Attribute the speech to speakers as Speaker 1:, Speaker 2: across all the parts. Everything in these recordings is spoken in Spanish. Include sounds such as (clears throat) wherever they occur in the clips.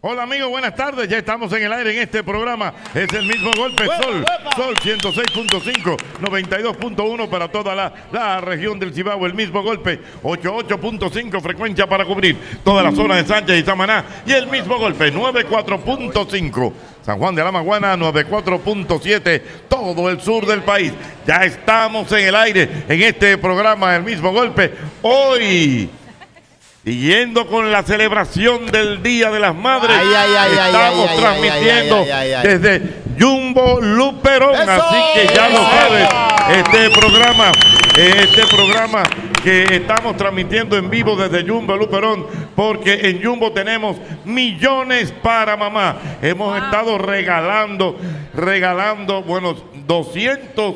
Speaker 1: Hola amigos, buenas tardes. Ya estamos en el aire en este programa. Es el mismo golpe Sol. Sol 106.5, 92.1 para toda la, la región del Cibao. El mismo golpe 88.5 frecuencia para cubrir todas las zonas de Sánchez y Samaná. Y el mismo golpe 94.5. San Juan de la Maguana 94.7, todo el sur del país. Ya estamos en el aire en este programa, el mismo golpe. Hoy Siguiendo con la celebración del Día de las Madres, ay, ay, ay, estamos transmitiendo desde Jumbo Luperón. Eso, así que ya lo sabes, este programa, este programa que estamos transmitiendo en vivo desde Jumbo Luperón, porque en Jumbo tenemos millones para mamá. Hemos wow. estado regalando, regalando, bueno, 200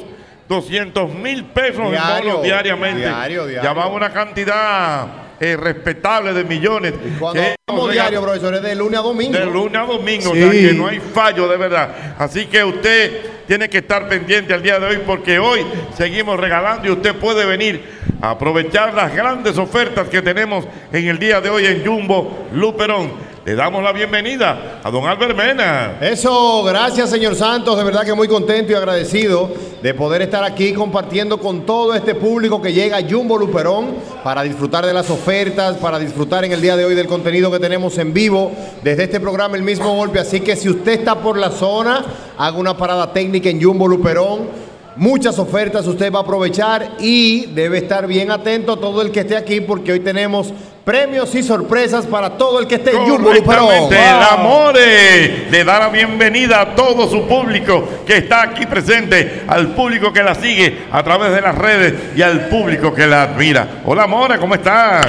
Speaker 1: 200 mil pesos diario, en bonos diariamente. Diario, diario. Ya va una cantidad eh, respetable de millones.
Speaker 2: Y cuando vamos diario, profesor, es de lunes a domingo.
Speaker 1: De lunes a domingo, sí. o sea que no hay fallo de verdad. Así que usted tiene que estar pendiente al día de hoy porque hoy seguimos regalando y usted puede venir a aprovechar las grandes ofertas que tenemos en el día de hoy en Jumbo Luperón. Le damos la bienvenida a don Albert Mena.
Speaker 2: Eso, gracias señor Santos, de verdad que muy contento y agradecido de poder estar aquí compartiendo con todo este público que llega a Jumbo Luperón para disfrutar de las ofertas, para disfrutar en el día de hoy del contenido que tenemos en vivo desde este programa El mismo golpe. Así que si usted está por la zona, haga una parada técnica en Jumbo Luperón. Muchas ofertas usted va a aprovechar y debe estar bien atento todo el que esté aquí porque hoy tenemos premios y sorpresas para todo el que esté en Jumbo Luperón.
Speaker 1: Wow. El Amore le da la bienvenida a todo su público que está aquí presente, al público que la sigue a través de las redes y al público que la admira. Hola Amore, ¿cómo estás?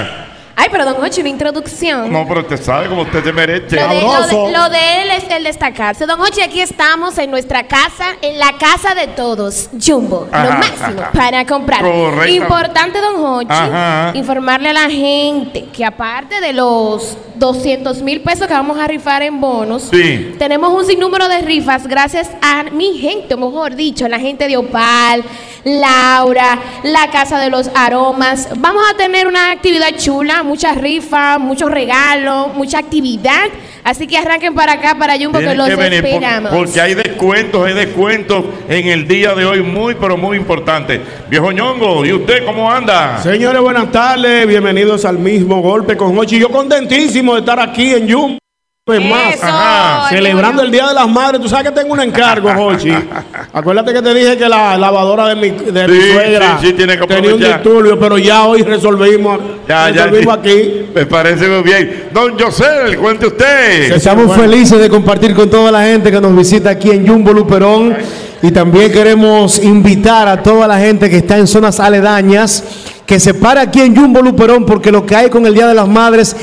Speaker 3: Ay, pero don Ochi, mi introducción.
Speaker 1: No, pero usted sabe como usted se merece.
Speaker 3: Lo de, lo de, lo de él es el destacarse. Don Ochi, aquí estamos en nuestra casa, en la casa de todos. Jumbo, ajá, lo máximo ajá. para comprar. Correcto. Importante, don Ochi, ajá. informarle a la gente que aparte de los 200 mil pesos que vamos a rifar en bonos, sí. tenemos un sinnúmero de rifas gracias a mi gente, mejor dicho, la gente de Opal, Laura, la Casa de los Aromas. Vamos a tener una actividad chula, muchas rifas, muchos regalos, mucha actividad. Así que arranquen para acá, para Jumbo, que los que venir, esperamos.
Speaker 1: Por, porque hay descuentos, hay descuentos en el día de hoy muy, pero muy importante. Viejo Ñongo, ¿y usted cómo anda?
Speaker 4: Señores, buenas tardes. Bienvenidos al mismo golpe con Ochi. Yo contentísimo de estar aquí en Jumbo. Pues más, Eso, Ajá. celebrando el Día de las Madres. Tú sabes que tengo un encargo, (laughs) Jochi. Acuérdate que te dije que la lavadora de mi, de sí, mi suegra sí, sí, tiene que tenía un disturbio, pero ya hoy resolvimos, ya, resolvimos ya, aquí.
Speaker 1: Me parece muy bien. Don José, cuente usted.
Speaker 5: Estamos bueno. felices de compartir con toda la gente que nos visita aquí en Jumbo Luperón. Y también queremos invitar a toda la gente que está en zonas aledañas que se para aquí en Jumbo Luperón porque lo que hay con el Día de las Madres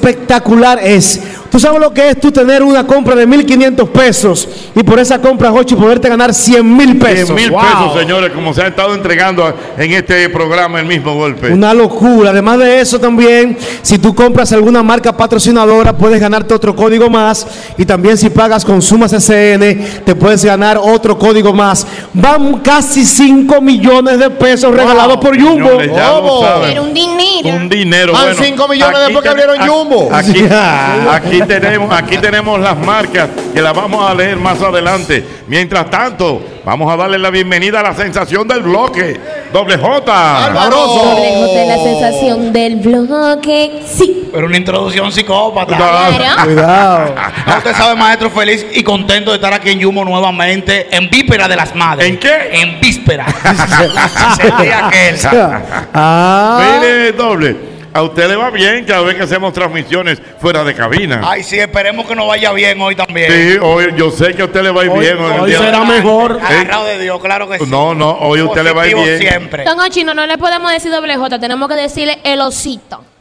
Speaker 5: espectacular es. Tú sabes lo que es tú tener una compra de 1.500 pesos y por esa compra, Jochi, poderte ganar 100 mil pesos. 100
Speaker 1: mil wow. pesos, señores, como se ha estado entregando en este programa el mismo golpe.
Speaker 5: Una locura. Además de eso también, si tú compras alguna marca patrocinadora, puedes ganarte otro código más. Y también si pagas con sumas SN, te puedes ganar otro código más. Van casi 5 millones de pesos wow. regalados por Jumbo.
Speaker 1: Señores, ya
Speaker 3: pero un dinero.
Speaker 1: Un dinero.
Speaker 2: Van 5 bueno, millones después que abrieron
Speaker 1: aquí,
Speaker 2: Jumbo.
Speaker 4: (laughs)
Speaker 1: Aquí, yeah. aquí, tenemos, aquí tenemos las marcas que las vamos a leer más adelante. Mientras tanto, vamos a darle la bienvenida a la sensación del bloque. Doble J.
Speaker 3: Doble J la sensación del bloque. Sí.
Speaker 6: Pero una introducción psicópata. Claro.
Speaker 5: Cuidado.
Speaker 1: (laughs)
Speaker 6: No, usted sabe, maestro, feliz y contento de estar aquí en Jumbo nuevamente en víspera de las madres.
Speaker 1: ¿En qué?
Speaker 6: En
Speaker 1: (laughs)
Speaker 6: víspera. Sería (laughs) aquel.
Speaker 1: Ah. Mire, doble. A usted le va bien cada vez que hacemos transmisiones fuera de cabina.
Speaker 6: Ay, sí, esperemos que nos vaya bien hoy también.
Speaker 1: Sí, hoy yo sé que a usted le va
Speaker 4: hoy,
Speaker 1: bien.
Speaker 4: Hoy, hoy día. será mejor.
Speaker 6: Agarrado ¿Eh? de Dios, claro que sí.
Speaker 1: No, no, hoy Positivo usted le va bien.
Speaker 3: siempre. Don Ochino, no le podemos decir doble J, tenemos que decirle el osito.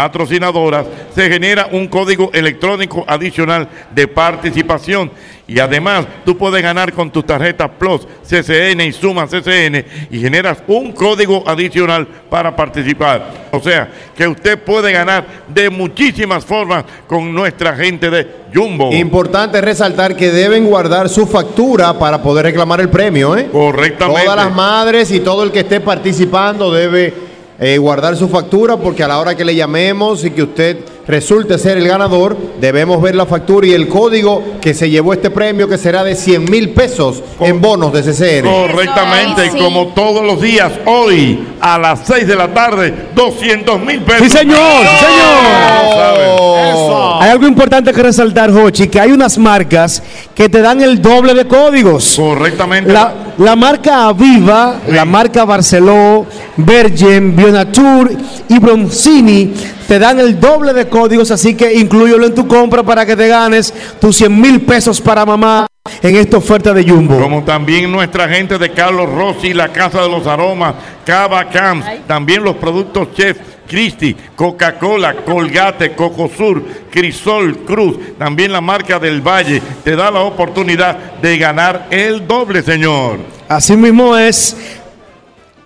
Speaker 1: patrocinadoras, se genera un código electrónico adicional de participación. Y además, tú puedes ganar con tus tarjetas Plus, CCN y Suma CCN y generas un código adicional para participar. O sea, que usted puede ganar de muchísimas formas con nuestra gente de Jumbo.
Speaker 2: Importante resaltar que deben guardar su factura para poder reclamar el premio, ¿eh?
Speaker 1: Correctamente.
Speaker 2: Todas las madres y todo el que esté participando debe eh, guardar su factura porque a la hora que le llamemos y que usted resulte ser el ganador, debemos ver la factura y el código que se llevó este premio que será de 100 mil pesos en bonos de CCN.
Speaker 1: Correctamente,
Speaker 3: Eso, ahí
Speaker 1: y como todos los días, hoy a las 6 de la tarde, 200 mil pesos.
Speaker 5: Sí, señor, sí, señor.
Speaker 2: Eso.
Speaker 5: Hay algo importante que resaltar, Hochi, que hay unas marcas que te dan el doble de códigos.
Speaker 1: Correctamente.
Speaker 5: La, la marca Aviva, la marca Barceló, Virgin, Bionatur y Bronzini te dan el doble de códigos, así que incluyelo en tu compra para que te ganes tus 100 mil pesos para mamá en esta oferta de Jumbo.
Speaker 1: Como también nuestra gente de Carlos Rossi, la Casa de los Aromas, Cava Camps, también los productos Chef Christie, Coca-Cola, Colgate, Cocosur, Crisol, Cruz, también la marca del Valle, te da la oportunidad de ganar el doble, señor.
Speaker 5: Así mismo es.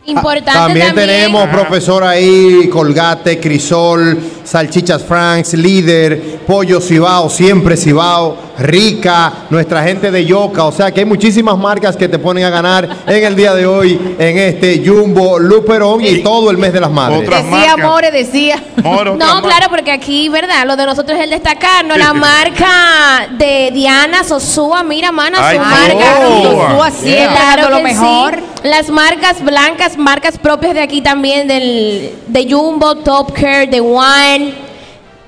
Speaker 3: Importante
Speaker 2: También,
Speaker 3: también.
Speaker 2: tenemos, profesor, ahí Colgate, Crisol, Salchichas Franks, Líder, Pollo Cibao, Siempre Cibao, Rica, nuestra gente de Yoca. O sea que hay muchísimas marcas que te ponen a ganar en el día de hoy en este Jumbo Luperón y todo el mes de las madres.
Speaker 1: Otra-
Speaker 7: Decía,
Speaker 1: marcas.
Speaker 7: amores, decía.
Speaker 1: Moro,
Speaker 3: No,
Speaker 1: Tamar-
Speaker 3: claro, porque aquí, ¿verdad? Lo de nosotros es el destacar, ¿no?
Speaker 1: Sí,
Speaker 3: La
Speaker 1: sí.
Speaker 3: marca de Diana Sosúa, mira, mana,
Speaker 1: Ay,
Speaker 3: su
Speaker 1: no.
Speaker 3: marca.
Speaker 1: Oh.
Speaker 7: Sosúa siempre dando lo
Speaker 3: que
Speaker 7: mejor.
Speaker 3: sí. Las marcas blancas, marcas propias de aquí también, del, de Jumbo, Top Care, de One.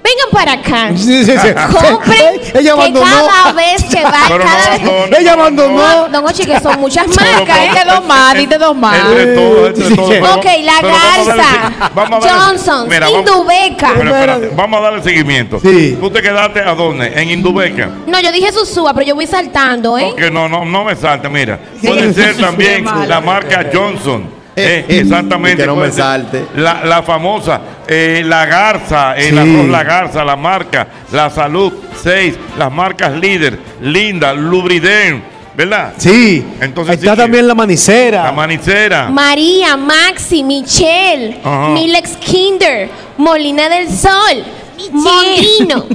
Speaker 3: Vengan para acá.
Speaker 5: Sí, sí, sí.
Speaker 3: Compren que
Speaker 5: Ella abandonó.
Speaker 3: cada vez que va,
Speaker 1: Pero no,
Speaker 3: cada vez
Speaker 1: no, no,
Speaker 5: Ella
Speaker 1: no,
Speaker 5: abandonó.
Speaker 1: no.
Speaker 3: Don Ochi, que son muchas
Speaker 1: Pero
Speaker 3: marcas.
Speaker 1: vamos-
Speaker 3: ¿eh?
Speaker 7: Dite dos más, dite dos más.
Speaker 1: Entre todos, entre
Speaker 5: Sí.
Speaker 1: todos, pero-
Speaker 3: Ok, la
Speaker 1: pero vamos a darle
Speaker 3: Garza,
Speaker 1: segui- vamos a darle-
Speaker 3: Johnson,
Speaker 1: Mira, vamos-
Speaker 3: Indubeca.
Speaker 1: Pero espérate, vamos a darle seguimiento.
Speaker 5: Sí.
Speaker 1: ¿Tú te quedaste a dónde? En Indubeca.
Speaker 3: No, yo dije Susúa, pero yo voy saltando, ¿eh?
Speaker 1: Porque no, no, no me salta, mira. Puede ser también
Speaker 7: Qué malo.
Speaker 1: la marca Johnson. Eh,
Speaker 2: Eh,
Speaker 1: exactamente.
Speaker 2: que no me
Speaker 1: puede ser
Speaker 2: salte.
Speaker 1: La, la famosa, eh, la Garza, el
Speaker 5: Sí.
Speaker 1: arroz La Garza, la marca, la Salud 6, las marcas Líder, Linda, Lubriden, ¿verdad?
Speaker 5: Sí.
Speaker 1: Entonces
Speaker 5: Está
Speaker 1: sí.
Speaker 5: también la manicera.
Speaker 1: La manicera.
Speaker 3: María, Maxi, Michelle,
Speaker 1: Oh. Ajá.
Speaker 3: Milex Kinder, Molina del Sol, (laughs) Molino,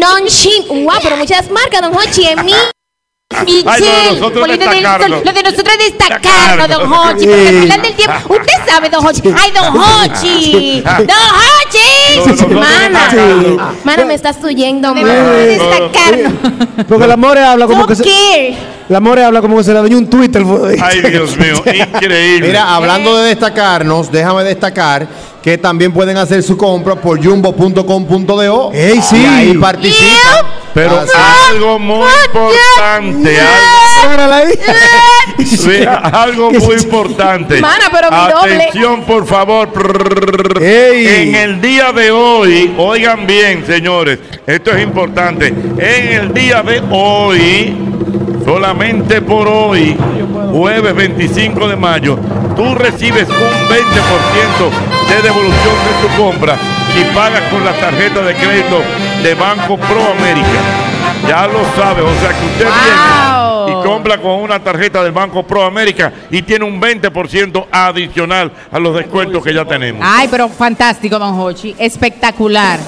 Speaker 3: Non Chim. Wow, pero muchas marcas, don Hochi, en mí.
Speaker 1: (laughs) Ay, lo de
Speaker 3: Michelle,
Speaker 1: nosotros
Speaker 3: Molina del Sol.
Speaker 1: destacarlo.
Speaker 3: Lo de nosotros es destacarlo,
Speaker 1: Destacarlo.
Speaker 3: don Hochi, porque al final del
Speaker 1: (laughs)
Speaker 3: tiempo. Usted sabe, don Hochi. Ay, don Hochi.
Speaker 5: (laughs)
Speaker 3: Don
Speaker 1: Lo de
Speaker 3: Hochi.
Speaker 1: nosotros
Speaker 3: Mana,
Speaker 1: destacarlo.
Speaker 3: mana, me estás huyendo,
Speaker 7: De
Speaker 3: mana.
Speaker 7: verdad,
Speaker 3: Destacarlo.
Speaker 5: Porque la More habla como que
Speaker 3: Don't
Speaker 5: se,
Speaker 3: care.
Speaker 5: la More habla como que Pues se le dañó un Twitter. pues.
Speaker 1: Ay, Dios mío, increíble.
Speaker 2: Mira, hablando de destacarnos, déjame destacar que también pueden hacer su compra por jumbo.com.do.
Speaker 5: Ey, sí.
Speaker 2: Y ahí participan.
Speaker 1: Pero
Speaker 2: Ah, sí.
Speaker 1: algo muy importante. algo-
Speaker 8: Párala ahí.
Speaker 1: sí,
Speaker 3: (laughs)
Speaker 1: algo muy importante.
Speaker 3: Mana, pero mi doble.
Speaker 1: Atención, por favor.
Speaker 8: Ey.
Speaker 1: En el día de hoy, oigan bien, señores, esto es importante. En el día de hoy, solamente por hoy, jueves 25 de mayo, tú recibes un 20% de devolución de tu compra si pagas con la tarjeta de crédito de Banco Proamérica. Ya lo sabes, o sea que usted
Speaker 7: Wow.
Speaker 1: viene y compra con una tarjeta del Banco Proamérica y tiene un 20% adicional a los descuentos que ya tenemos.
Speaker 7: Ay, pero fantástico, don Hochi. Espectacular.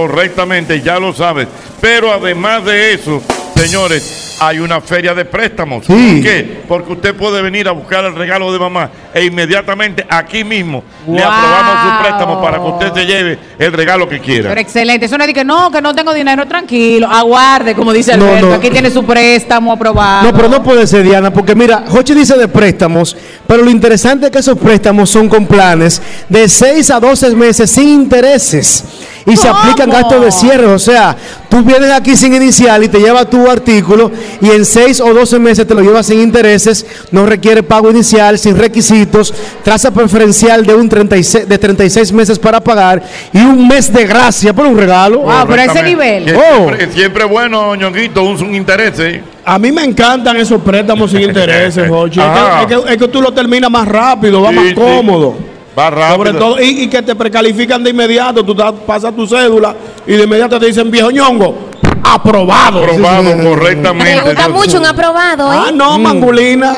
Speaker 1: Correctamente, ya lo sabes. Pero además de eso, señores, hay una feria de préstamos.
Speaker 8: Sí.
Speaker 1: ¿Por qué? Porque usted puede venir a buscar el regalo de mamá e inmediatamente aquí mismo le
Speaker 7: Wow.
Speaker 1: aprobamos su préstamo para que usted se lleve el regalo que
Speaker 8: Eh.
Speaker 1: quiera.
Speaker 7: Pero excelente. Eso no es de que no, que no tengo dinero, tranquilo. Aguarde, como dice
Speaker 8: No,
Speaker 7: Alberto.
Speaker 8: no.
Speaker 7: Aquí tiene su préstamo aprobado.
Speaker 8: No, pero no puede ser, Diana, porque mira, Jochi dice de préstamos, pero lo interesante es que esos préstamos son con planes de 6 a 12 meses sin intereses y se
Speaker 7: ¿Cómo?
Speaker 8: aplican gastos de cierre. O sea, tú vienes aquí sin inicial y te llevas tu artículo y en 6 o 12 meses te lo llevas sin intereses, no requiere pago inicial, sin requisitos, traza preferencial de, un 36, de 36 meses para pagar y un mes de gracia por un regalo.
Speaker 7: Wow, Ah, pero a ese
Speaker 1: Correctamente.
Speaker 7: nivel.
Speaker 1: Que
Speaker 8: Oh.
Speaker 1: Siempre, siempre bueno, ñonguito, un, un interés. ¿eh?
Speaker 9: A mí me encantan esos préstamos sin intereses, Jochi. Es
Speaker 1: Ah.
Speaker 9: que, es que- es que tú lo terminas más rápido, va
Speaker 1: Sí,
Speaker 9: más
Speaker 1: sí.
Speaker 9: cómodo.
Speaker 1: Va rápido.
Speaker 9: Sobre todo, y, y que te precalifican de inmediato. Tú das- pasas tu cédula y de inmediato te dicen viejo ñongo, aprobado.
Speaker 1: Aprobado correctamente.
Speaker 3: Me gusta
Speaker 1: Entonces,
Speaker 3: mucho un aprobado, ¿eh?
Speaker 9: Ah,
Speaker 8: Mm.
Speaker 9: no, mangulina.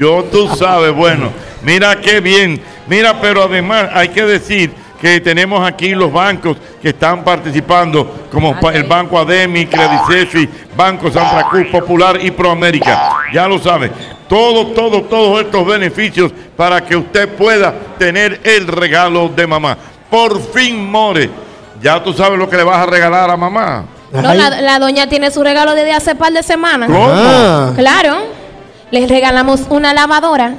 Speaker 1: Yo tú sabes, bueno, mira qué bien. Mira, pero además hay que decir que tenemos aquí los bancos que están participando,
Speaker 3: Ah,
Speaker 1: como pa- el Banco Ademi, Credicesi, Banco Santa Cruz Popular y Proamérica. Ya lo sabes. Todo, todo, todos estos beneficios para que usted pueda tener el regalo de mamá. Por fin, More. Ya tú sabes lo que le vas a regalar a mamá.
Speaker 3: No, la, la doña tiene su regalo desde hace par de semanas.
Speaker 1: ¿Cómo?
Speaker 8: Ah.
Speaker 3: Claro. Les regalamos una lavadora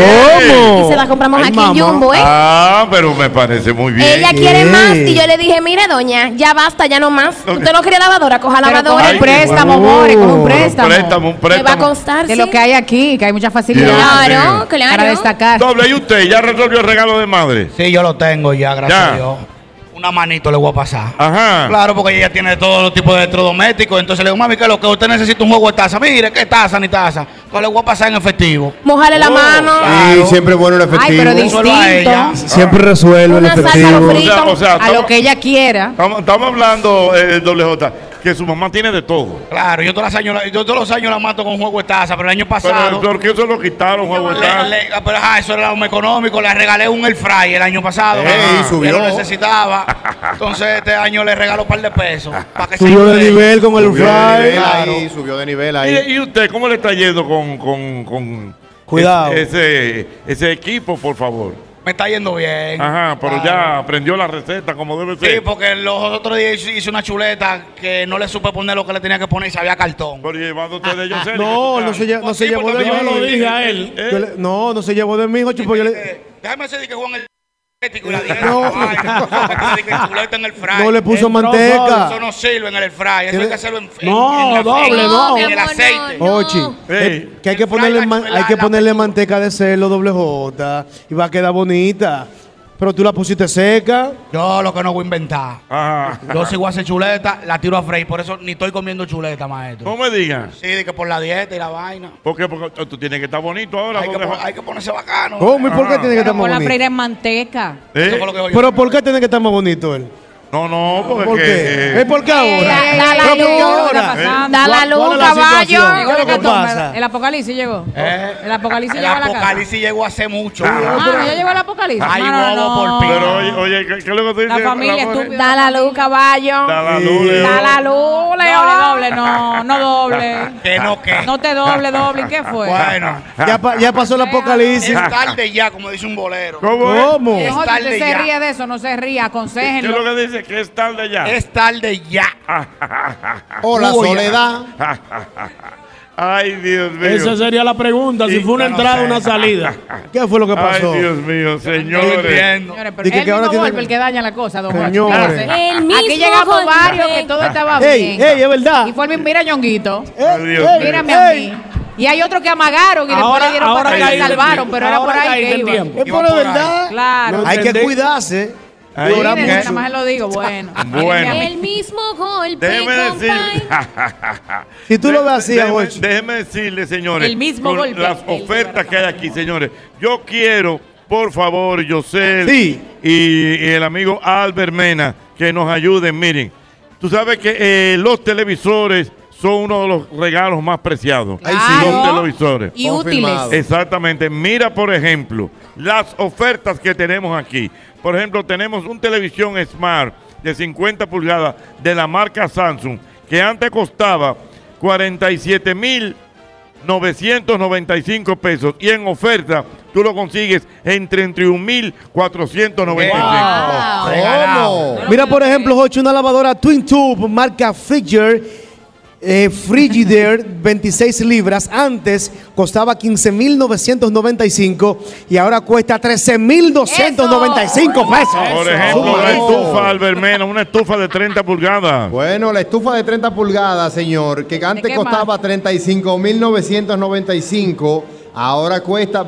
Speaker 1: ¿Qué?
Speaker 3: y se la compramos
Speaker 9: Ay,
Speaker 3: aquí
Speaker 9: mamá.
Speaker 3: en Jumbo, ¿eh?
Speaker 1: Ah, pero me parece muy bien.
Speaker 3: Ella quiere
Speaker 8: Bien.
Speaker 3: más y yo le dije, mire doña, ya basta, ya no más.
Speaker 1: Ok.
Speaker 3: Usted no quería lavadora, coja
Speaker 7: Pero con
Speaker 3: lavadora.
Speaker 1: Ay,
Speaker 7: el
Speaker 1: qué
Speaker 7: préstamo,
Speaker 8: bueno.
Speaker 7: more, con un
Speaker 8: Con
Speaker 7: préstamo.
Speaker 1: Uh, préstamo, un
Speaker 3: Me va a
Speaker 1: préstamo.
Speaker 3: constar,
Speaker 7: De
Speaker 3: sí.
Speaker 7: lo que hay aquí, que hay mucha facilidad
Speaker 1: Dios mío.
Speaker 3: Claro,
Speaker 7: para
Speaker 3: claro.
Speaker 7: destacar.
Speaker 1: Doble, ¿y usted ya resolvió el regalo de madre?
Speaker 6: Sí, yo lo tengo ya, gracias
Speaker 1: Ya.
Speaker 6: a Dios. Una manito le voy a pasar.
Speaker 1: Ajá.
Speaker 6: Claro, porque ella tiene todos los tipos de electrodomésticos. Entonces le digo, mami, que lo que usted necesita un juego de taza. Mire, ¿qué taza ni taza? Pues le voy a pasar en efectivo.
Speaker 3: Mojarle la
Speaker 1: Oh,
Speaker 3: mano.
Speaker 2: Y siempre bueno el efectivo.
Speaker 7: Ay, pero
Speaker 6: di-
Speaker 7: distinto
Speaker 6: Solo a ella.
Speaker 8: Siempre resuelve el
Speaker 3: Una salsa a
Speaker 8: efectivo.
Speaker 3: lo
Speaker 1: frito. O sea, o sea,
Speaker 7: a lo
Speaker 1: estamos-
Speaker 7: que ella quiera.
Speaker 1: Estamos, estamos hablando, eh, doble J, que su mamá tiene de todo.
Speaker 6: Claro, yo todos los años, la- yo todos los años la mato con juego de taza, pero el año
Speaker 1: Pero
Speaker 6: pasado.
Speaker 1: porque eso lo quitaron, juego de
Speaker 6: le-
Speaker 1: tal.
Speaker 6: le- ah, pero, ajá, eso era lo económico. Le regalé un air fry el año pasado.
Speaker 2: Ey,
Speaker 6: Ajá.
Speaker 2: subió.
Speaker 6: Ya lo necesitaba. Entonces este año le regalo un par
Speaker 8: (laughs)
Speaker 6: de pesos. Para que se
Speaker 8: Subió de
Speaker 6: ayude.
Speaker 8: nivel con el
Speaker 2: Subió de
Speaker 8: fly.
Speaker 2: nivel ahí, subió de nivel ahí.
Speaker 1: ¿Y, y usted cómo le está yendo con, con, con
Speaker 8: Cuidado.
Speaker 1: es- ese, ese equipo, por favor?
Speaker 6: Me está yendo bien.
Speaker 1: Ajá, pero ya aprendió la receta como debe
Speaker 6: Sí,
Speaker 1: ser.
Speaker 6: porque los otros días hice- hice una chuleta que no le supe poner lo que le tenía que poner y sabía cartón. Ah,
Speaker 1: Pero llevando usted de ellos
Speaker 8: No, no se, lle- no se
Speaker 6: Pues Sí,
Speaker 8: llevó de
Speaker 6: porque
Speaker 8: mí.
Speaker 6: yo lo dije
Speaker 9: a él.
Speaker 8: Yo le- no, no se llevó de mí, Jochi, pues yo le-
Speaker 6: Eh, Déjame decir que Juan el ético y la dieta.
Speaker 8: No.
Speaker 6: (laughs) ay, déjame decir que chuleta en el fry.
Speaker 8: no le puso
Speaker 9: Entró
Speaker 8: manteca.
Speaker 6: Eso no sirve en el air fry, eso hay que hacerlo en, en-
Speaker 9: No,
Speaker 6: en el aceite,
Speaker 9: doble, no.
Speaker 6: en el aceite.
Speaker 3: No.
Speaker 8: Jochi, eh,
Speaker 1: Ey.
Speaker 8: que hay que
Speaker 6: El fry,
Speaker 8: ponerle,
Speaker 6: la
Speaker 8: man- hay
Speaker 6: chulada,
Speaker 8: que
Speaker 6: la
Speaker 8: ponerle
Speaker 6: pechuga.
Speaker 8: manteca de celo doble J y va a quedar bonita. Pero tú la pusiste seca.
Speaker 6: Yo lo que no voy a inventar.
Speaker 1: Ajá.
Speaker 6: Yo sigo a hacer chuleta, la tiro a freír, por eso ni estoy comiendo chuleta,
Speaker 1: No
Speaker 6: maestro.
Speaker 1: me digas.
Speaker 6: Sí, de que por la dieta y la vaina.
Speaker 1: Porque, porque oh, tú tienes que estar bonito ahora.
Speaker 6: Hay que,
Speaker 1: doble
Speaker 6: pon-
Speaker 1: J.
Speaker 6: hay que ponerse bacano.
Speaker 8: ¿Cómo y por qué
Speaker 1: Ah.
Speaker 8: tiene que estar más
Speaker 7: Con la
Speaker 8: bonito?
Speaker 7: freira en manteca.
Speaker 1: ¿Eh?
Speaker 6: Eso fue lo que yo-
Speaker 8: Pero ¿por qué tiene que estar más bonito él?
Speaker 1: No, no, porque...
Speaker 8: ¿Por
Speaker 1: eh,
Speaker 8: qué? ¿Es por qué
Speaker 3: da- da
Speaker 8: ahora? ¿Pero
Speaker 3: la
Speaker 8: por qué
Speaker 3: luz,
Speaker 8: ahora?
Speaker 7: da
Speaker 8: ¿Eh?
Speaker 3: la
Speaker 8: ¿Cuál-
Speaker 3: luz,
Speaker 8: cuál es la
Speaker 3: caballo.
Speaker 8: situación?
Speaker 3: Llegó
Speaker 8: ¿Qué es
Speaker 7: Llegó
Speaker 8: lo que
Speaker 7: Catón,
Speaker 8: pasa?
Speaker 7: ¿verdad? El apocalipsis llegó.
Speaker 6: Eh,
Speaker 7: El apocalipsis
Speaker 6: el
Speaker 7: llegó a la casa.
Speaker 6: apocalipsis llegó hace mucho.
Speaker 7: Ah, ya llegó el apocalipsis.
Speaker 6: Ay,
Speaker 7: No, no,
Speaker 6: bobo,
Speaker 7: no.
Speaker 6: por fin.
Speaker 1: Pero oye, oye, ¿qué, qué es lo que tú
Speaker 7: La
Speaker 1: dices?
Speaker 7: familia
Speaker 1: Ramón?
Speaker 7: estúpida.
Speaker 3: Da la luz, caballo.
Speaker 1: Da la luz, Leo.
Speaker 3: Da la luz, Leo.
Speaker 7: Doble, doble, no, no (laughs) doble.
Speaker 6: Que no, que.
Speaker 7: No te doble, doble, ¿y ¿qué fue? (laughs)
Speaker 6: Bueno,
Speaker 8: Ya, pa- ya pasó el
Speaker 6: es
Speaker 8: apocalipsis.
Speaker 6: tarde ya, como dice un bolero.
Speaker 1: ¿Cómo es?
Speaker 8: ¿Cómo?
Speaker 7: No,
Speaker 6: Es
Speaker 7: usted
Speaker 6: tarde
Speaker 7: se
Speaker 6: ya.
Speaker 7: ríe de eso, no se ríe,
Speaker 1: ¿Qué es lo
Speaker 7: aconséjenlo.
Speaker 1: que dice? Que es tarde ya. (laughs)
Speaker 6: Es tarde ya.
Speaker 2: Hola, Soledad.
Speaker 1: Ay, (laughs) Dios mío.
Speaker 10: Esa sería la pregunta, si
Speaker 1: Y-
Speaker 10: fue una
Speaker 6: no
Speaker 10: entrada o
Speaker 6: sé.
Speaker 10: una salida.
Speaker 8: ¿Qué fue lo que pasó?
Speaker 1: Ay, Dios mío, señores.
Speaker 6: entiendo.
Speaker 7: Señores, pero
Speaker 8: Dije
Speaker 7: el
Speaker 8: que ahora
Speaker 7: mismo
Speaker 8: tiene-
Speaker 7: golpe el que daña la cosa, don Jochi.
Speaker 8: Señores.
Speaker 7: Claro,
Speaker 3: El
Speaker 7: sí. Aquí
Speaker 3: mismo
Speaker 7: llegamos
Speaker 3: golpe.
Speaker 7: varios que todo estaba
Speaker 8: Ey,
Speaker 7: bien.
Speaker 8: ey, es verdad.
Speaker 7: Y fue el mismo, mira, Ñonguito.
Speaker 1: Ay, Dios mío.
Speaker 7: Mírame a mí. Y hay otro que amagaron y después
Speaker 10: Ahora-
Speaker 7: le dieron
Speaker 10: ahora
Speaker 7: para atrás y
Speaker 10: caíste en
Speaker 7: salvaron,
Speaker 10: tiempo.
Speaker 7: pero era por
Speaker 10: Ahora
Speaker 7: ahí que
Speaker 10: caíste en
Speaker 7: iba.
Speaker 10: tiempo.
Speaker 8: Es por la verdad.
Speaker 7: Claro.
Speaker 8: Hay que
Speaker 10: Entendí.
Speaker 8: cuidarse.
Speaker 1: Ay,
Speaker 8: Llorar
Speaker 7: Miren,
Speaker 1: mucho.
Speaker 7: nada más lo digo, bueno.
Speaker 1: Bueno.
Speaker 3: El mismo golpe.
Speaker 1: Déjeme decir.
Speaker 3: compay.
Speaker 1: (laughs)
Speaker 8: Si tú lo ves así,
Speaker 1: déjeme,
Speaker 8: Jochi.
Speaker 1: déjeme decirle, señores.
Speaker 7: El mismo
Speaker 1: con
Speaker 7: golpe.
Speaker 1: Las
Speaker 7: El-
Speaker 1: ofertas que hay aquí, señores. Yo quiero, por favor, José
Speaker 8: Sí.
Speaker 1: y, y el amigo Albert Mena, que nos ayuden. Miren, tú sabes que eh, los televisores son uno de los regalos más preciados.
Speaker 8: Ahí sí.
Speaker 1: Los
Speaker 7: Claro.
Speaker 1: televisores.
Speaker 7: Y
Speaker 2: Confirmado.
Speaker 7: útiles.
Speaker 1: Exactamente. Mira, por ejemplo, las ofertas que tenemos aquí. Por ejemplo, tenemos un televisión Smart de 50 pulgadas de la marca Samsung que antes costaba 47.995 pesos y en oferta tú lo consigues en 31.495.
Speaker 7: Wow.
Speaker 2: ¿Cómo?
Speaker 8: Mira, por ejemplo, Jochi, una lavadora Twin Tube marca Frigidaire, eh, Frigidaire (laughs) 26 libras. Antes costaba 15.995 y ahora cuesta 13.295 pesos.
Speaker 1: Por ejemplo,
Speaker 8: Suma
Speaker 1: la
Speaker 8: eso.
Speaker 1: estufa Albermena, una estufa de 30 pulgadas.
Speaker 2: Bueno, la estufa de 30 pulgadas, señor, que antes
Speaker 7: qué
Speaker 2: costaba 35.995, ahora cuesta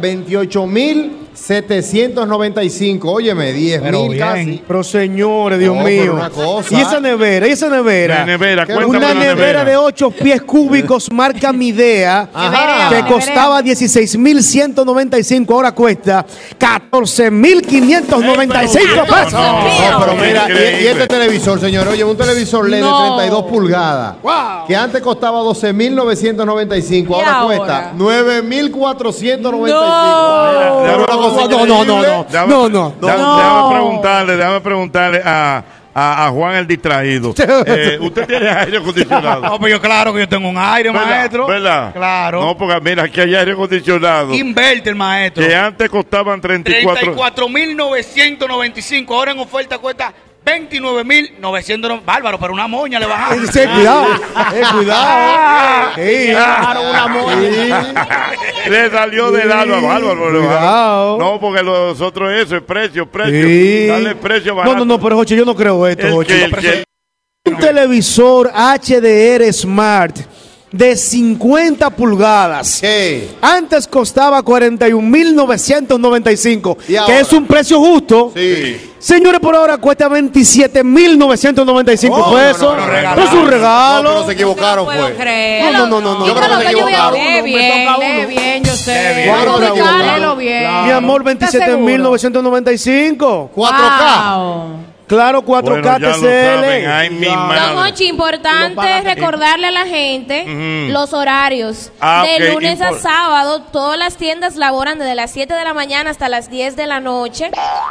Speaker 2: 28.795. Óyeme, 10.000 casi.
Speaker 8: Pero señores, (laughs) Dios
Speaker 2: No, pero
Speaker 8: mío.
Speaker 2: una cosa.
Speaker 8: Y esa nevera, y esa nevera.
Speaker 1: La nevera,
Speaker 8: una
Speaker 1: cuéntame la
Speaker 8: nevera,
Speaker 1: nevera.
Speaker 8: de 8 pies cúbicos marca Midea.
Speaker 2: (laughs) Ajá.
Speaker 8: que
Speaker 7: Nevera.
Speaker 8: costaba 16.195, ahora cuesta 14.595 pesos.
Speaker 1: No,
Speaker 2: ah, No, pero mira, y, y
Speaker 1: Increíble.
Speaker 2: este televisor, señor, oye, un televisor LED
Speaker 7: No.
Speaker 2: de 32 pulgadas, que antes costaba 12.995, ahora,
Speaker 7: ahora?
Speaker 2: cuesta 9.495.
Speaker 7: No.
Speaker 1: Mira,
Speaker 2: Una cosa
Speaker 8: No, no, no,
Speaker 2: increíble.
Speaker 8: no. No, no.
Speaker 1: da-
Speaker 7: No.
Speaker 1: Déjame preguntarle, déjame preguntarle a, a, a Juan el
Speaker 6: (laughs)
Speaker 1: distraído. Eh, usted tiene aire acondicionado.
Speaker 6: No, pero yo claro que yo tengo un aire,
Speaker 1: ¿Verdad?
Speaker 6: maestro.
Speaker 1: ¿Verdad?
Speaker 6: Claro.
Speaker 1: No, porque mira, aquí hay aire acondicionado.
Speaker 6: Inverte el maestro.
Speaker 1: Que antes costaban 34.
Speaker 6: 34.995. Ahora en oferta cuesta 29.995. Bárbaro, pero una moña le bajaron. Ah,
Speaker 8: Sí,
Speaker 6: (laughs)
Speaker 8: cuidado, eh, cuidado. Sí.
Speaker 1: (laughs) Le salió del alma, bárbaro. le
Speaker 8: Cuidado.
Speaker 1: bajaron. No, porque los otros eso es precio, precio.
Speaker 8: Sí.
Speaker 1: Dale precio
Speaker 8: No,
Speaker 1: barato.
Speaker 8: no, no, pero Jochi, yo no creo esto,
Speaker 1: El
Speaker 8: Jochi.
Speaker 1: que- el que-
Speaker 8: Un televisor HDR Smart de 50 pulgadas.
Speaker 2: ¿Qué?
Speaker 8: Antes costaba 41.995,
Speaker 2: ¿Y ahora?
Speaker 8: que es un precio justo.
Speaker 2: Sí.
Speaker 8: Señores, por ahora cuesta 27.995
Speaker 2: Oh,
Speaker 8: pesos.
Speaker 2: no, no, no,
Speaker 8: es un regalo.
Speaker 2: No, pero se equivocaron,
Speaker 7: puedo
Speaker 2: pues.
Speaker 7: creer.
Speaker 8: No, no, no, no,
Speaker 2: Yo
Speaker 8: no.
Speaker 2: creo que se equivocaron.
Speaker 7: Lee bien, lee bien, yo
Speaker 6: Lee
Speaker 7: sé.
Speaker 6: bien.
Speaker 2: Cuatro
Speaker 7: Léelo
Speaker 2: contra uno.
Speaker 7: léelo bien.
Speaker 8: Mi amor,
Speaker 7: ¿Estás seguro?
Speaker 8: 27.995.
Speaker 2: 4K.
Speaker 7: Wow.
Speaker 8: Claro, 4K
Speaker 1: Bueno, ya lo
Speaker 8: TCL.
Speaker 1: saben. Ay, mi
Speaker 8: Ya.
Speaker 1: madre.
Speaker 3: Don Ochi,
Speaker 7: Lo
Speaker 3: importante
Speaker 7: pagas.
Speaker 3: recordarle a la gente
Speaker 1: Ujú.
Speaker 3: los horarios.
Speaker 1: Ah,
Speaker 3: de
Speaker 1: ok,
Speaker 3: lunes
Speaker 1: impor-
Speaker 3: a sábado, todas las tiendas laboran desde las 7 de la mañana hasta las 10 de la noche.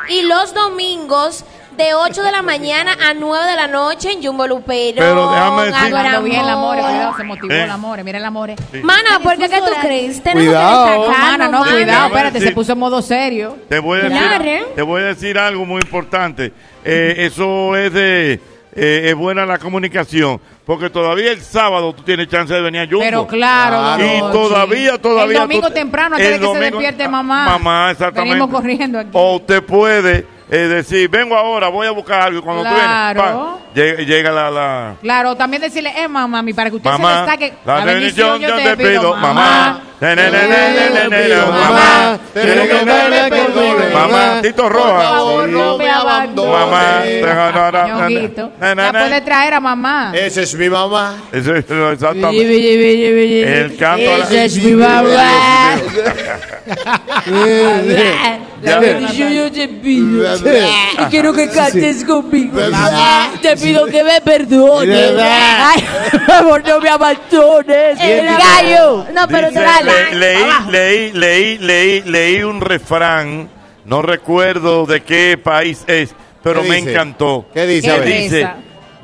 Speaker 3: Y los domingos, de 8 de la mañana a 9 de la noche en Jumbo Luperón.
Speaker 1: Pero déjame decir-
Speaker 7: Hablando bien, la
Speaker 3: amor.
Speaker 7: more, cuidado, se motivó
Speaker 1: Eh.
Speaker 7: la more, mira la more.
Speaker 3: Mana, ¿por qué que tú crees? Tenemos
Speaker 8: Cuidado.
Speaker 3: que destacarnos,
Speaker 7: Hermana, no,
Speaker 3: mana.
Speaker 7: cuidado,
Speaker 1: Déjame
Speaker 7: espérate, se
Speaker 1: decir-
Speaker 7: puso en modo serio.
Speaker 1: Te voy a decir,
Speaker 3: Claro, ¿eh?
Speaker 1: te voy a decir algo muy importante. Eh, eso es de eh, es buena la comunicación, porque todavía el sábado tú tienes chance de venir a Jumbo.
Speaker 7: Pero claro,
Speaker 2: Claro.
Speaker 7: don
Speaker 1: Y
Speaker 7: Ochi.
Speaker 1: todavía, todavía.
Speaker 7: El domingo
Speaker 1: tú-
Speaker 7: temprano, antes de
Speaker 1: el
Speaker 7: que se
Speaker 1: domingo- Ah,
Speaker 7: despierte mamá.
Speaker 1: Mamá, exactamente.
Speaker 7: Venimos corriendo aquí.
Speaker 1: O usted puede eh, decir, vengo ahora, voy a buscar algo. Y cuando
Speaker 7: Claro.
Speaker 1: tú vienes, lle- llega la. la-
Speaker 7: Claro, también decirle, eh, mamá, mami, para que usted se
Speaker 1: Mamá,
Speaker 7: destaque.
Speaker 1: la bendición yo te pido, mamá. Ne, ne, ne, ne, ne, ne, ne,
Speaker 2: Mamá,
Speaker 1: Mamá,
Speaker 2: te ruego que me perdones.
Speaker 1: Mamá, Tito
Speaker 2: Por
Speaker 1: Rojas.
Speaker 2: favor, no me abandones.
Speaker 1: Mamá, te- no, no, no, no,
Speaker 7: Ñonguito,
Speaker 1: no, no,
Speaker 7: la
Speaker 1: no.
Speaker 7: puede traer a mamá.
Speaker 2: Esa es mi mamá.
Speaker 1: Eso es lo exactamente. El canto a la-
Speaker 7: Esa es mi mamá.
Speaker 1: Ya ven.
Speaker 11: Yo, yo te pido y quiero que cantes conmigo. Te pido que me perdones. Ay, (laughs) por favor, no me abandones.
Speaker 3: El gallo. No, pero
Speaker 1: Dice, le- leí, leí, leí, leí, leí un refrán, no recuerdo de qué país es, pero
Speaker 2: ¿Qué
Speaker 1: me
Speaker 2: dice?
Speaker 1: encantó.
Speaker 2: ¿Qué dice?
Speaker 1: Que
Speaker 2: A ver.
Speaker 1: dice,
Speaker 7: Esa.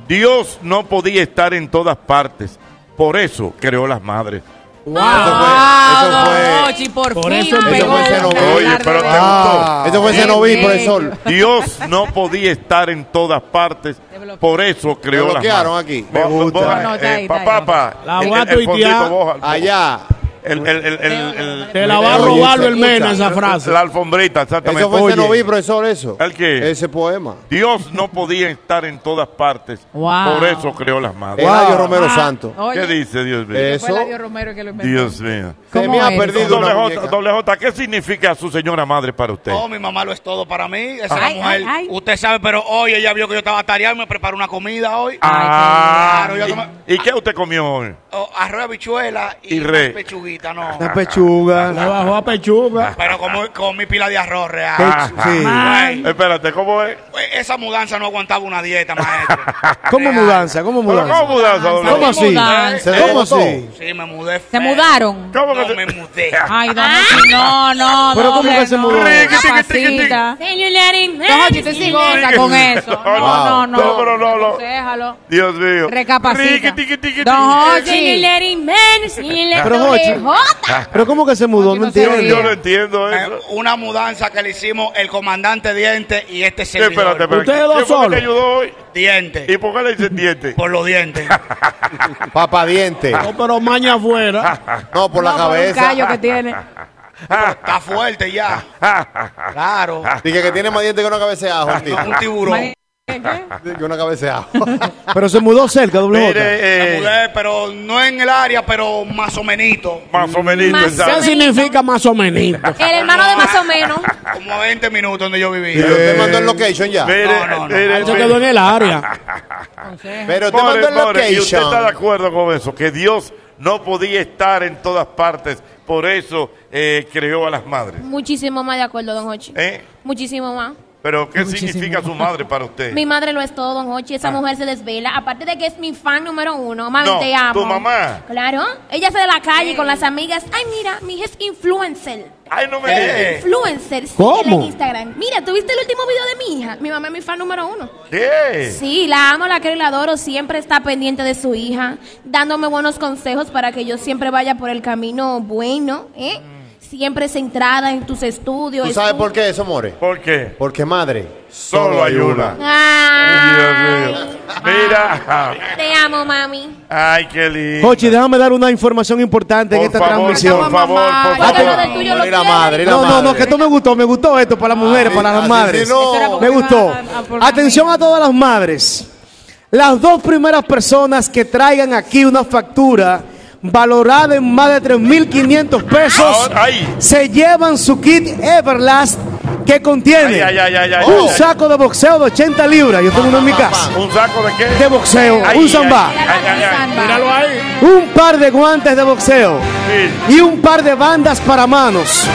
Speaker 1: Dios no podía estar en todas partes, por eso creó las madres.
Speaker 2: Eso
Speaker 7: Ah,
Speaker 2: fue, eso
Speaker 12: Don
Speaker 2: fue.
Speaker 12: Hochi, por,
Speaker 5: Por
Speaker 12: fin.
Speaker 5: eso me
Speaker 2: Eso
Speaker 12: pegó
Speaker 2: fue
Speaker 12: el
Speaker 2: Zenobí.
Speaker 12: celular
Speaker 1: Oye,
Speaker 12: de
Speaker 1: pero
Speaker 12: verdad.
Speaker 1: te
Speaker 2: Ah,
Speaker 1: gustó.
Speaker 2: Eso fue
Speaker 12: Bien,
Speaker 2: Zenobí,
Speaker 12: bien.
Speaker 2: profesor.
Speaker 1: Dios no podía estar en todas partes, por eso creó las
Speaker 2: bloquearon
Speaker 1: marcas.
Speaker 2: aquí.
Speaker 1: Bo-
Speaker 2: Me gusta.
Speaker 1: bo-
Speaker 7: No, no, está
Speaker 1: eh,
Speaker 7: ahí, está
Speaker 1: pa-
Speaker 7: ahí.
Speaker 1: papa,
Speaker 4: La
Speaker 1: el-
Speaker 4: voy a
Speaker 1: el- el
Speaker 4: tuitear.
Speaker 1: fondito, boja,
Speaker 2: Allá.
Speaker 1: el- el- el- el- el-
Speaker 4: Te la va a
Speaker 2: Oye,
Speaker 4: robar
Speaker 2: se
Speaker 4: el mena
Speaker 2: escucha.
Speaker 4: esa frase.
Speaker 1: la alfombrita, exactamente.
Speaker 2: Eso fue
Speaker 1: Oye,
Speaker 2: Zenobí, profesor, eso.
Speaker 1: ¿El qué?
Speaker 2: Ese poema.
Speaker 1: Dios no podía estar en todas partes,
Speaker 7: Wow.
Speaker 1: por eso creó las madres.
Speaker 2: Eladio Romero Santos.
Speaker 1: ¿Qué
Speaker 7: Oye,
Speaker 1: dice Dios mío?
Speaker 7: fue
Speaker 2: Eso.
Speaker 7: Eladio Romero que lo inventó.
Speaker 1: Dios mío.
Speaker 2: Se
Speaker 7: ¿Cómo
Speaker 2: me ha
Speaker 7: es?
Speaker 2: perdido
Speaker 1: Doble
Speaker 2: una
Speaker 1: J,
Speaker 2: muñeca.
Speaker 1: doble J, ¿qué significa su señora madre para usted?
Speaker 6: No, Oh, mi mamá lo es todo para mí. Esa es la
Speaker 7: Ay,
Speaker 6: mujer.
Speaker 7: ay, ay.
Speaker 6: Usted sabe, pero hoy ella vio que yo estaba tareado y me preparó una comida hoy.
Speaker 1: Ah,
Speaker 6: Claro, yo tomé-
Speaker 1: ¿y, y qué usted comió hoy?
Speaker 6: Oh, arroz, habichuela y,
Speaker 1: Y re.
Speaker 6: unas pechuguitas, no. Ah,
Speaker 8: Una pechuga.
Speaker 4: Le bajó a pechuga.
Speaker 6: Pero como con mi pila de arroz real.
Speaker 8: Pech- sí.
Speaker 6: Ay,
Speaker 1: Espérate, ¿cómo es?
Speaker 6: pues, esa mudanza no aguantaba una dieta, maestro.
Speaker 8: ¿Cómo
Speaker 6: Real.
Speaker 8: mudanza? ¿Cómo
Speaker 1: Pero ¿Cómo
Speaker 8: mudanza?
Speaker 1: mudanza, doble
Speaker 8: ¿Cómo
Speaker 1: J?
Speaker 8: así?
Speaker 7: Mudanza.
Speaker 2: ¿Se
Speaker 8: ¿Cómo
Speaker 2: desbotó?
Speaker 8: así?
Speaker 6: Eh, Sí, me mudé.
Speaker 7: ¿Se
Speaker 6: feo.
Speaker 7: mudaron?
Speaker 1: ¿Cómo que
Speaker 6: No,
Speaker 1: se- Ah.
Speaker 6: me
Speaker 1: (laughs)
Speaker 6: mudé.
Speaker 7: Ay, Don Hochi, no, no,
Speaker 8: Pero ¿cómo
Speaker 7: doble,
Speaker 8: que se
Speaker 7: no.
Speaker 8: mudó?
Speaker 7: Una
Speaker 1: Tiqui, tiqui, tiqui, tiqui.
Speaker 7: pasita.
Speaker 3: Señores,
Speaker 7: Don Hochi, usted sí goza con
Speaker 1: (laughs)
Speaker 7: eso. No, no, no.
Speaker 1: No, pero no, no.
Speaker 7: Déjalo.
Speaker 1: Dios mío.
Speaker 7: Recapacita.
Speaker 1: Riqui, tiqui, tiqui,
Speaker 7: Don
Speaker 1: tiqui.
Speaker 7: Jorge.
Speaker 8: Pero, Jochi. ah, ¿Pero cómo que se mudó?
Speaker 7: Oye,
Speaker 8: No
Speaker 7: no se
Speaker 1: Yo,
Speaker 8: entiendo.
Speaker 7: ríe.
Speaker 1: yo no entiendo eso.
Speaker 6: Eh, una mudanza que le hicimos el comandante Diente y este
Speaker 1: Sí, espérate,
Speaker 6: servidor.
Speaker 1: espérate.
Speaker 4: Ustedes
Speaker 1: ¿Quién
Speaker 4: dos
Speaker 1: fue que
Speaker 4: solos.
Speaker 1: te ayudó hoy?
Speaker 6: Diente.
Speaker 1: ¿Y por qué le dicen diente?
Speaker 6: Por los dientes.
Speaker 2: Papadiente.
Speaker 4: No, pero maña afuera.
Speaker 1: Ah.
Speaker 2: No, por la
Speaker 7: No, por un
Speaker 2: cabeza.
Speaker 7: callo que tiene.
Speaker 6: Está fuerte
Speaker 1: (laughs)
Speaker 6: ya. Claro.
Speaker 2: Dije que tiene más dientes que una cabeza de ajo, el tipo.
Speaker 6: Un tiburón.
Speaker 2: (laughs) Que una cabeza de ajo.
Speaker 8: Pero se mudó cerca, doble J.
Speaker 6: Me
Speaker 1: Mire, eh,
Speaker 6: mudé, pero no en el área, pero más o menito.
Speaker 1: más o menos.
Speaker 3: Más
Speaker 4: ¿Qué
Speaker 1: exacto.
Speaker 4: significa más o menos?
Speaker 1: Eh,
Speaker 3: El hermano de más o menos.
Speaker 6: Como a 20 minutos donde yo
Speaker 2: Y
Speaker 6: vivía.
Speaker 1: eh.
Speaker 2: usted mandó el location ya.
Speaker 1: Mire,
Speaker 6: No, no, no.
Speaker 1: mire,
Speaker 4: Se
Speaker 1: mire.
Speaker 4: Ah, quedó en el área.
Speaker 2: Pero usted
Speaker 1: More,
Speaker 2: mandó el
Speaker 1: more, y usted está de
Speaker 2: location.
Speaker 1: acuerdo con eso, que Dios no podía estar en todas partes, por eso eh, creó a las madres.
Speaker 3: Muchísimo más de acuerdo, don Hochi.
Speaker 1: ¿Eh?
Speaker 3: Muchísimo más.
Speaker 1: Pero ¿qué significa su madre para usted?
Speaker 3: Mi madre lo es todo, don Hochi. Esa mujer se desvela. Aparte de que es mi fan número uno. Mami,
Speaker 1: Ah. No,
Speaker 3: te amo.
Speaker 1: tu mamá.
Speaker 3: Claro. Ella sale a la calle con las amigas. Ay, mira, mi hija es influencer.
Speaker 1: Ay, no me digas.
Speaker 3: Influencer. sí,
Speaker 4: ¿Cómo?
Speaker 3: En Instagram. Mira, ¿tuviste el último video de mi hija? Mi mamá es mi fan número uno.
Speaker 1: ¿Qué?
Speaker 3: Sí, la amo, la quiero y la adoro. Siempre está pendiente de su hija, dándome buenos consejos para que yo siempre vaya por el camino bueno, ¿eh? Siempre centrada en tus estudios.
Speaker 2: ¿Tú sabes
Speaker 3: estu-
Speaker 2: por qué eso, More?
Speaker 1: Mm. ¿Por qué?
Speaker 2: Porque madre,
Speaker 1: Solo hay una.
Speaker 3: Ay,
Speaker 1: Dios mío. Mira.
Speaker 3: te amo, mami.
Speaker 1: Ay, qué lindo.
Speaker 8: Jochi, déjame dar una información importante en
Speaker 1: Por
Speaker 8: esta
Speaker 1: favor, por
Speaker 8: transmisión.
Speaker 1: favor, por
Speaker 3: Cuéntalo
Speaker 1: favor.
Speaker 3: del tuyo, lo
Speaker 2: Y la
Speaker 3: quiero.
Speaker 2: madre, y la
Speaker 8: No, no, no,
Speaker 2: madre.
Speaker 8: que esto me gustó, me gustó esto para las
Speaker 1: Ah,
Speaker 8: mujeres,
Speaker 2: Sí,
Speaker 8: para las
Speaker 2: así
Speaker 8: madres.
Speaker 2: sí, no.
Speaker 7: Eso era porque
Speaker 8: Me gustó.
Speaker 7: iba a- a por la
Speaker 8: Atención a todas las madres. Las dos primeras personas que traigan aquí una factura valorada en más de 3.500 pesos
Speaker 1: Ahora, ay.
Speaker 8: se llevan su kit Everlast que contiene
Speaker 1: Ay, ay, ay, ay, ay,
Speaker 8: un
Speaker 1: ay.
Speaker 8: saco de boxeo de 80 libras. Yo tengo uno en mi casa.
Speaker 1: ¿Un saco de qué?
Speaker 8: De boxeo,
Speaker 1: Ay,
Speaker 8: un zambá.
Speaker 1: ay, ay, ay, ay.
Speaker 4: Míralo ahí.
Speaker 8: Un par de guantes de boxeo
Speaker 1: Sí.
Speaker 8: y un par de bandas para manos.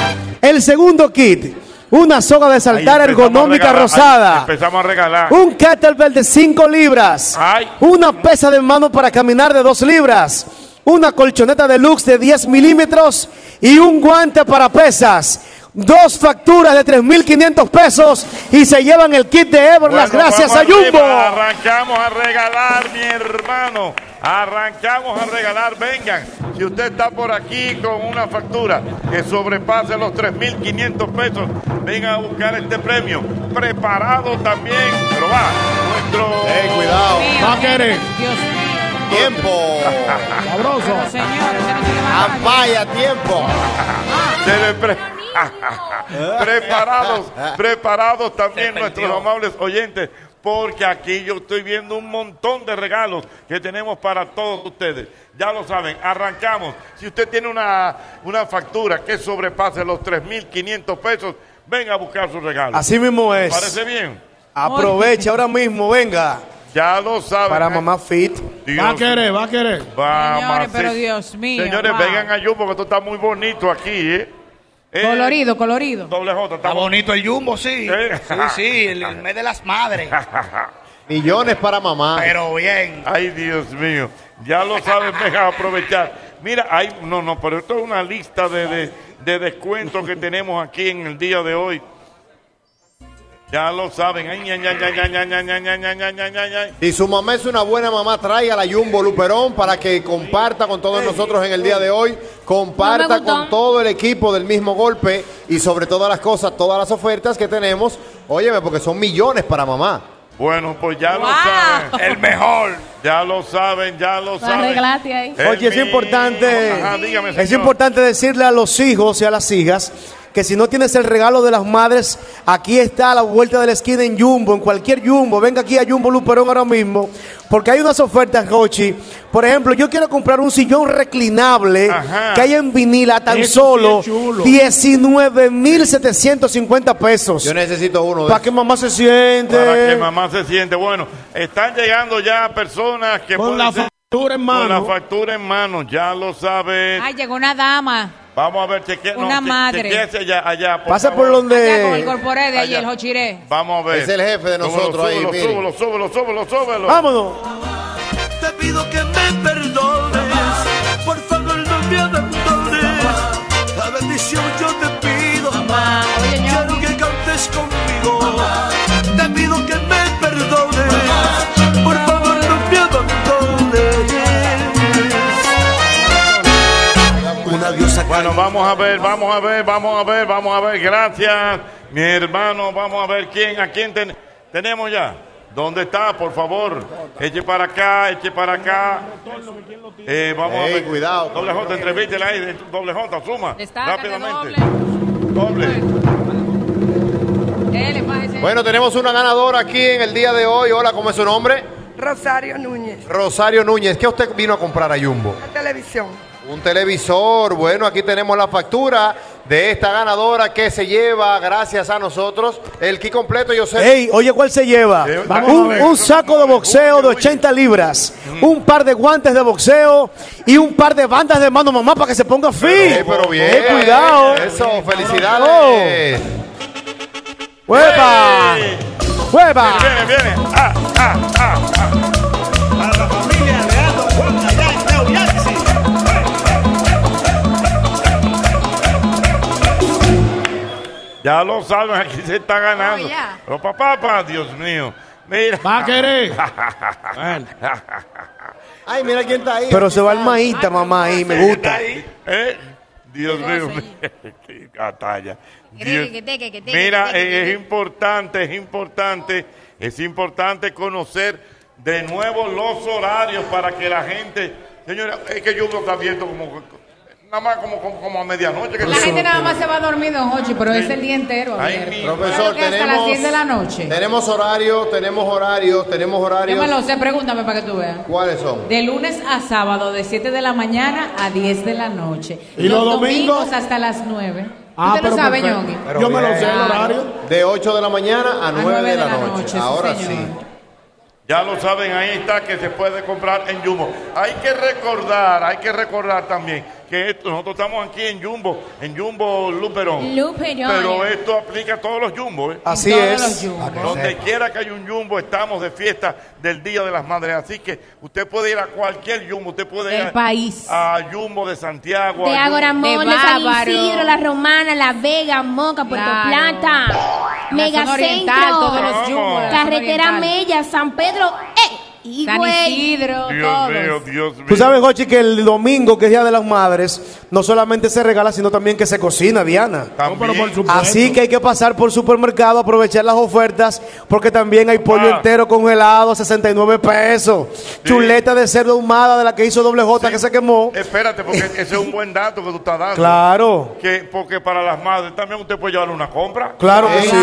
Speaker 8: El segundo kit, una soga de
Speaker 1: Ahí
Speaker 8: saltar
Speaker 1: empezamos a
Speaker 8: ergonómica
Speaker 1: regalar, ahí
Speaker 8: rosada, Uh,
Speaker 1: Empezamos a regalar.
Speaker 8: un kettlebell de 5 libras,
Speaker 1: Ay.
Speaker 8: una pesa de mano para caminar de 2 libras, una colchoneta deluxe de 10 milímetros y un guante para pesas. Dos facturas de 3.500 pesos y se llevan el kit de Everlast
Speaker 1: Bueno,
Speaker 8: gracias a
Speaker 1: vamos
Speaker 8: Jumbo.
Speaker 1: arriba, Arrancamos a regalar, mi hermano. Arrancamos a regalar. Vengan, si usted está por aquí con una factura que sobrepase los 3.500 pesos, vengan a buscar este premio. Preparado también, pero va, nuestro...
Speaker 2: Ey, cuidado.
Speaker 4: Va a querer.
Speaker 7: Dios mío.
Speaker 2: Tiempo.
Speaker 4: Sabroso.
Speaker 7: Pero, señor, usted no se le va a
Speaker 2: Ah, Vaya tiempo.
Speaker 7: Ah.
Speaker 1: Debe pre- (laughs) preparados, preparados también
Speaker 6: Se
Speaker 1: nuestros
Speaker 6: perdió.
Speaker 1: amables oyentes, porque aquí yo estoy viendo un montón de regalos que tenemos para todos ustedes. Ya lo saben, arrancamos. Si usted tiene una, una factura que sobrepase los 3.500 pesos, venga a buscar su regalo.
Speaker 8: Así mismo
Speaker 1: ¿Les
Speaker 8: es.
Speaker 1: ¿Parece bien?
Speaker 8: Aprovecha ahora mismo, venga.
Speaker 1: Ya lo saben. eh.
Speaker 8: Para mamá fit.
Speaker 1: Dios
Speaker 4: Va a querer, va a querer.
Speaker 1: Va,
Speaker 7: Señores,
Speaker 1: Macet.
Speaker 7: pero Dios mío,
Speaker 1: Señores,
Speaker 7: wow.
Speaker 1: vengan a Jumbo, porque esto está muy bonito aquí, ¿eh? Eh,
Speaker 7: Colorido, colorido.
Speaker 1: Doble J,
Speaker 6: Está bonito el jumbo, sí.
Speaker 1: Eh.
Speaker 6: Sí, sí, el, el mes de las
Speaker 1: (laughs)
Speaker 6: madres.
Speaker 2: Millones para mamá.
Speaker 6: Pero bien.
Speaker 1: Ay, Dios mío. Ya lo saben, venga a aprovechar. Mira, hay, no, no, pero esto es una lista de, de, de descuentos que tenemos aquí en el día de hoy. Ya lo saben. Ay, ay, ay, ay, ay, ay, ay, ay, ay, ay, ay, ay, ay, ay.
Speaker 2: Si su mamá es una buena mamá, traiga la Jumbo Luperón para que comparta con todos nosotros en el día de hoy.
Speaker 3: No me
Speaker 2: Comparta
Speaker 3: gustó.
Speaker 2: con todo el equipo del mismo golpe y sobre todas las cosas, todas las ofertas que tenemos. Óyeme, porque son millones para mamá.
Speaker 1: Bueno, pues ya lo
Speaker 12: Wow.
Speaker 1: saben.
Speaker 6: El mejor.
Speaker 1: Ya lo saben, ya lo
Speaker 3: Para
Speaker 1: saben.
Speaker 3: arreglarte ahí.
Speaker 7: Eh,
Speaker 1: El
Speaker 8: Oye, es
Speaker 1: mismo-
Speaker 8: importante,
Speaker 1: Ajá, dígame,
Speaker 8: es
Speaker 1: señor.
Speaker 8: importante decirle a los hijos y a las hijas que si no tienes el regalo de las madres, aquí está a la vuelta de la esquina en Jumbo, en cualquier Jumbo, venga aquí a Jumbo Luperón ahora mismo, porque hay unas ofertas, Gochi. Por ejemplo, yo quiero comprar un sillón reclinable
Speaker 1: Ajá.
Speaker 8: que hay en vinila a tan
Speaker 4: Eso sí
Speaker 8: solo
Speaker 4: es chulo.
Speaker 8: 19.750 pesos.
Speaker 2: Yo necesito uno de
Speaker 8: Para que mamá se siente.
Speaker 1: Para que mamá se siente. Bueno, están llegando ya personas que
Speaker 4: Con
Speaker 1: pueden
Speaker 4: la
Speaker 1: ser-
Speaker 4: factura en
Speaker 1: con la
Speaker 4: mano.
Speaker 1: factura en mano, ya lo sabes.
Speaker 7: Ay, llegó una dama.
Speaker 1: Vamos a ver, chequea.
Speaker 7: Una
Speaker 1: che-
Speaker 7: madre.
Speaker 1: chequéese allá, allá. por
Speaker 8: Pasa por
Speaker 1: favor.
Speaker 7: Allá con
Speaker 8: donde...
Speaker 7: el corporé de ahí,
Speaker 1: Allá.
Speaker 7: el hochiré.
Speaker 1: Vamos a ver.
Speaker 2: Es el jefe de
Speaker 1: Súbelo,
Speaker 2: nosotros ahí,
Speaker 1: súbelo,
Speaker 2: miren.
Speaker 1: Súbelo, súbelo, súbelo, súbelo.
Speaker 8: Vámonos.
Speaker 13: Te pido que me perdones, por favor no me abandones. La bendición yo te pido,
Speaker 7: Oye, ño.
Speaker 13: quiero que cantes conmigo. Te pido que me perdones, por favor no me abandones. Una diosa
Speaker 1: Bueno, vamos a ver, vamos a ver, vamos a ver, vamos a ver. Gracias, mi hermano. Vamos a ver quién, a quién ten- tenemos ya. ¿Dónde está? Por favor, eche para acá, eche para acá. Eh, vamos a
Speaker 2: Ey,
Speaker 1: ver.
Speaker 2: cuidado.
Speaker 1: Doble J, entrevístela ahí. Doble J, suma.
Speaker 7: Destácate doble.
Speaker 1: rápidamente. Doble.
Speaker 7: Dele, pues, bájese.
Speaker 2: Bueno, tenemos una ganadora aquí en el día de hoy. Hola, ¿cómo es su nombre?
Speaker 14: Rosario Núñez,
Speaker 2: Rosario Núñez. ¿Qué usted vino a comprar a Jumbo?
Speaker 14: la televisión.
Speaker 2: Un televisor. Bueno, aquí tenemos la factura de esta ganadora que se lleva, gracias a nosotros, el kit completo. Yo sé.
Speaker 8: Ey, oye, ¿cuál se lleva?
Speaker 1: Eh,
Speaker 8: un,
Speaker 1: vamos a ver.
Speaker 8: un saco de boxeo de 80 libras, un par de guantes de boxeo y un par de bandas de mano mamá para que se ponga fit.
Speaker 2: Eh, pero bien.
Speaker 8: Eh, cuidado.
Speaker 2: Eso, felicidades.
Speaker 8: ¡Hueva!
Speaker 1: ¡Ey!
Speaker 8: ¡Hueva!
Speaker 1: Viene, viene. Ah, ah, ah, ah.
Speaker 13: para la familia Leandro Juan allá en Neuyansi.
Speaker 1: Ya lo saben, aquí se está ganando.
Speaker 7: Oh, ya.
Speaker 1: Los papá, papá, Dios mío. Mira.
Speaker 4: Va a
Speaker 1: (laughs)
Speaker 4: querer. Bueno.
Speaker 2: Ay, mira quién está ahí.
Speaker 8: Pero se va el maíta, mamá, ahí me gusta.
Speaker 1: ¿Eh? Dios
Speaker 7: Llegó
Speaker 1: mío, (laughs) qué catalla.
Speaker 7: Que
Speaker 1: Dios-
Speaker 7: teque, que teque, que teque,
Speaker 1: Mira,
Speaker 7: que teque,
Speaker 1: eh,
Speaker 7: que
Speaker 1: es importante, es importante, es importante conocer de nuevo los horarios para que la gente, señora, es que yo lo está viendo como, nada más como, como, como a medianoche. Que
Speaker 7: La gente nada más se va a dormir, don Hochi, pero es el día entero.
Speaker 1: Ay,
Speaker 7: abierto.
Speaker 1: mi-
Speaker 7: Claro
Speaker 2: Profesor,
Speaker 7: que hasta
Speaker 2: tenemos,
Speaker 7: las 10 de la noche.
Speaker 2: tenemos horarios, tenemos horarios,
Speaker 7: Yo
Speaker 2: tenemos
Speaker 7: me
Speaker 2: horarios.
Speaker 7: lo sé, pregúntame para que tú veas.
Speaker 2: ¿Cuáles son?
Speaker 7: De lunes a sábado, de 7 de la mañana a 10 de la noche.
Speaker 4: ¿Y los domingos?
Speaker 7: hasta las 9.
Speaker 4: Ah,
Speaker 7: Usted lo
Speaker 4: pero
Speaker 7: sabe,
Speaker 4: perfecto.
Speaker 7: Ñongui.
Speaker 4: Yo me lo
Speaker 2: bien.
Speaker 4: sé el horario.
Speaker 2: De 8 de la mañana a 9,
Speaker 7: nueve
Speaker 2: de la, noche. Ahora sí.
Speaker 7: señor.
Speaker 1: Ya lo saben, ahí está que se puede comprar en Jumbo. Hay que recordar, hay que recordar también que esto, nosotros estamos aquí en Jumbo, en Jumbo Luperón.
Speaker 3: Luperón.
Speaker 1: Pero esto aplica a todos los Jumbos. ¿eh?
Speaker 8: Así
Speaker 7: En todos
Speaker 8: es.
Speaker 7: los yumbos.
Speaker 1: Donde quiera que haya un jumbo, estamos de fiesta del Día de las Madres. Así que usted puede ir a cualquier jumbo. Usted puede ir
Speaker 7: Del
Speaker 1: a-
Speaker 7: país.
Speaker 1: a jumbo de Santiago.
Speaker 3: De
Speaker 1: a Jumbo-
Speaker 3: Ágora Mall,
Speaker 7: De
Speaker 3: de San
Speaker 7: Bávaro.
Speaker 3: Isidro, La Romana, La Vega, Moca, Puerto
Speaker 7: Claro.
Speaker 3: Plata,
Speaker 7: La zona oriental, todos los
Speaker 1: Vamos.
Speaker 3: Megacentro,
Speaker 7: yumbos. de la zona
Speaker 3: Carretera
Speaker 7: oriental.
Speaker 3: Mella, San Pedro, ¡eh! Y
Speaker 7: San
Speaker 3: güey.
Speaker 7: Isidro,
Speaker 1: Dios
Speaker 7: todos.
Speaker 1: mío, Dios mío.
Speaker 8: Tú sabes, Gochi, que el domingo, que es Día de las Madres, no solamente se regala, sino también que se cocina, Diana.
Speaker 4: No,
Speaker 1: También.
Speaker 4: pero por supuesto.
Speaker 8: Así que hay que pasar por supermercado, aprovechar las ofertas, porque también hay pollo
Speaker 1: Ah.
Speaker 8: entero congelado, 69 pesos. Chuleta de cerdo ahumada de la que hizo doble J que se quemó.
Speaker 1: Espérate, porque ese es un buen dato que tú estás dando.
Speaker 8: Claro,
Speaker 1: Que, porque para las madres también usted puede llevarle una compra. Eh,
Speaker 8: claro que sí.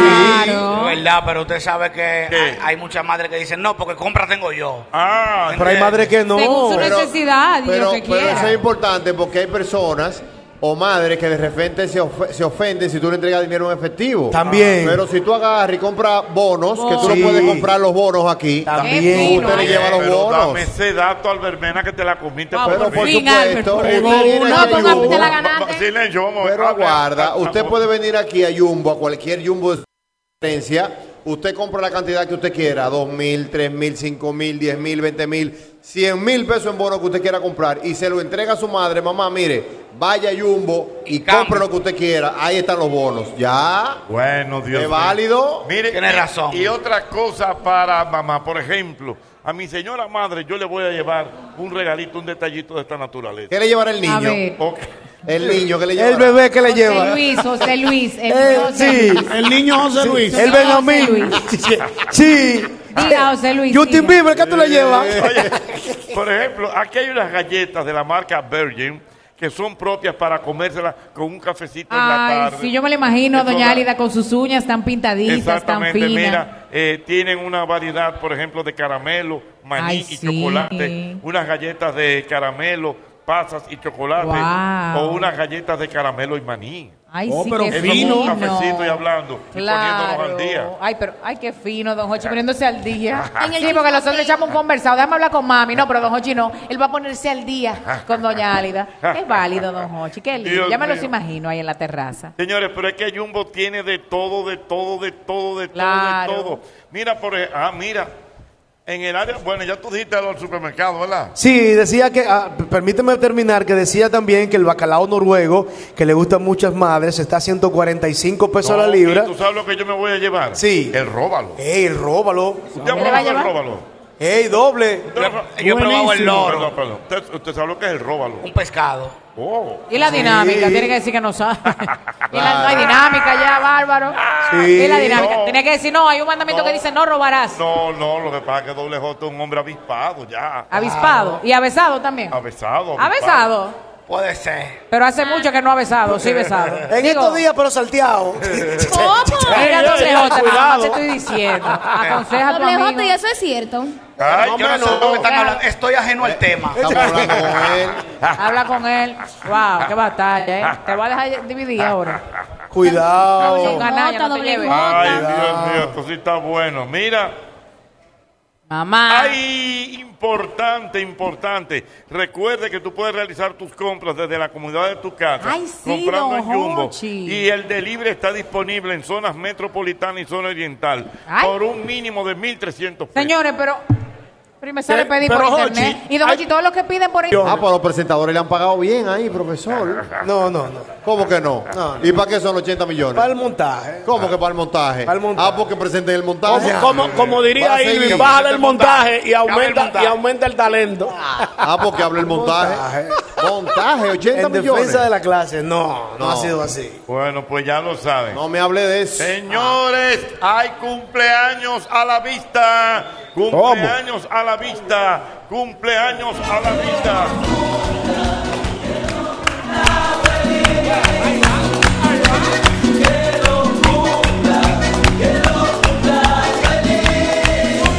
Speaker 7: Claro.
Speaker 6: Es verdad, pero usted sabe que
Speaker 1: ¿Qué?
Speaker 6: hay, hay muchas madres que dicen, no, porque compra tengo yo.
Speaker 1: Ah,
Speaker 8: Pero hay madres que
Speaker 7: Según
Speaker 8: no.
Speaker 7: su necesidad y
Speaker 2: Pero,
Speaker 7: lo que
Speaker 2: pero eso
Speaker 7: quiera.
Speaker 2: es importante porque hay personas o madres que de repente se, ofe- se ofenden si tú le entregas dinero en efectivo.
Speaker 8: También.
Speaker 2: Pero si tú agarras y compras bonos, que tú
Speaker 8: Sí.
Speaker 2: no puedes comprar los bonos aquí.
Speaker 8: También.
Speaker 2: Usted le
Speaker 7: ¿eh?
Speaker 2: lleva los
Speaker 1: pero
Speaker 2: bonos.
Speaker 1: dame ese dato al Vermena que te la comiste.
Speaker 7: Ah,
Speaker 1: por
Speaker 2: Pero por
Speaker 1: mí.
Speaker 7: fin, Albert,
Speaker 2: supuesto,
Speaker 7: por
Speaker 2: usted
Speaker 4: favor.
Speaker 2: viene
Speaker 3: No,
Speaker 2: aquí a
Speaker 3: porque a ti
Speaker 2: Jumbo,
Speaker 3: te la
Speaker 1: Va- va-
Speaker 3: ganaste.
Speaker 1: Silencio, vamos a ver.
Speaker 2: Pero
Speaker 1: Habla,
Speaker 2: aguarda,
Speaker 1: habla,
Speaker 2: usted
Speaker 1: habla.
Speaker 2: puede venir aquí a Jumbo, a cualquier Jumbo de su preferencia, Usted compra la cantidad que usted quiera, dos mil, tres mil, cinco mil, diez mil, veinte mil, cien mil pesos en bono que usted quiera comprar y se lo entrega a su madre, mamá, mire, vaya a Jumbo y, compre lo que usted quiera. Ahí están los bonos. Ya.
Speaker 1: Bueno, Dios
Speaker 2: ¿Es
Speaker 1: mío.
Speaker 2: válido?
Speaker 1: Mire,
Speaker 6: Tiene
Speaker 1: y-
Speaker 6: razón.
Speaker 1: Y otra cosa para mamá, por ejemplo, a mi señora madre yo le voy a llevar un regalito, un detallito de esta naturaleza.
Speaker 2: ¿Qué le llevará el
Speaker 7: A
Speaker 2: niño?
Speaker 7: ver.
Speaker 1: Ok.
Speaker 2: El niño que le llevará.
Speaker 8: El bebé que le
Speaker 7: José
Speaker 8: lleva.
Speaker 7: Luis, José Luis. el
Speaker 8: (laughs) Eh,
Speaker 7: José
Speaker 8: sí.
Speaker 7: Luis.
Speaker 4: El niño José Luis.
Speaker 8: El
Speaker 7: No,
Speaker 8: Benjamín. Sí.
Speaker 7: Diga, José Luis.
Speaker 8: Justin
Speaker 7: diga.
Speaker 8: Bieber, ¿qué tú le llevas?
Speaker 1: Oye, por ejemplo, aquí hay unas galletas de la marca Virgin que son propias para comérselas con un cafecito en la
Speaker 7: Ay,
Speaker 1: tarde.
Speaker 7: sí, yo me lo imagino a
Speaker 1: Eso
Speaker 7: Doña
Speaker 1: da-
Speaker 7: Álida con sus uñas tan pintaditas, tan
Speaker 1: Exactamente,
Speaker 7: finas.
Speaker 1: mira, eh, tienen una variedad, por ejemplo, de caramelo, maní
Speaker 7: Ay,
Speaker 1: y
Speaker 7: sí.
Speaker 1: chocolate, unas galletas de caramelo, pasas y chocolate,
Speaker 7: Wow.
Speaker 1: o unas galletas de caramelo y maní.
Speaker 7: Ay,
Speaker 4: Oh,
Speaker 7: sí,
Speaker 4: pero
Speaker 7: qué
Speaker 1: Es
Speaker 7: fino.
Speaker 1: como un cafecito y hablando, y
Speaker 7: Claro.
Speaker 1: poniéndonos al día.
Speaker 7: Ay, pero, ay, qué fino, don Hochi, poniéndose al
Speaker 1: (laughs)
Speaker 7: día.
Speaker 3: En el
Speaker 7: sí, porque nosotros
Speaker 3: chismecito.
Speaker 7: echamos un conversado. Déjame hablar con mami. No, pero don Hochi no. Él va a ponerse al día con doña Álida. Qué válido, don Hochi. Qué lindo.
Speaker 1: Dios
Speaker 7: ya me los
Speaker 1: mío.
Speaker 7: imagino ahí en la terraza.
Speaker 1: Señores, pero es que Jumbo tiene de todo, de todo, de todo, de
Speaker 7: Claro.
Speaker 1: todo, de todo. Mira, por ej- ah, mira, en el área, bueno, ya tú dijiste al supermercado, ¿verdad?
Speaker 8: Sí, decía que, ah, p- permíteme terminar, que decía también que el bacalao noruego, que le gusta a muchas madres, está a 145 pesos la
Speaker 1: No,
Speaker 8: libra.
Speaker 1: ¿y ¿Tú sabes lo que yo me voy a llevar?
Speaker 8: Sí.
Speaker 1: El róbalo.
Speaker 8: ¡Ey, róbalo!
Speaker 1: ¿Usted ha
Speaker 7: ¿Qué le va a
Speaker 1: probado el
Speaker 7: llevar?
Speaker 1: róbalo?
Speaker 8: ¡Ey, doble!
Speaker 1: Yo
Speaker 6: Yo he probado el
Speaker 1: Perdón,
Speaker 6: loro,
Speaker 1: perdón. Usted, usted sabe lo que es el róbalo.
Speaker 6: un pescado.
Speaker 1: Oh.
Speaker 7: Y la dinámica, tiene que decir que no sabe. Y la- no hay dinámica ya, bárbaro.
Speaker 8: Sí.
Speaker 7: Y la dinámica,
Speaker 1: No.
Speaker 7: tiene que decir, no, hay un mandamiento
Speaker 1: No.
Speaker 7: que dice, no robarás.
Speaker 1: No, no, lo que pasa es que Doble J es un hombre avispado ya.
Speaker 8: Ah.
Speaker 7: Avispado. Y avesado también.
Speaker 1: Avesado.
Speaker 7: Avesado.
Speaker 6: Puede ser.
Speaker 7: Pero hace mucho que no ha besado, sí besado.
Speaker 8: En
Speaker 7: Digo,
Speaker 8: estos días, pero salteado.
Speaker 1: (laughs)
Speaker 3: ¿Cómo?
Speaker 7: Mira, doble J, nada más
Speaker 8: cuidado.
Speaker 7: te estoy diciendo. (laughs) Aconseja a tu
Speaker 3: Doble J, y
Speaker 7: amigo.
Speaker 3: eso es cierto.
Speaker 1: Ay,
Speaker 6: Pero
Speaker 1: yo no
Speaker 6: hombre,
Speaker 1: Eh, sé
Speaker 6: no,
Speaker 1: lo que
Speaker 6: están
Speaker 1: están
Speaker 6: hablando. Estoy ajeno al tema.
Speaker 2: Estamos hablando con él.
Speaker 7: (laughs) Habla con él. Wow, qué batalla, ¿eh? Te voy a dejar dividir ahora. Son
Speaker 8: Cuidado.
Speaker 7: canallas, no te
Speaker 3: Doble
Speaker 7: lleves.
Speaker 3: J.
Speaker 1: Ay, Dios mío, esto sí está bueno. Mira,
Speaker 7: Mamá.
Speaker 1: ay, importante, importante. Recuerde que tú puedes realizar tus compras desde la comunidad de tu casa.
Speaker 7: Ay, sí,
Speaker 1: comprando
Speaker 7: don
Speaker 1: en Jumbo.
Speaker 7: Hochi.
Speaker 1: Y el delivery está disponible en zonas metropolitana y zona oriental
Speaker 7: Ay.
Speaker 1: por un mínimo de 1.300 pesos.
Speaker 7: Señores, pero... Primero sale
Speaker 4: Eh, Pero-
Speaker 7: pedí por
Speaker 4: pero,
Speaker 7: internet.
Speaker 4: Jochi,
Speaker 7: Y don
Speaker 4: hay-
Speaker 7: Hochi, todos los que piden por internet.
Speaker 2: Ah, pero los presentadores le han pagado bien ahí, profesor.
Speaker 8: No, no, no.
Speaker 2: ¿Cómo que no? ¿Y para qué son los 80 millones?
Speaker 8: Para el montaje.
Speaker 2: ¿Cómo que para el montaje?
Speaker 8: Para el montaje.
Speaker 2: Ah, porque presenten el montaje.
Speaker 4: Como, como- como
Speaker 2: Va
Speaker 4: diría
Speaker 2: a seguir.
Speaker 4: Irving, baja el montaje y
Speaker 6: Baja el
Speaker 4: aumenta,
Speaker 6: montaje.
Speaker 4: y aumenta el talento.
Speaker 2: Ah, porque habla el montaje.
Speaker 8: (laughs)
Speaker 2: Montaje, 80
Speaker 8: En
Speaker 2: millones.
Speaker 8: defensa de la clase, no, no,
Speaker 2: No.
Speaker 8: ha sido así.
Speaker 1: Bueno, pues ya lo saben.
Speaker 2: No me hable de eso.
Speaker 1: Señores, hay cumpleaños a la vista. Cumpleaños a la vista. Cumpleaños a la vista.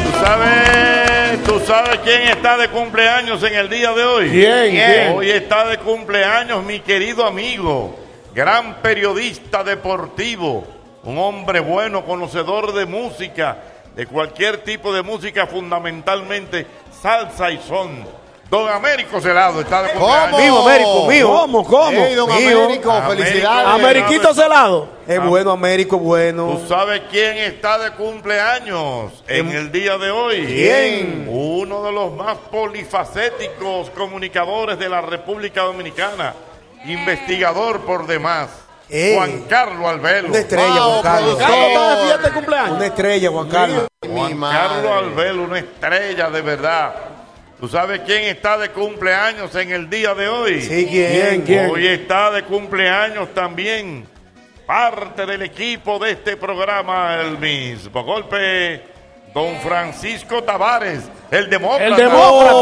Speaker 1: Tú sabes- ¿Tú sabes quién está de cumpleaños en el día de hoy?
Speaker 4: ¿Quién? ¿Quién?
Speaker 1: Hoy está de cumpleaños mi querido amigo, gran periodista deportivo, un hombre bueno, conocedor de música, de cualquier tipo de música, fundamentalmente salsa y son. Don Américo Celado está de cumpleaños.
Speaker 2: ¿Cómo?
Speaker 8: Mío, Américo, mío.
Speaker 4: ¿Cómo, cómo?
Speaker 2: Ey, don
Speaker 8: Mío.
Speaker 2: Américo,
Speaker 1: Américo.
Speaker 2: felicidades.
Speaker 4: Ameriquito Celado.
Speaker 8: Es bueno, Américo, es bueno.
Speaker 1: ¿Tú sabes quién está de cumpleaños en el día de hoy?
Speaker 8: Em- ¿Quién?
Speaker 1: Uno de los más polifacéticos comunicadores de la República Dominicana, investigador por demás,
Speaker 8: Eh.
Speaker 1: Juan Carlos Albelo.
Speaker 8: Una estrella,
Speaker 2: Wow,
Speaker 8: Juan Carlos.
Speaker 2: productor.
Speaker 4: ¿Cómo está de fiesta de cumpleaños?
Speaker 8: Una estrella, Juan Carlos.
Speaker 2: Mi
Speaker 1: Juan
Speaker 2: madre.
Speaker 1: Carlos Albelo, una estrella de verdad. ¿Tú sabes quién está de cumpleaños en el día de hoy?
Speaker 8: Sí, ¿quién?
Speaker 1: Hoy está de cumpleaños también parte del equipo de este programa, el mismo golpe, don Francisco Tavares, el demócrata.
Speaker 4: El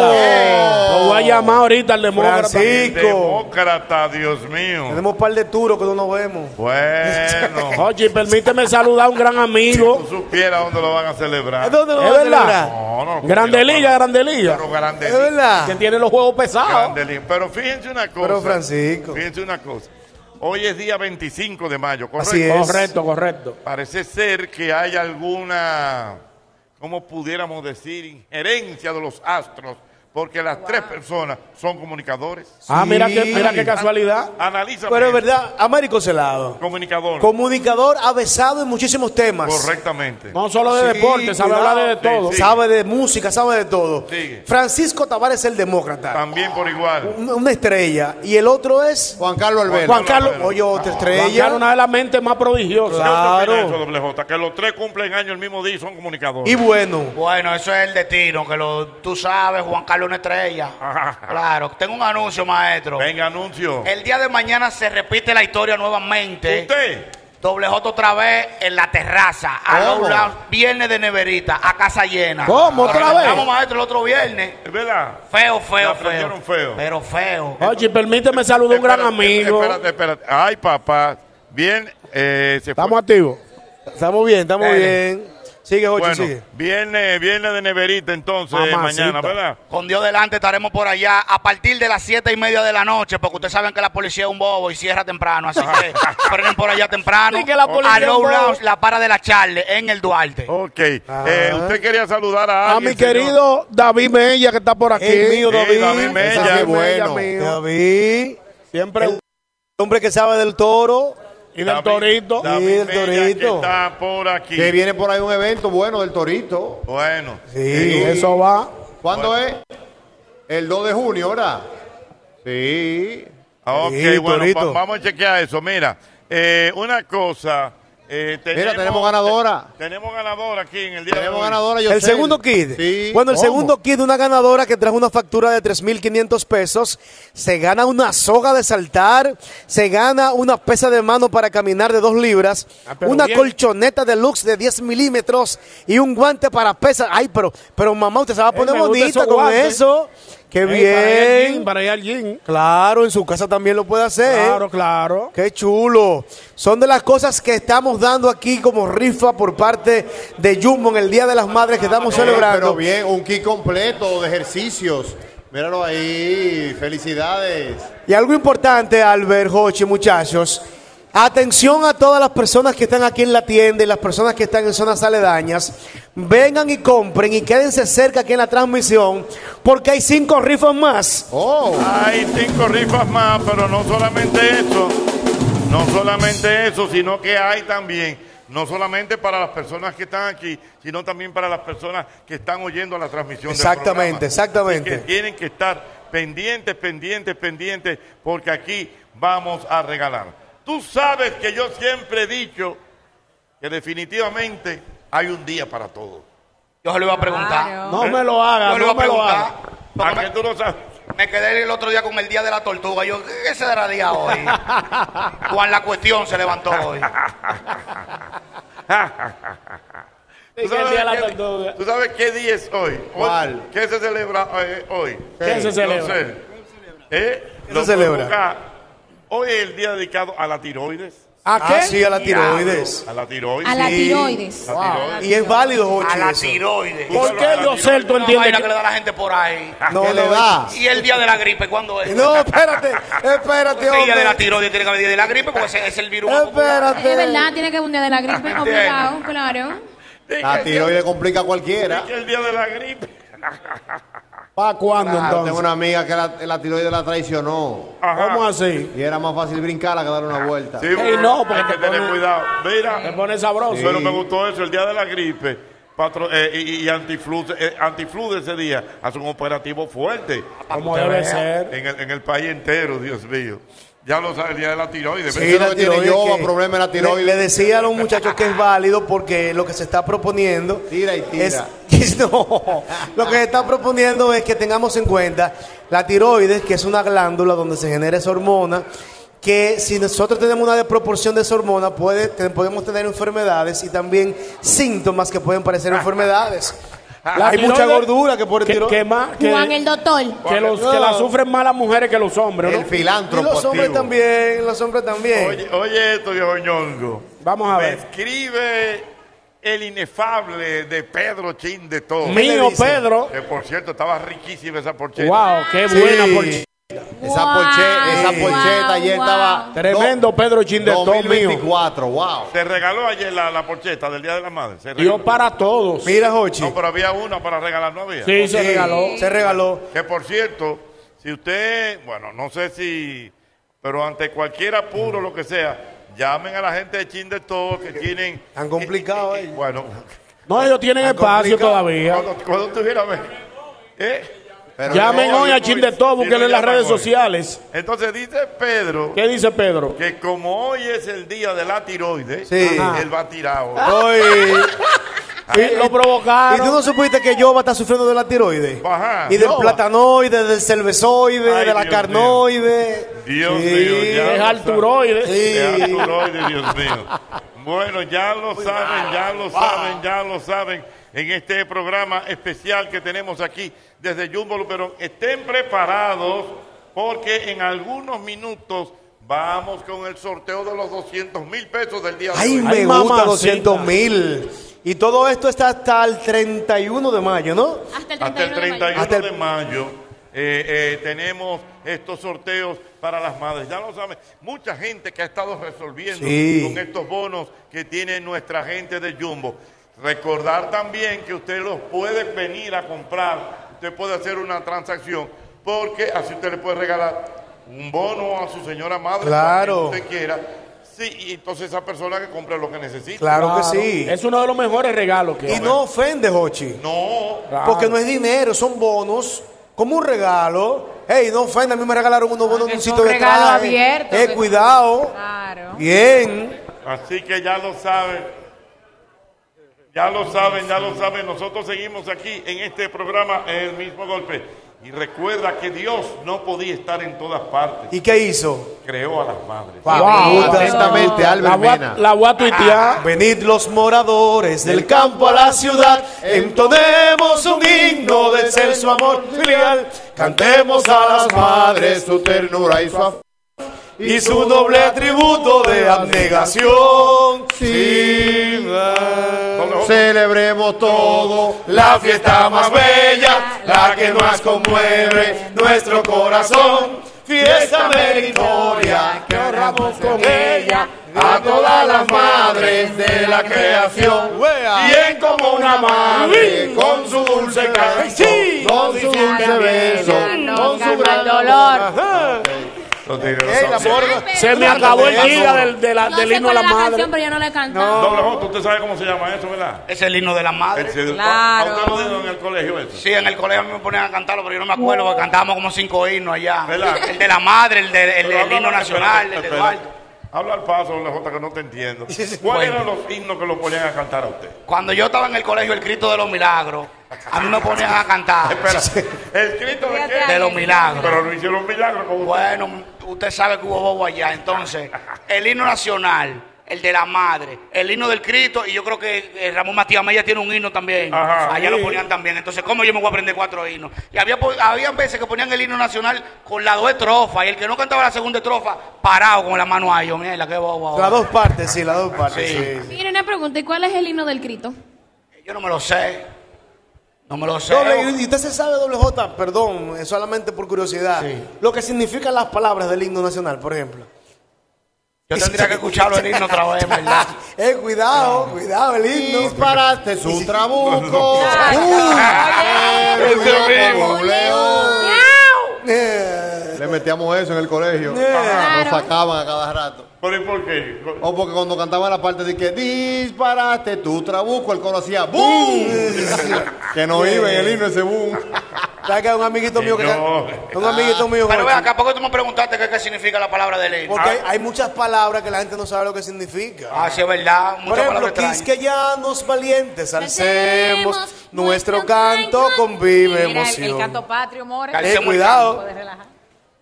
Speaker 4: demócrata. Lo voy a llamar ahorita el demócrata.
Speaker 1: El
Speaker 8: Oh. Francisco.
Speaker 1: demócrata, Dios mío.
Speaker 8: Tenemos un par de turos que no nos vemos.
Speaker 1: Bueno,
Speaker 4: (laughs) Oye, permíteme saludar a un gran
Speaker 1: tú
Speaker 4: amigo.
Speaker 1: supieras dónde lo van a celebrar.
Speaker 8: ¿Es donde lo
Speaker 4: ¿Es
Speaker 8: van a
Speaker 4: verdad?
Speaker 8: celebrar?
Speaker 1: No, no,
Speaker 4: Grande liga, grande liga.
Speaker 1: Pero grande
Speaker 8: ¿Es
Speaker 1: liga.
Speaker 4: Que
Speaker 8: verdad?
Speaker 4: tiene los juegos pesados.
Speaker 1: Grandelín. Pero fíjense una cosa.
Speaker 8: Pero, Francisco.
Speaker 1: Fíjense una cosa. Hoy es día 25 de mayo, ¿correcto?
Speaker 8: Así es.
Speaker 4: Correcto, correcto.
Speaker 1: Parece ser que hay alguna, ¿cómo pudiéramos decir? Injerencia de los astros porque las tres personas son comunicadores.
Speaker 8: Ah, mira qué- mira qué casualidad.
Speaker 1: An- Analízame.
Speaker 8: Pero es verdad, Américo Celado,
Speaker 1: Comunicador.
Speaker 8: comunicador avesado en muchísimos temas.
Speaker 1: Correctamente.
Speaker 8: No solo de deporte, sabe hablar de todo.
Speaker 1: Sí, sí.
Speaker 8: Sabe de música, sabe de todo.
Speaker 1: Sigue.
Speaker 8: Francisco Tavares, el demócrata.
Speaker 1: También por igual.
Speaker 8: Una una estrella. Y el otro es
Speaker 2: Juan Carlos Albert.
Speaker 8: Juan Carlos.
Speaker 1: Albert.
Speaker 8: Oye, otra
Speaker 4: Juan
Speaker 8: estrella.
Speaker 4: Carlos, una de las mentes más prodigiosas.
Speaker 1: ¿Qué opinas de eso,
Speaker 8: Claro.
Speaker 1: doble J? Que los tres cumplen años el mismo día y son comunicadores.
Speaker 8: Y bueno.
Speaker 6: Bueno, eso es el destino, que lo, tú sabes, Juan Carlos una estrella. Claro, tengo un anuncio, maestro.
Speaker 1: Venga, anuncio.
Speaker 6: El día de mañana se repite la historia nuevamente.
Speaker 1: Usted.
Speaker 6: Doble J otra vez en la terraza. A
Speaker 8: ¿Cómo?
Speaker 6: Low Lounge, viernes de neverita, a casa llena.
Speaker 8: ¿Cómo, otra
Speaker 6: Pero nos
Speaker 8: vez?
Speaker 6: Vamos, maestro, el otro viernes.
Speaker 1: Es verdad.
Speaker 6: Feo, feo,
Speaker 1: La
Speaker 6: feo.
Speaker 1: prendieron feo.
Speaker 6: Pero feo.
Speaker 4: Oye, permíteme saludar a un gran
Speaker 1: Espérate,
Speaker 4: amigo.
Speaker 1: Espérate, espérate. Ay, papá. Bien, eh, se fue.
Speaker 4: Estamos activos.
Speaker 8: Estamos bien, estamos
Speaker 1: Dale.
Speaker 8: bien. Sigue, Jochi,
Speaker 1: Bueno,
Speaker 8: sigue.
Speaker 1: viernes, viernes de neverita entonces,
Speaker 4: Mamacita.
Speaker 1: mañana, ¿verdad?
Speaker 6: Con Dios delante estaremos por allá a partir de las siete y media de la noche, porque ustedes saben que la policía es un bobo y cierra temprano, así
Speaker 1: (laughs)
Speaker 6: que frenen por allá temprano.
Speaker 12: Sí, que la policía
Speaker 6: a
Speaker 12: es un
Speaker 6: Low
Speaker 12: bobo.
Speaker 6: Lounge, la para de la Charle, en el Duarte.
Speaker 1: Ok. Eh, usted quería saludar a
Speaker 4: A
Speaker 1: alguien,
Speaker 4: mi
Speaker 1: señor?
Speaker 4: querido David Mella, que está por aquí.
Speaker 8: El mío,
Speaker 1: Sí,
Speaker 8: David.
Speaker 1: David Mella,
Speaker 8: Ese sí es
Speaker 4: bueno.
Speaker 8: bueno. David.
Speaker 4: Siempre
Speaker 8: El hombre que sabe del toro.
Speaker 4: y del torito.
Speaker 1: David
Speaker 8: Sí, el
Speaker 1: Mella,
Speaker 8: torito.
Speaker 1: que está por aquí.
Speaker 2: Que viene por ahí un evento bueno del Torito.
Speaker 1: Bueno.
Speaker 8: Sí.
Speaker 4: Eso va.
Speaker 2: ¿Cuándo es? El 2 de junio, ¿verdad? Sí.
Speaker 1: Ah, Ok,
Speaker 8: Sí,
Speaker 1: bueno,
Speaker 8: Torito.
Speaker 1: va- vamos a chequear eso. Mira, eh, una cosa. eh, tenemos,
Speaker 2: tenemos ganadora.
Speaker 1: te- tenemos ganadora aquí en el día de
Speaker 2: Tenemos
Speaker 1: hoy.
Speaker 2: ganadora.
Speaker 8: El
Speaker 2: Yosel.
Speaker 8: segundo kit.
Speaker 2: Sí.
Speaker 8: Bueno, el
Speaker 2: ¿Cómo?
Speaker 8: segundo kit de una ganadora que trajo una factura de 3.500 pesos, se gana una soga de saltar, se gana una pesa de mano para caminar de 2 libras,
Speaker 4: Ah, pero
Speaker 8: una
Speaker 4: bien.
Speaker 8: colchoneta deluxe de 10 milímetros y un guante para pesa. Ay, pero, pero mamá, usted se va a
Speaker 4: Ey,
Speaker 8: poner
Speaker 4: Eh, me gustan
Speaker 8: bonita
Speaker 4: esos
Speaker 8: con
Speaker 4: guantes.
Speaker 8: eso. Qué
Speaker 4: Ey, Para ir al
Speaker 8: bien.
Speaker 4: gym, para ir al gym.
Speaker 8: Claro, en su casa también lo puede hacer.
Speaker 4: Claro, claro.
Speaker 8: Qué chulo. Son de las cosas que estamos dando aquí como rifa por parte de Jumbo en el Día de las Madres que estamos
Speaker 2: Ah, Pero-
Speaker 8: celebrando.
Speaker 2: Pero bien, un kit completo de ejercicios. Míralo ahí. Felicidades.
Speaker 8: Y algo importante, Albert, Hochi, muchachos. Atención a todas las personas que están aquí en la tienda y las personas que están en zonas aledañas. Vengan y compren y quédense cerca aquí en la transmisión porque hay cinco rifas más.
Speaker 2: Oh.
Speaker 1: Hay cinco rifas más, pero no solamente eso, no solamente eso, sino que hay también, no solamente para las personas que están aquí, sino también para las personas que están oyendo la transmisión. del
Speaker 8: Exactamente,
Speaker 1: programa.
Speaker 8: exactamente.
Speaker 1: Y que tienen que estar pendientes, pendientes, pendientes, porque aquí vamos a regalar. Tú sabes que yo siempre he dicho que definitivamente hay un día para todo.
Speaker 6: Yo se lo iba a preguntar.
Speaker 7: Claro.
Speaker 4: No me lo hagas,
Speaker 6: Yo le iba
Speaker 4: no
Speaker 6: a
Speaker 4: me lo
Speaker 6: preguntar.
Speaker 4: hagas.
Speaker 1: ¿A
Speaker 6: porque
Speaker 1: qué Ah, tú lo sabes?
Speaker 6: me, me quedé el otro día con el día de la tortuga. Yo, ¿qué será día hoy?
Speaker 8: (laughs)
Speaker 6: Juan la cuestión se levantó hoy.
Speaker 1: ¿Tú sabes, qué, tú sabes qué día es hoy? Hoy-
Speaker 2: ¿Cuál?
Speaker 1: ¿Qué se celebra eh, hoy?
Speaker 4: ¿Qué se
Speaker 1: Yo
Speaker 4: celebra?
Speaker 1: sé. ¿Eh?
Speaker 8: ¿Qué
Speaker 1: Lo
Speaker 8: se celebra?
Speaker 1: puedo buscar. Hoy es el día dedicado a la tiroides.
Speaker 8: ¿A qué? Ah, sí, a la tiroides.
Speaker 1: A la tiroides.
Speaker 3: A la tiroides.
Speaker 1: La tiroides.
Speaker 8: Y es válido, Hochi.
Speaker 6: A la
Speaker 8: eso.
Speaker 6: tiroides.
Speaker 1: Tú
Speaker 4: ¿Por
Speaker 1: sabes, a
Speaker 4: qué
Speaker 1: la
Speaker 4: yo sé, tú
Speaker 6: Una
Speaker 4: entiendes?
Speaker 6: vaina
Speaker 4: que-
Speaker 6: que le da la gente por ahí.
Speaker 8: No le
Speaker 2: ¿Qué le
Speaker 8: da.
Speaker 6: Y el día de la gripe, ¿cuándo es?
Speaker 8: No, espérate, espérate,
Speaker 6: el día de la
Speaker 8: hombre.
Speaker 6: tiroides tiene que haber día de la gripe porque ese es el virus. más popular.
Speaker 8: Espérate.
Speaker 3: Es verdad, tiene que hundir de la gripe, obligado, claro.
Speaker 2: La tiroides complica a cualquiera.
Speaker 1: Es el día de la gripe.
Speaker 4: ¿Para cuándo
Speaker 2: Claro, Ah, tengo
Speaker 4: entonces?
Speaker 2: una amiga que la, la tiroides la traicionó.
Speaker 1: Ajá.
Speaker 4: ¿Cómo así?
Speaker 2: Y era más fácil brincarla que dar una vuelta.
Speaker 1: Sí,
Speaker 4: Ey, no, porque
Speaker 1: hay que
Speaker 4: te
Speaker 1: tener
Speaker 4: pone-
Speaker 1: cuidado.
Speaker 4: Te
Speaker 1: Mira,
Speaker 4: pone sabroso.
Speaker 1: pero me gustó eso, el día de la gripe. patro- eh, y, y- y antiflu, eh, antiflu de ese día hace un operativo fuerte
Speaker 4: Como debe ser.
Speaker 1: en el, en el país entero, Dios mío. Ya lo sabe, el día de la tiroides.
Speaker 8: Sí,
Speaker 1: ¿verdad?
Speaker 2: Eso no tiene
Speaker 8: tiroides
Speaker 2: yoba,
Speaker 8: que-
Speaker 2: problema en la tiroides.
Speaker 8: Le, le decía a los muchachos que es válido porque lo que se está proponiendo.
Speaker 2: Tira y tira.
Speaker 8: Es, es- (laughs) no, lo que se está proponiendo es que tengamos en cuenta la tiroides, que es una glándula donde se genera esa hormona. Que si nosotros tenemos una desproporción de esa hormona, puede, te- podemos tener enfermedades y también síntomas que pueden
Speaker 2: (laughs)
Speaker 8: parecer enfermedades.
Speaker 4: Ah, La
Speaker 8: Hay mucha
Speaker 4: tiroides-
Speaker 8: gordura que por el
Speaker 4: que,
Speaker 8: tiro-
Speaker 4: que más, que,
Speaker 3: Juan el doctor.
Speaker 4: que los, que la sufren más las mujeres que los hombres, ¿no?
Speaker 2: El
Speaker 8: Y
Speaker 2: filántropo.
Speaker 8: los hombres
Speaker 2: activo.
Speaker 8: también, los hombres también.
Speaker 1: Oye, oye esto, viejo ñongo.
Speaker 4: Vamos a
Speaker 1: Me
Speaker 4: ver.
Speaker 1: escribe el inefable de Pedro Chin de todo.
Speaker 4: Mío,
Speaker 8: dice?
Speaker 4: Pedro.
Speaker 1: Que por cierto, estaba riquísima esa porcheta.
Speaker 4: Wow, qué buena por
Speaker 2: Esa, porche- esa porcheta ayer estaba.
Speaker 4: Tremendo Pedro Chin de todo mío.
Speaker 2: 2024, wow.
Speaker 1: Se regaló ayer la, la porcheta del Día de la Madre. Se
Speaker 4: Dio
Speaker 1: regaló.
Speaker 4: para todos.
Speaker 8: Mira, Jochi.
Speaker 1: No, pero había una para regalar, no había.
Speaker 4: Sí, se regaló.
Speaker 8: Se regaló.
Speaker 1: Que por cierto, si usted, bueno, no sé si, pero ante cualquier apuro, lo que sea, llamen a la gente de Chin de todo que tienen.
Speaker 8: Tan complicado
Speaker 1: eh,
Speaker 8: ellos.
Speaker 1: Bueno,
Speaker 4: No, ellos tienen espacio
Speaker 8: complicado.
Speaker 4: todavía.
Speaker 1: cuando, cuando tuviera. ¿eh?
Speaker 2: Pero
Speaker 4: Llamen
Speaker 1: no,
Speaker 4: hoy
Speaker 1: yo
Speaker 4: a
Speaker 1: no
Speaker 4: Chin
Speaker 1: voy.
Speaker 4: de todo,
Speaker 1: Si
Speaker 4: búsquenlo
Speaker 1: no
Speaker 4: en las
Speaker 1: llaman
Speaker 4: redes
Speaker 1: hoy.
Speaker 4: sociales.
Speaker 1: Entonces dice Pedro
Speaker 4: ¿Qué dice Pedro?
Speaker 1: que como hoy es el día de la tiroides,
Speaker 8: Sí. Ah.
Speaker 1: él va tirado.
Speaker 8: Hoy.
Speaker 4: (laughs) Sí, lo
Speaker 8: ¿Y tú
Speaker 4: provocaron.
Speaker 8: no supiste que Yoba está sufriendo de la tiroides?
Speaker 1: Ajá.
Speaker 8: Y del
Speaker 1: Yoba.
Speaker 8: platanoide, del cervezoide,
Speaker 1: Ay,
Speaker 8: de la
Speaker 1: Dios
Speaker 8: carnoide.
Speaker 1: Dios mío, ya.
Speaker 4: Es Arturoides.
Speaker 8: Sí.
Speaker 1: Es Arturoides, Dios mío. Bueno, ya lo saben, ya lo saben, ya lo saben. En este programa especial que tenemos aquí desde Jumbo Luperón, estén preparados porque en algunos minutos vamos con el sorteo de los 200 mil pesos del día de
Speaker 8: Ay,
Speaker 1: hoy.
Speaker 8: me
Speaker 4: Ay,
Speaker 8: gusta
Speaker 4: mamacita.
Speaker 8: 200 mil. Y todo esto está hasta el 31 de mayo, ¿no?
Speaker 3: Hasta el 31.
Speaker 1: Hasta el
Speaker 3: de mayo.
Speaker 1: 31
Speaker 8: Hasta el-
Speaker 1: de mayo eh, eh, tenemos estos sorteos para las madres. Ya lo saben, mucha gente que ha estado resolviendo
Speaker 8: Sí.
Speaker 1: con estos bonos que tiene nuestra gente de Jumbo. Recordar también que usted los puede venir a comprar, usted puede hacer una transacción, porque así usted le puede regalar un bono a su señora madre,
Speaker 8: Claro.
Speaker 1: cualquier que usted quiera. Sí, y entonces esa persona que compre lo que necesita.
Speaker 8: Claro que sí.
Speaker 4: Es uno de los mejores regalos que
Speaker 8: Y
Speaker 4: hay.
Speaker 8: no ofende, Hochi.
Speaker 1: No,
Speaker 8: Porque no es dinero, son bonos. Como un regalo. Ey, no ofende, a mí me regalaron unos bonos en un
Speaker 7: es un
Speaker 8: sitio de
Speaker 7: regalo
Speaker 8: traje.
Speaker 7: abierto,
Speaker 8: Eh,
Speaker 7: que-
Speaker 8: cuidado.
Speaker 7: Claro.
Speaker 8: Bien.
Speaker 1: Así que ya lo saben. Ya lo saben, ya lo saben. Nosotros seguimos aquí en este programa El mismo golpe. Y recuerda que Dios no podía estar en todas partes.
Speaker 8: ¿Y qué hizo?
Speaker 1: Creó a las madres.
Speaker 8: Pa,
Speaker 4: Wow.
Speaker 8: me gusta.
Speaker 2: Atentamente,
Speaker 4: La
Speaker 2: Albert
Speaker 4: voy a-
Speaker 2: Mena.
Speaker 4: la voy a tuitear.
Speaker 8: Ah, Venid los moradores del campo a la ciudad, entonemos un himno de ser su amor filial, cantemos a las madres
Speaker 2: su ternura y su afán.
Speaker 8: y su noble atributo de abnegación. Sí,
Speaker 2: Celebremos todo,
Speaker 8: la fiesta más bella, la que más conmueve nuestro corazón, fiesta meritoria que honramos con ella a todas las madres de la creación. Bien como una madre con su dulce canto, con su dulce beso, con su gran dolor.
Speaker 1: Los tigres
Speaker 8: Ey,
Speaker 1: son-
Speaker 8: la porra.
Speaker 4: Se me acabó el giga del, de la-
Speaker 3: Yo
Speaker 4: del
Speaker 3: sé
Speaker 4: himno a la
Speaker 3: cuál es
Speaker 4: madre.
Speaker 3: canción, pero yo no la he cantado.
Speaker 1: Doble J, usted sabe cómo se llama eso, ¿verdad?
Speaker 6: Es el himno de la madre.
Speaker 1: El-
Speaker 7: Claro.
Speaker 1: ¿A usted lo dieron en el colegio eso?
Speaker 6: Sí, en el colegio a mí me ponían a cantarlo, pero yo no me acuerdo porque cantábamos como cinco himnos allá.
Speaker 1: ¿Verdad?
Speaker 6: El de la madre, el, de, el,
Speaker 1: Pero
Speaker 6: del
Speaker 1: habla-
Speaker 6: himno
Speaker 1: espérate,
Speaker 6: nacional, el de
Speaker 1: espérate.
Speaker 6: Duarte.
Speaker 1: Habla al paso, Doble J, que no te entiendo. ¿Cuáles
Speaker 6: Bueno.
Speaker 1: eran los himnos que lo ponían a cantar a usted?
Speaker 6: Cuando yo estaba en el colegio, el Cristo de los Milagros, a mí me ponían a cantar
Speaker 1: Espera, ¿el Cristo de qué?
Speaker 6: de los milagros.
Speaker 1: Pero no hicieron milagro con usted.
Speaker 6: Bueno, usted sabe que hubo bobo allá. Entonces, el himno nacional, el de la madre, el himno del Cristo, y yo creo que eh, Ramón Matías Mella tiene un himno también.
Speaker 1: Ajá.
Speaker 6: allá
Speaker 1: Sí.
Speaker 6: lo ponían también. Entonces, ¿cómo yo me voy a aprender cuatro himnos? Y había, po- habían veces que ponían el himno nacional con las dos estrofas, y el que no cantaba la segunda estrofa, parado con la mano ahí. Yo, mira, la que bobo. ahora".
Speaker 8: Las dos partes, sí, las dos partes. sí.
Speaker 3: Miren, una pregunta, ¿y cuál es el himno del Cristo?
Speaker 6: Yo no me lo sé. No me lo sé.
Speaker 8: Doble, y- y usted se sabe, doble J, perdón, eh, solamente por curiosidad, lo que significan las palabras del himno nacional, por ejemplo.
Speaker 6: Yo tendría que escucharlo el himno otra vez,
Speaker 8: (laughs)
Speaker 6: ¿verdad?
Speaker 8: eh, cuidado, cuidado, el himno.
Speaker 2: Disparaste su
Speaker 8: (laughs)
Speaker 2: trabuco.
Speaker 1: Ese mismo.
Speaker 8: Eh,
Speaker 2: Le metíamos eso en el colegio. Lo sacaban a cada rato.
Speaker 1: ¿Pero y por qué?
Speaker 2: O porque cuando cantaban la parte de que disparaste tu trabuco, el coro
Speaker 8: (laughs)
Speaker 2: hacía ¡boom! que no iba en el himno ese boom.
Speaker 8: ¿Sabes que hay un amiguito mío que
Speaker 1: Señor.
Speaker 8: un amiguito mío
Speaker 6: Pero
Speaker 8: Jorge,
Speaker 6: ven acá, ¿por qué tú me preguntaste qué, qué significa la palabra del himno?
Speaker 8: porque hay, hay muchas palabras que la gente no sabe lo que significa.
Speaker 6: Ah, sí, es verdad. Muchas
Speaker 8: por ejemplo,
Speaker 6: palabras extrañas.
Speaker 8: quisqueyanos valientes, alcemos
Speaker 3: Alcemos
Speaker 8: nuestro
Speaker 3: nuestro
Speaker 8: canto
Speaker 3: canto
Speaker 8: con
Speaker 4: pues,
Speaker 8: viva
Speaker 7: Mira, el, el
Speaker 8: emoción.
Speaker 7: canto patrio, more.
Speaker 6: Cal-
Speaker 8: Eh,
Speaker 6: Alcemos el
Speaker 8: cuidado.
Speaker 7: Puedes relajar.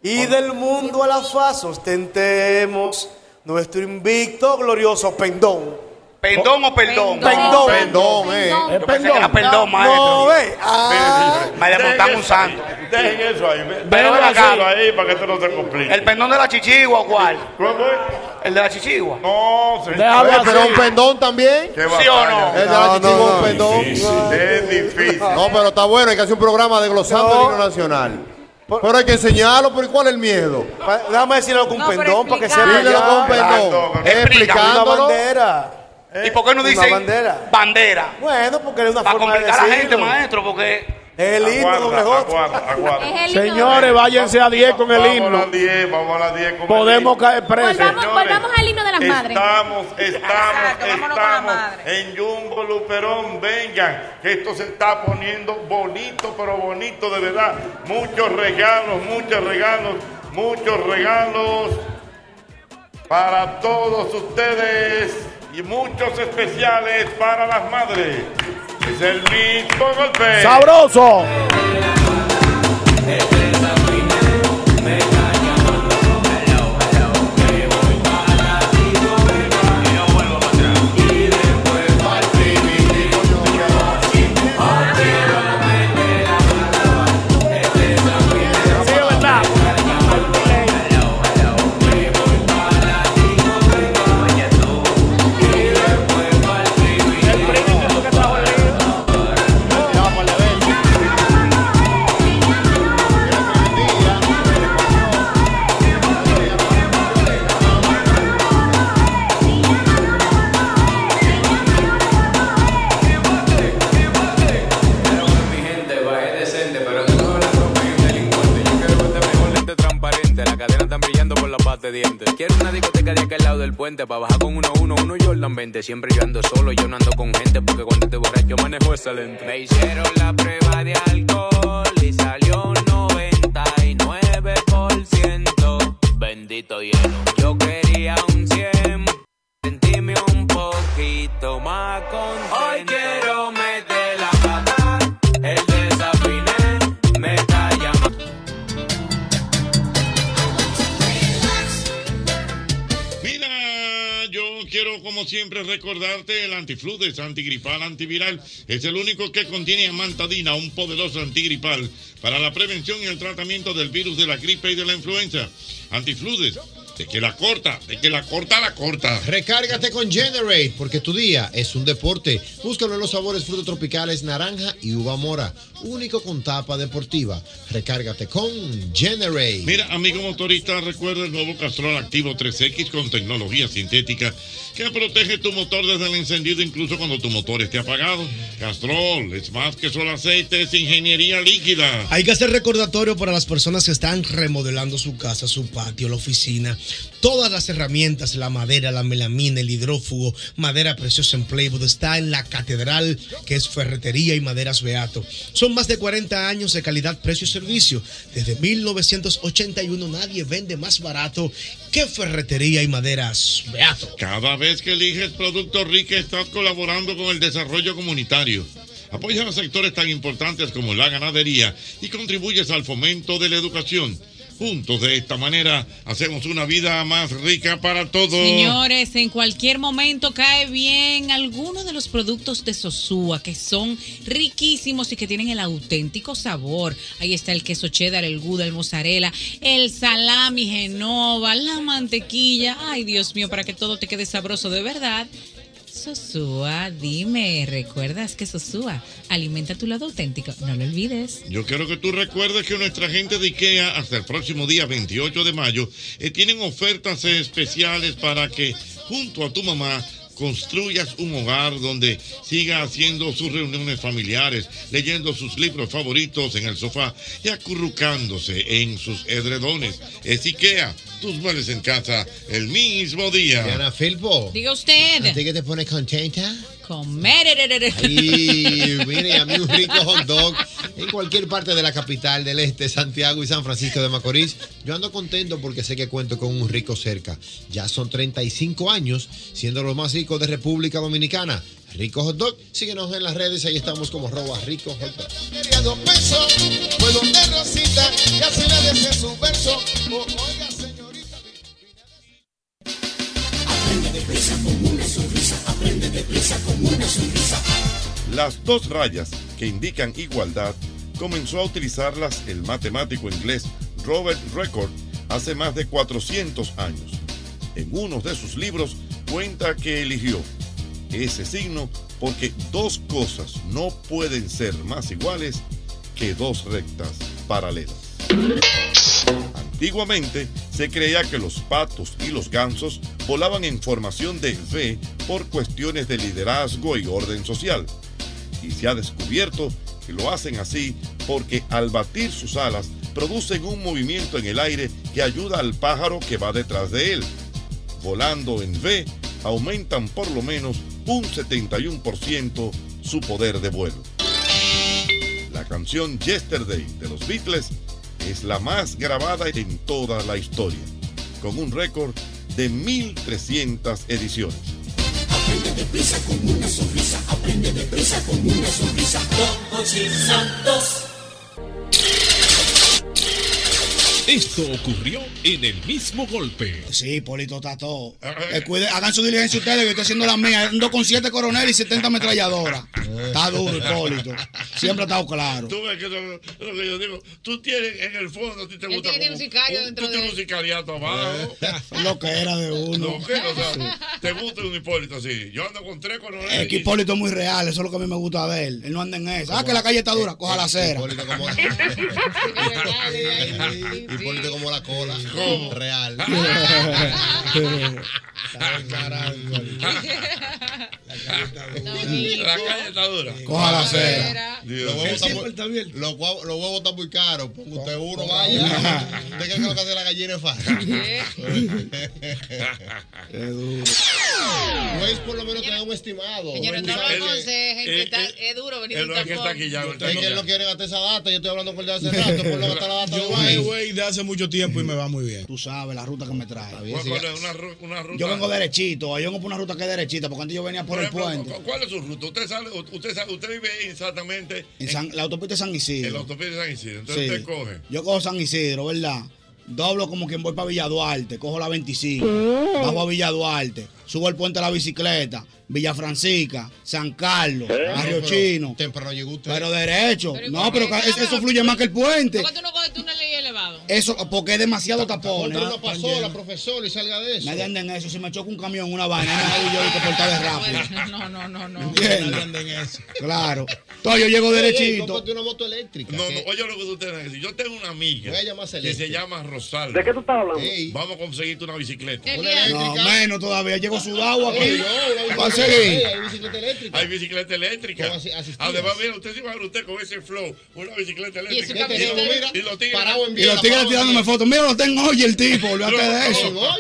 Speaker 8: Y del mundo a la faz ostentemos nuestro invicto glorioso pendón.
Speaker 6: ¿Pendón o perdón?
Speaker 8: Pendón.
Speaker 2: Perdón, eh.
Speaker 6: Yo pensé que era perdón,
Speaker 8: No,
Speaker 6: maestro.
Speaker 8: ve. Ah,
Speaker 6: Me le
Speaker 1: Dejen
Speaker 6: montamos
Speaker 1: eso
Speaker 6: un santo.
Speaker 1: ahí, Dejen eso ahí. ve-
Speaker 6: Pero
Speaker 1: dejen
Speaker 6: acá-
Speaker 1: eso ahí para que esto no se complique.
Speaker 6: ¿El pendón de la chichigua o cuál?
Speaker 1: ¿Cómo es?
Speaker 6: ¿El de la chichigua?
Speaker 1: No, señor.
Speaker 4: Déjalo
Speaker 2: Oye, pero
Speaker 4: así.
Speaker 2: un pendón también.
Speaker 1: Qué
Speaker 6: ¿Sí o
Speaker 1: batalla.
Speaker 6: no?
Speaker 2: El de la
Speaker 8: No, no,
Speaker 2: chichigua, un
Speaker 8: no.
Speaker 2: pendón.
Speaker 1: Es difícil.
Speaker 2: No, pero está bueno, hay que hacer un programa desglosando
Speaker 8: No.
Speaker 2: el himno nacional.
Speaker 15: Pero hay que enseñarlo, pero ¿y ¿cuál es el miedo?
Speaker 8: Pa- Déjame decirlo con un
Speaker 16: No, pero
Speaker 8: pendón para que
Speaker 16: explicar.
Speaker 8: sepa.
Speaker 16: Dile
Speaker 15: Dígalo con
Speaker 8: ya.
Speaker 15: perdón.
Speaker 1: Explícame.
Speaker 8: Una
Speaker 15: Explicándolo.
Speaker 8: bandera.
Speaker 6: ¿Y por qué no
Speaker 8: Una
Speaker 6: dicen
Speaker 8: bandera.
Speaker 6: bandera?
Speaker 8: Bueno, porque es una
Speaker 6: Para
Speaker 8: forma de
Speaker 6: complicar a la gente,
Speaker 8: decirlo.
Speaker 6: maestro, porque
Speaker 8: El himno, doble
Speaker 1: Aguarda,
Speaker 8: J.
Speaker 1: aguarda, aguarda.
Speaker 3: Es el himno.
Speaker 11: Señores, váyanse a 10 con el
Speaker 1: Vamos a
Speaker 11: himno.
Speaker 1: las 10, vamos a las 10. con
Speaker 11: Podemos
Speaker 1: el himno.
Speaker 11: caer presos.
Speaker 3: Volvamos-
Speaker 1: Señores,
Speaker 3: volvamos al himno de las madres.
Speaker 1: Estamos, estamos,
Speaker 16: Exacto, vámonos con la
Speaker 1: estamos
Speaker 16: madre.
Speaker 1: en Jumbo Luperón. Vengan, que esto se está poniendo bonito, pero bonito de verdad. Muchos regalos, muchos regalos, muchos regalos para todos ustedes y muchos especiales para las madres. Es el mismo golpe.
Speaker 11: ¡Sabroso!
Speaker 17: mi gente bajé decente, pero tú no hablas con un delincuente. Yo quiero verte mejor lente transparente, la cadena están brillando por la pasta de dientes. Quiero una discoteca de aquel lado del puente, para bajar con uno, uno, uno Jordan 20. Siempre yo ando solo, yo no ando con gente, porque cuando te borracho manejo excelente. Me hicieron la prueba de alcohol y salió 99%. Bendito hielo. Yo quería un 100%. Sentime un poquito más contento. Hoy quiero meter la pata, el desafiné me está llamando.
Speaker 1: Mira, yo quiero como siempre recordarte el antifludes, antigripal, antiviral. Es el único que contiene amantadina, un poderoso antigripal para la prevención y el tratamiento del virus de la gripe y de la influenza. Antifludes, de que la corta, de que la corta, la corta.
Speaker 2: Recárgate con Generate, porque tu día es un deporte. Búscalo en los sabores frutos tropicales, naranja y uva mora. Único con tapa deportiva. Recárgate con Generate.
Speaker 1: Mira, amigo motorista, recuerda el nuevo Castrol Activo 3X con tecnología sintética que protege tu motor desde el encendido incluso cuando tu motor esté apagado. Castrol es más que solo aceite, es ingeniería líquida.
Speaker 2: Hay que hacer recordatorio para las personas que están remodelando su casa, su patio, la oficina. Todas las herramientas, la madera, la melamina, el hidrófugo, madera preciosa en Playwood, está en la catedral, que es ferretería y maderas Beato. Son más de 40 años de calidad, precio y servicio. Desde 1981 nadie vende más barato que ferretería y maderas Beato.
Speaker 1: Cada vez que eliges Productos Rica estás colaborando con el desarrollo comunitario. Apoyas a los sectores tan importantes como la ganadería y contribuyes al fomento de la educación. Juntos de esta manera hacemos una vida más rica para todos.
Speaker 7: Señores, en cualquier momento cae bien alguno de los productos de Sosúa que son riquísimos y que tienen el auténtico sabor. Ahí está el queso cheddar, el gouda, el mozzarella, el salami genova, la mantequilla. Ay, Dios mío, para que todo te quede sabroso de verdad. Sosúa, dime, Eh, ¿recuerdas que Sosúa alimenta tu lado auténtico? No lo olvides.
Speaker 1: Yo quiero que tú recuerdes que nuestra gente de IKEA hasta el próximo día 28 de mayo eh, tienen ofertas especiales para que junto a tu mamá construyas un hogar donde siga haciendo sus reuniones familiares, leyendo sus libros favoritos en el sofá y acurrucándose en sus edredones. Es IKEA, tus muebles en casa el mismo día.
Speaker 2: Diana Filpo,
Speaker 7: Diga
Speaker 2: ¿a
Speaker 7: usted.
Speaker 2: ti que te pones contenta?
Speaker 7: Comer.
Speaker 2: Y mire, a mí un rico hot dog en cualquier parte de la capital del este, Santiago y San Francisco de Macorís. Yo ando contento porque sé que cuento con un rico cerca. Ya son 35 años siendo los más ricos de República Dominicana. Rico Hot Dog, síguenos en las redes, ahí estamos como arroba Rico Hot Dog.
Speaker 11: Oh,
Speaker 1: Las dos rayas que indican igualdad comenzó a utilizarlas el matemático inglés Robert Record hace más de 400 años. En uno de sus libros cuenta que eligió ese signo porque dos cosas no pueden ser más iguales que dos rectas paralelas.
Speaker 18: Antiguamente se creía que los patos y los gansos volaban en formación de V por cuestiones de liderazgo y orden social. Y se ha descubierto que lo hacen así porque al batir sus alas producen un movimiento en el aire que ayuda al pájaro que va detrás de él. Volando en V aumentan por lo menos un 71% su poder de vuelo. La canción Yesterday de los Beatles es la más grabada en toda la historia, con un récord de 1.300 ediciones.
Speaker 11: Aprende deprisa con una sonrisa, aprende deprisa con una sonrisa. Don Hochi Santos.
Speaker 19: Esto ocurrió en el mismo golpe.
Speaker 6: Sí, Polito Tató. Que cuide- hagan su diligencia ustedes, que estoy haciendo la mía. Ando con siete coroneles y 70 ametralladoras. Está duro, Hipólito. Siempre ha estado claro.
Speaker 1: Tú ves que eso es lo que yo digo. Tú tienes en el fondo, a ti te
Speaker 6: Él
Speaker 1: gusta.
Speaker 6: tiene
Speaker 1: como-
Speaker 6: un sicario
Speaker 1: un-
Speaker 6: dentro
Speaker 1: Tú
Speaker 6: de
Speaker 1: tienes un sicariato abajo.
Speaker 6: Eh. Lo que era de uno.
Speaker 1: No, que no, o sea, te gusta un hipólito así. Yo ando con tres coroneles.
Speaker 6: Es que
Speaker 1: y-
Speaker 6: Hipólito es muy real, eso es lo que a mí me gusta de él. Él no anda en eso. Ah,
Speaker 1: Como-
Speaker 6: que la calle está dura, coja la
Speaker 2: Eh,
Speaker 6: acera.
Speaker 2: (laughs) Hipólito como la cola. Real.
Speaker 1: La calle está dura.
Speaker 2: Coja la
Speaker 1: cera.
Speaker 2: Los huevos están muy- los huevos- los huevos están muy caros. Ponga usted uno, vaya. (laughs) ¿Usted cree que lo que hace la gallina es (laughs) fácil? No es por lo menos que haga un
Speaker 8: Oh,
Speaker 2: estimado. Eh,
Speaker 20: Señores, no lo aconsejen, que está- es duro venir de un tapón.
Speaker 2: Es que él no quieren hasta esa data. Yo estoy hablando con él de hace rato. Por lo que está la data.
Speaker 6: Yo
Speaker 2: de Guay.
Speaker 6: voy, güey, de hace mucho tiempo y me va muy bien. Tú sabes la ruta que me trae. Yo vengo derechito, yo vengo por una ruta que es derechita, porque antes yo venía por,
Speaker 1: Por
Speaker 6: el
Speaker 1: ejemplo,
Speaker 6: puente.
Speaker 1: ¿cu- ¿Cuál es su ruta? Usted, sale, usted, sale- usted vive exactamente
Speaker 6: En San- la autopista de San Isidro.
Speaker 1: en la autopista de San Isidro. Entonces
Speaker 6: Sí.
Speaker 1: usted coge.
Speaker 6: Yo cojo San Isidro, ¿verdad? Doblo como quien voy para Villa Duarte, cojo la 25, bajo a Villa Duarte, subo el puente de la bicicleta, Villa Francisca, San Carlos,
Speaker 2: ¿Eh?
Speaker 6: Barrio
Speaker 2: No, pero
Speaker 6: Chino. Pero derecho. no, pero ca- eso, eso fluye más que el puente.
Speaker 21: ¿Por qué tú no coges túnel elevado?
Speaker 6: Eso, porque es demasiado tapón. ¿eh?
Speaker 2: Compre una pasola, profesor, y salga de eso.
Speaker 6: Nadie anda en eso. Si me choca un camión, una vaina, me hago yo que
Speaker 21: (laughs)
Speaker 6: portar de rápido.
Speaker 21: No, no, no, no.
Speaker 6: ¿Entiendes? Claro. Entonces yo llego
Speaker 2: Oye,
Speaker 6: derechito.
Speaker 2: cómprate una moto eléctrica.
Speaker 1: No, no, oye lo que usted tiene que decir. Yo tengo una amiga
Speaker 2: Voy a llamar a
Speaker 1: que
Speaker 2: Celeste.
Speaker 1: se llama Rosalba.
Speaker 2: ¿De qué tú estás hablando?
Speaker 1: Ey. Vamos a conseguirte una bicicleta.
Speaker 2: Una eléctrica.
Speaker 6: No, menos todavía. Llego sudado aquí. Va a
Speaker 2: Ey,
Speaker 6: seguir.
Speaker 2: hay bicicleta eléctrica.
Speaker 1: Hay bicicleta eléctrica.
Speaker 2: Con asi- asistidas.
Speaker 1: Además, mira, usted sí va a ver usted con ese flow, una bicicleta
Speaker 2: Y ese
Speaker 1: eléctrica.
Speaker 2: camionero, mira,
Speaker 1: y los tigres.
Speaker 2: parado en
Speaker 6: Y los tigres tirándome fotos. Mira, lo tengo. Oye, el tipo, olvídate de eso.
Speaker 1: No,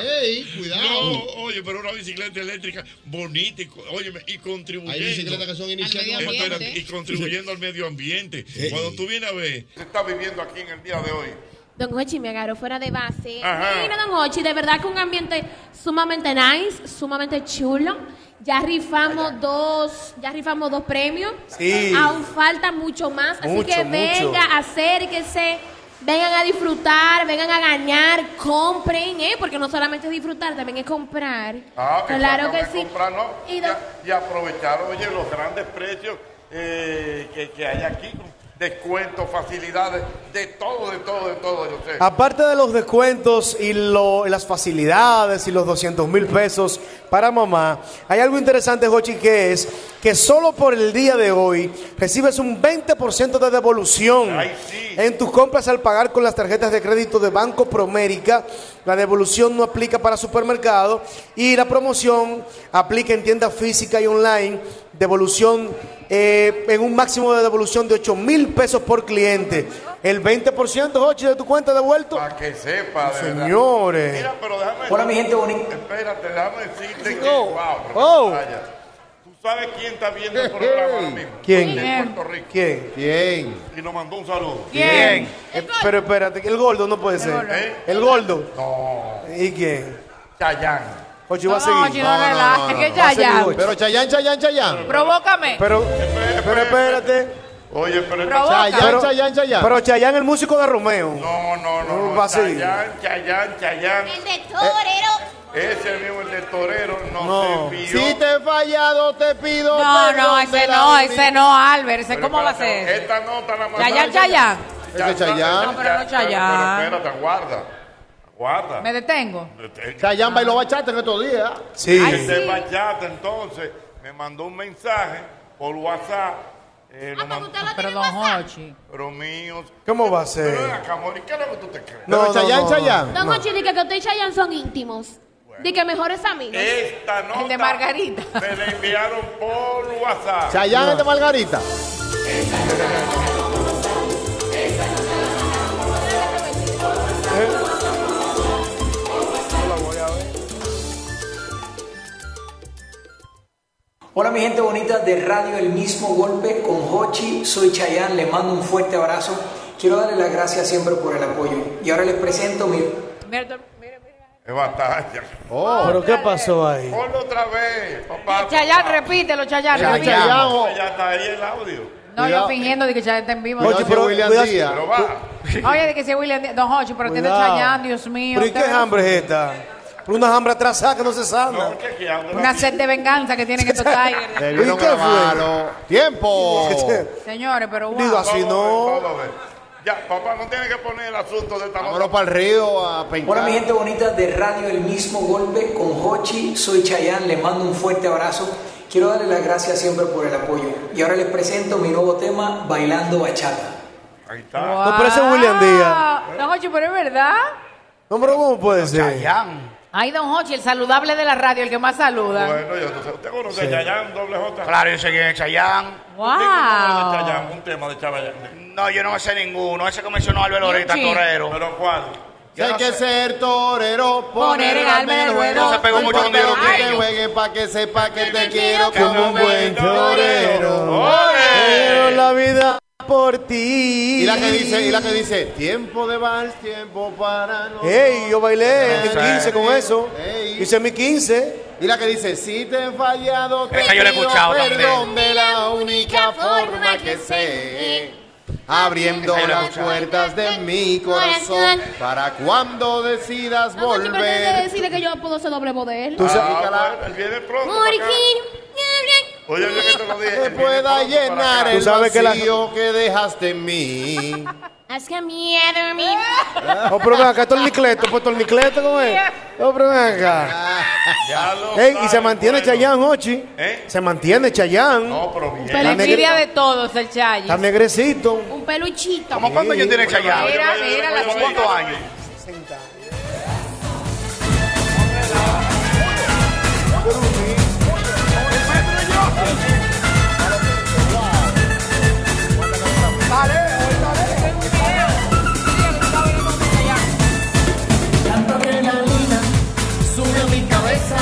Speaker 2: Ey,
Speaker 1: No, oye, pero una bicicleta eléctrica bonita y, co- óyeme, y contribuyendo.
Speaker 2: Hay bicicletas que son iniciativas
Speaker 1: Espérate,
Speaker 2: ambiente.
Speaker 1: Y contribuyendo al medio ambiente. Cuando tú vienes a ver, se está viviendo aquí en el día de hoy.
Speaker 3: Don Hochi me agarró fuera de base.
Speaker 1: Ajá.
Speaker 3: Mira, Don Hochi, de verdad que un ambiente sumamente nice, sumamente chulo. Ya rifamos dos, ya rifamos dos premios.
Speaker 8: Sí.
Speaker 3: Aún falta mucho más. Así
Speaker 8: Mucho,
Speaker 3: que
Speaker 8: mucho.
Speaker 3: venga, acérquese, vengan a disfrutar, vengan a ganar, compren, ¿eh? Porque no solamente es disfrutar, también es comprar.
Speaker 1: Ah,
Speaker 3: claro que
Speaker 1: exactamente,
Speaker 3: sí.
Speaker 1: comprar, ¿no?
Speaker 3: Y
Speaker 1: y,
Speaker 3: don-
Speaker 1: y aprovechar, oye, los grandes precios eh, que, que hay aquí, con descuentos, facilidades, de todo, de todo, de todo, yo sé.
Speaker 8: Aparte de los descuentos y lo- y las facilidades y los 200 mil pesos para mamá, hay algo interesante, Jochi, que es que solo por el día de hoy recibes un 20% de devolución en tus compras al pagar con las tarjetas de crédito de Banco Promérica. La devolución no aplica para supermercado y la promoción aplica en tienda física y online. Devolución eh, en un máximo de devolución de 8 mil pesos por cliente. El 20%, Jochi, de tu cuenta devuelto.
Speaker 1: Para que sepa, de verdad.
Speaker 8: Señores.
Speaker 1: Mira, pero déjame.
Speaker 8: Hola, mi gente bonita.
Speaker 1: Espérate, déjame decirte que.
Speaker 8: Oh.
Speaker 1: Wow, pero
Speaker 8: Oh.
Speaker 1: vaya. ¿Tú sabes quién está viendo el programa ahora mismo?
Speaker 8: ¿Quién?
Speaker 1: De Puerto Rico.
Speaker 8: ¿Quién? ¿Quién?
Speaker 1: Y nos mandó un saludo.
Speaker 8: Eh, pero espérate, el gordo no puede ser.
Speaker 1: ¿Eh?
Speaker 8: ¿El gordo? No. ¿Y quién?
Speaker 1: Chayán.
Speaker 8: Ochi va a
Speaker 2: No,
Speaker 8: seguir.
Speaker 2: Jochi, no relaje, que
Speaker 8: Va a seguir,
Speaker 2: Chayanne.
Speaker 8: Jochi.
Speaker 2: Pero
Speaker 8: Chayán, Chayán, Chayán.
Speaker 2: Provócame.
Speaker 8: Pero, pero espérate.
Speaker 1: Oye, pero
Speaker 2: Provócame. Chayanne,
Speaker 8: Pero-
Speaker 2: Chayanne, Chayanne.
Speaker 8: Pero Chayán, el músico de Romeo.
Speaker 1: No, no, no.
Speaker 8: Va a
Speaker 1: no
Speaker 8: seguir.
Speaker 1: Chayán, Chayán, Chayán. El de torero. Eh, Ese mismo, el de torero, no,
Speaker 8: No.
Speaker 1: se vio.
Speaker 22: Si te he fallado, te pido.
Speaker 7: No,
Speaker 22: perdón
Speaker 7: no,
Speaker 22: de
Speaker 7: ese
Speaker 22: la
Speaker 7: no,
Speaker 22: vida.
Speaker 7: ese no, Albert. Ese cómo va a
Speaker 1: espérate,
Speaker 7: ser.
Speaker 1: Esta nota la más.
Speaker 7: Chayán, Chayán.
Speaker 22: Ese es Chayanne.
Speaker 7: No, pero no Chayanne.
Speaker 1: Pero espérate, aguarda. Aguarda. Eh,
Speaker 7: Me detengo.
Speaker 22: Chayanne bailó bachata en estos días.
Speaker 1: Ese bachata, entonces, me mandó un mensaje por WhatsApp Eh, lo mandó-
Speaker 7: Ah, Pero don Hochi.
Speaker 1: Pero míos.
Speaker 8: ¿Cómo va a ser?
Speaker 1: Pero era Camori, ¿qué es lo que tú te crees?
Speaker 8: No, Pero no, Chayanne, no. Chayanne.
Speaker 3: Don
Speaker 8: No.
Speaker 3: Hochi, dice que usted y Chayanne son íntimos. Dice que mejores amigos.
Speaker 1: Esta nota.
Speaker 3: El de Margarita.
Speaker 1: Me la enviaron por WhatsApp.
Speaker 2: Chayán es de este Margarita.
Speaker 23: Hola mi gente bonita de Radio El Mismo Golpe con Hochi, soy Chayanne, les mando un fuerte abrazo. Quiero darle las gracias siempre por el apoyo. Y ahora les presento mi...
Speaker 1: Es batalla.
Speaker 8: Oh, ¿Pero qué pasó ahí?
Speaker 1: Ponlo otra vez, papá.
Speaker 7: Chayán, repítelo, Chayán,
Speaker 1: Ya,
Speaker 7: repítelo.
Speaker 1: ya, ya está ahí el audio.
Speaker 7: No, yo fingiendo de que Chayán está en vivo.
Speaker 8: Oye, pero- William cuidado- Díaz.
Speaker 1: Pero va.
Speaker 7: Oye, de que si William Díaz- Don Hochi, pero tiene
Speaker 8: Cuidado.
Speaker 7: Chayán, Dios mío.
Speaker 8: ¿Pero y qué
Speaker 7: usted-
Speaker 8: hambre es esta? Por una hambre atrasada que no se sana.
Speaker 7: Una sed de venganza que
Speaker 8: (laughs)
Speaker 7: tienen estos Tigers.
Speaker 8: ¿Y qué fue? (laughs)
Speaker 2: ¡Tiempo!
Speaker 7: Señores, pero wow.
Speaker 8: Digo así, no.
Speaker 1: Ya, papá, no tiene que poner el asunto de esta nota.
Speaker 2: Vámonos para el río a pintar.
Speaker 23: Hola mi gente bonita de Radio El Mismo Golpe con Hochi, soy Chayanne, les mando un fuerte abrazo. Quiero darle las gracias siempre por el apoyo. Y ahora les presento mi nuevo tema, Bailando Bachata.
Speaker 1: Ahí está.
Speaker 8: No, pero ese es William Díaz.
Speaker 7: Ah, Don Hochi, pero es verdad.
Speaker 8: No, pero ¿cómo puede ser?
Speaker 7: Ay, Don Hochi, el saludable de la radio, el que más saluda.
Speaker 1: Bueno, yo no sé. ¿Usted conoce
Speaker 6: Sí.
Speaker 1: a Chayán, doble J?
Speaker 6: Claro, yo sé quién es Chayán.
Speaker 7: Wow.
Speaker 1: Chayán, un tema de Chayán.
Speaker 6: No, yo no me sé ninguno. Ese que mencionó Álvaro Loreta,
Speaker 1: Yuchi.
Speaker 6: torero.
Speaker 1: ¿Pero cuál?
Speaker 6: Yo
Speaker 2: Hay
Speaker 6: no
Speaker 2: que
Speaker 6: sé.
Speaker 2: ser torero, poner el alma en el ruedo.
Speaker 6: Se pegó
Speaker 2: No
Speaker 6: mucho con
Speaker 2: importa
Speaker 6: Dios.
Speaker 2: lo que
Speaker 6: Ay,
Speaker 2: te
Speaker 6: yo-
Speaker 2: juegue pa' que sepa que te quiero como un buen torero.
Speaker 8: Quiero la vida por ti.
Speaker 2: Y la que dice, y la que dice, tiempo de vals, tiempo para no.
Speaker 8: Ey, yo bailé en
Speaker 2: Sí.
Speaker 8: 15 con eso.
Speaker 2: Ey.
Speaker 8: Hice mi 15.
Speaker 2: Y la que dice, si te he fallado, te
Speaker 8: Esa yo la he
Speaker 2: pido
Speaker 8: escuchado también.
Speaker 2: perdón de la única forma que sé. Abriendo
Speaker 8: Esa yo la he
Speaker 2: las
Speaker 8: escuchado.
Speaker 2: puertas de mi corazón
Speaker 3: Corazón.
Speaker 2: para cuando decidas
Speaker 3: Don Hochi, pero
Speaker 2: volver.
Speaker 3: decirle que yo puedo ser doble poder.
Speaker 2: Tú sabes-
Speaker 1: Ah, Oye, yo que te lo dije.
Speaker 2: Que pueda llenar
Speaker 8: Tú
Speaker 2: el
Speaker 8: sabes que la-
Speaker 2: vacío que dejaste en mí.
Speaker 3: Haz que miedo, mi.
Speaker 8: No, pero ven acá, tornicleto, pues tornicleto, ¿cómo es? No, pero ven acá.
Speaker 1: Ya lo
Speaker 8: Ey, y
Speaker 1: sabe,
Speaker 8: se mantiene
Speaker 1: bueno.
Speaker 8: Chayán, Hochi.
Speaker 2: ¿Eh?
Speaker 8: Se mantiene Chayán.
Speaker 1: No, pero bien.
Speaker 7: Pero
Speaker 8: Está
Speaker 7: envidia
Speaker 8: negre-
Speaker 7: de todos, el Chayi.
Speaker 8: Está negrecito.
Speaker 3: Un peluchito.
Speaker 6: ¿Cómo cuántos años tiene Chayanne?
Speaker 7: Mira, mira, la
Speaker 6: ¿Cómo cuántos años?
Speaker 11: Tanta adrenalina sube a mi cabeza.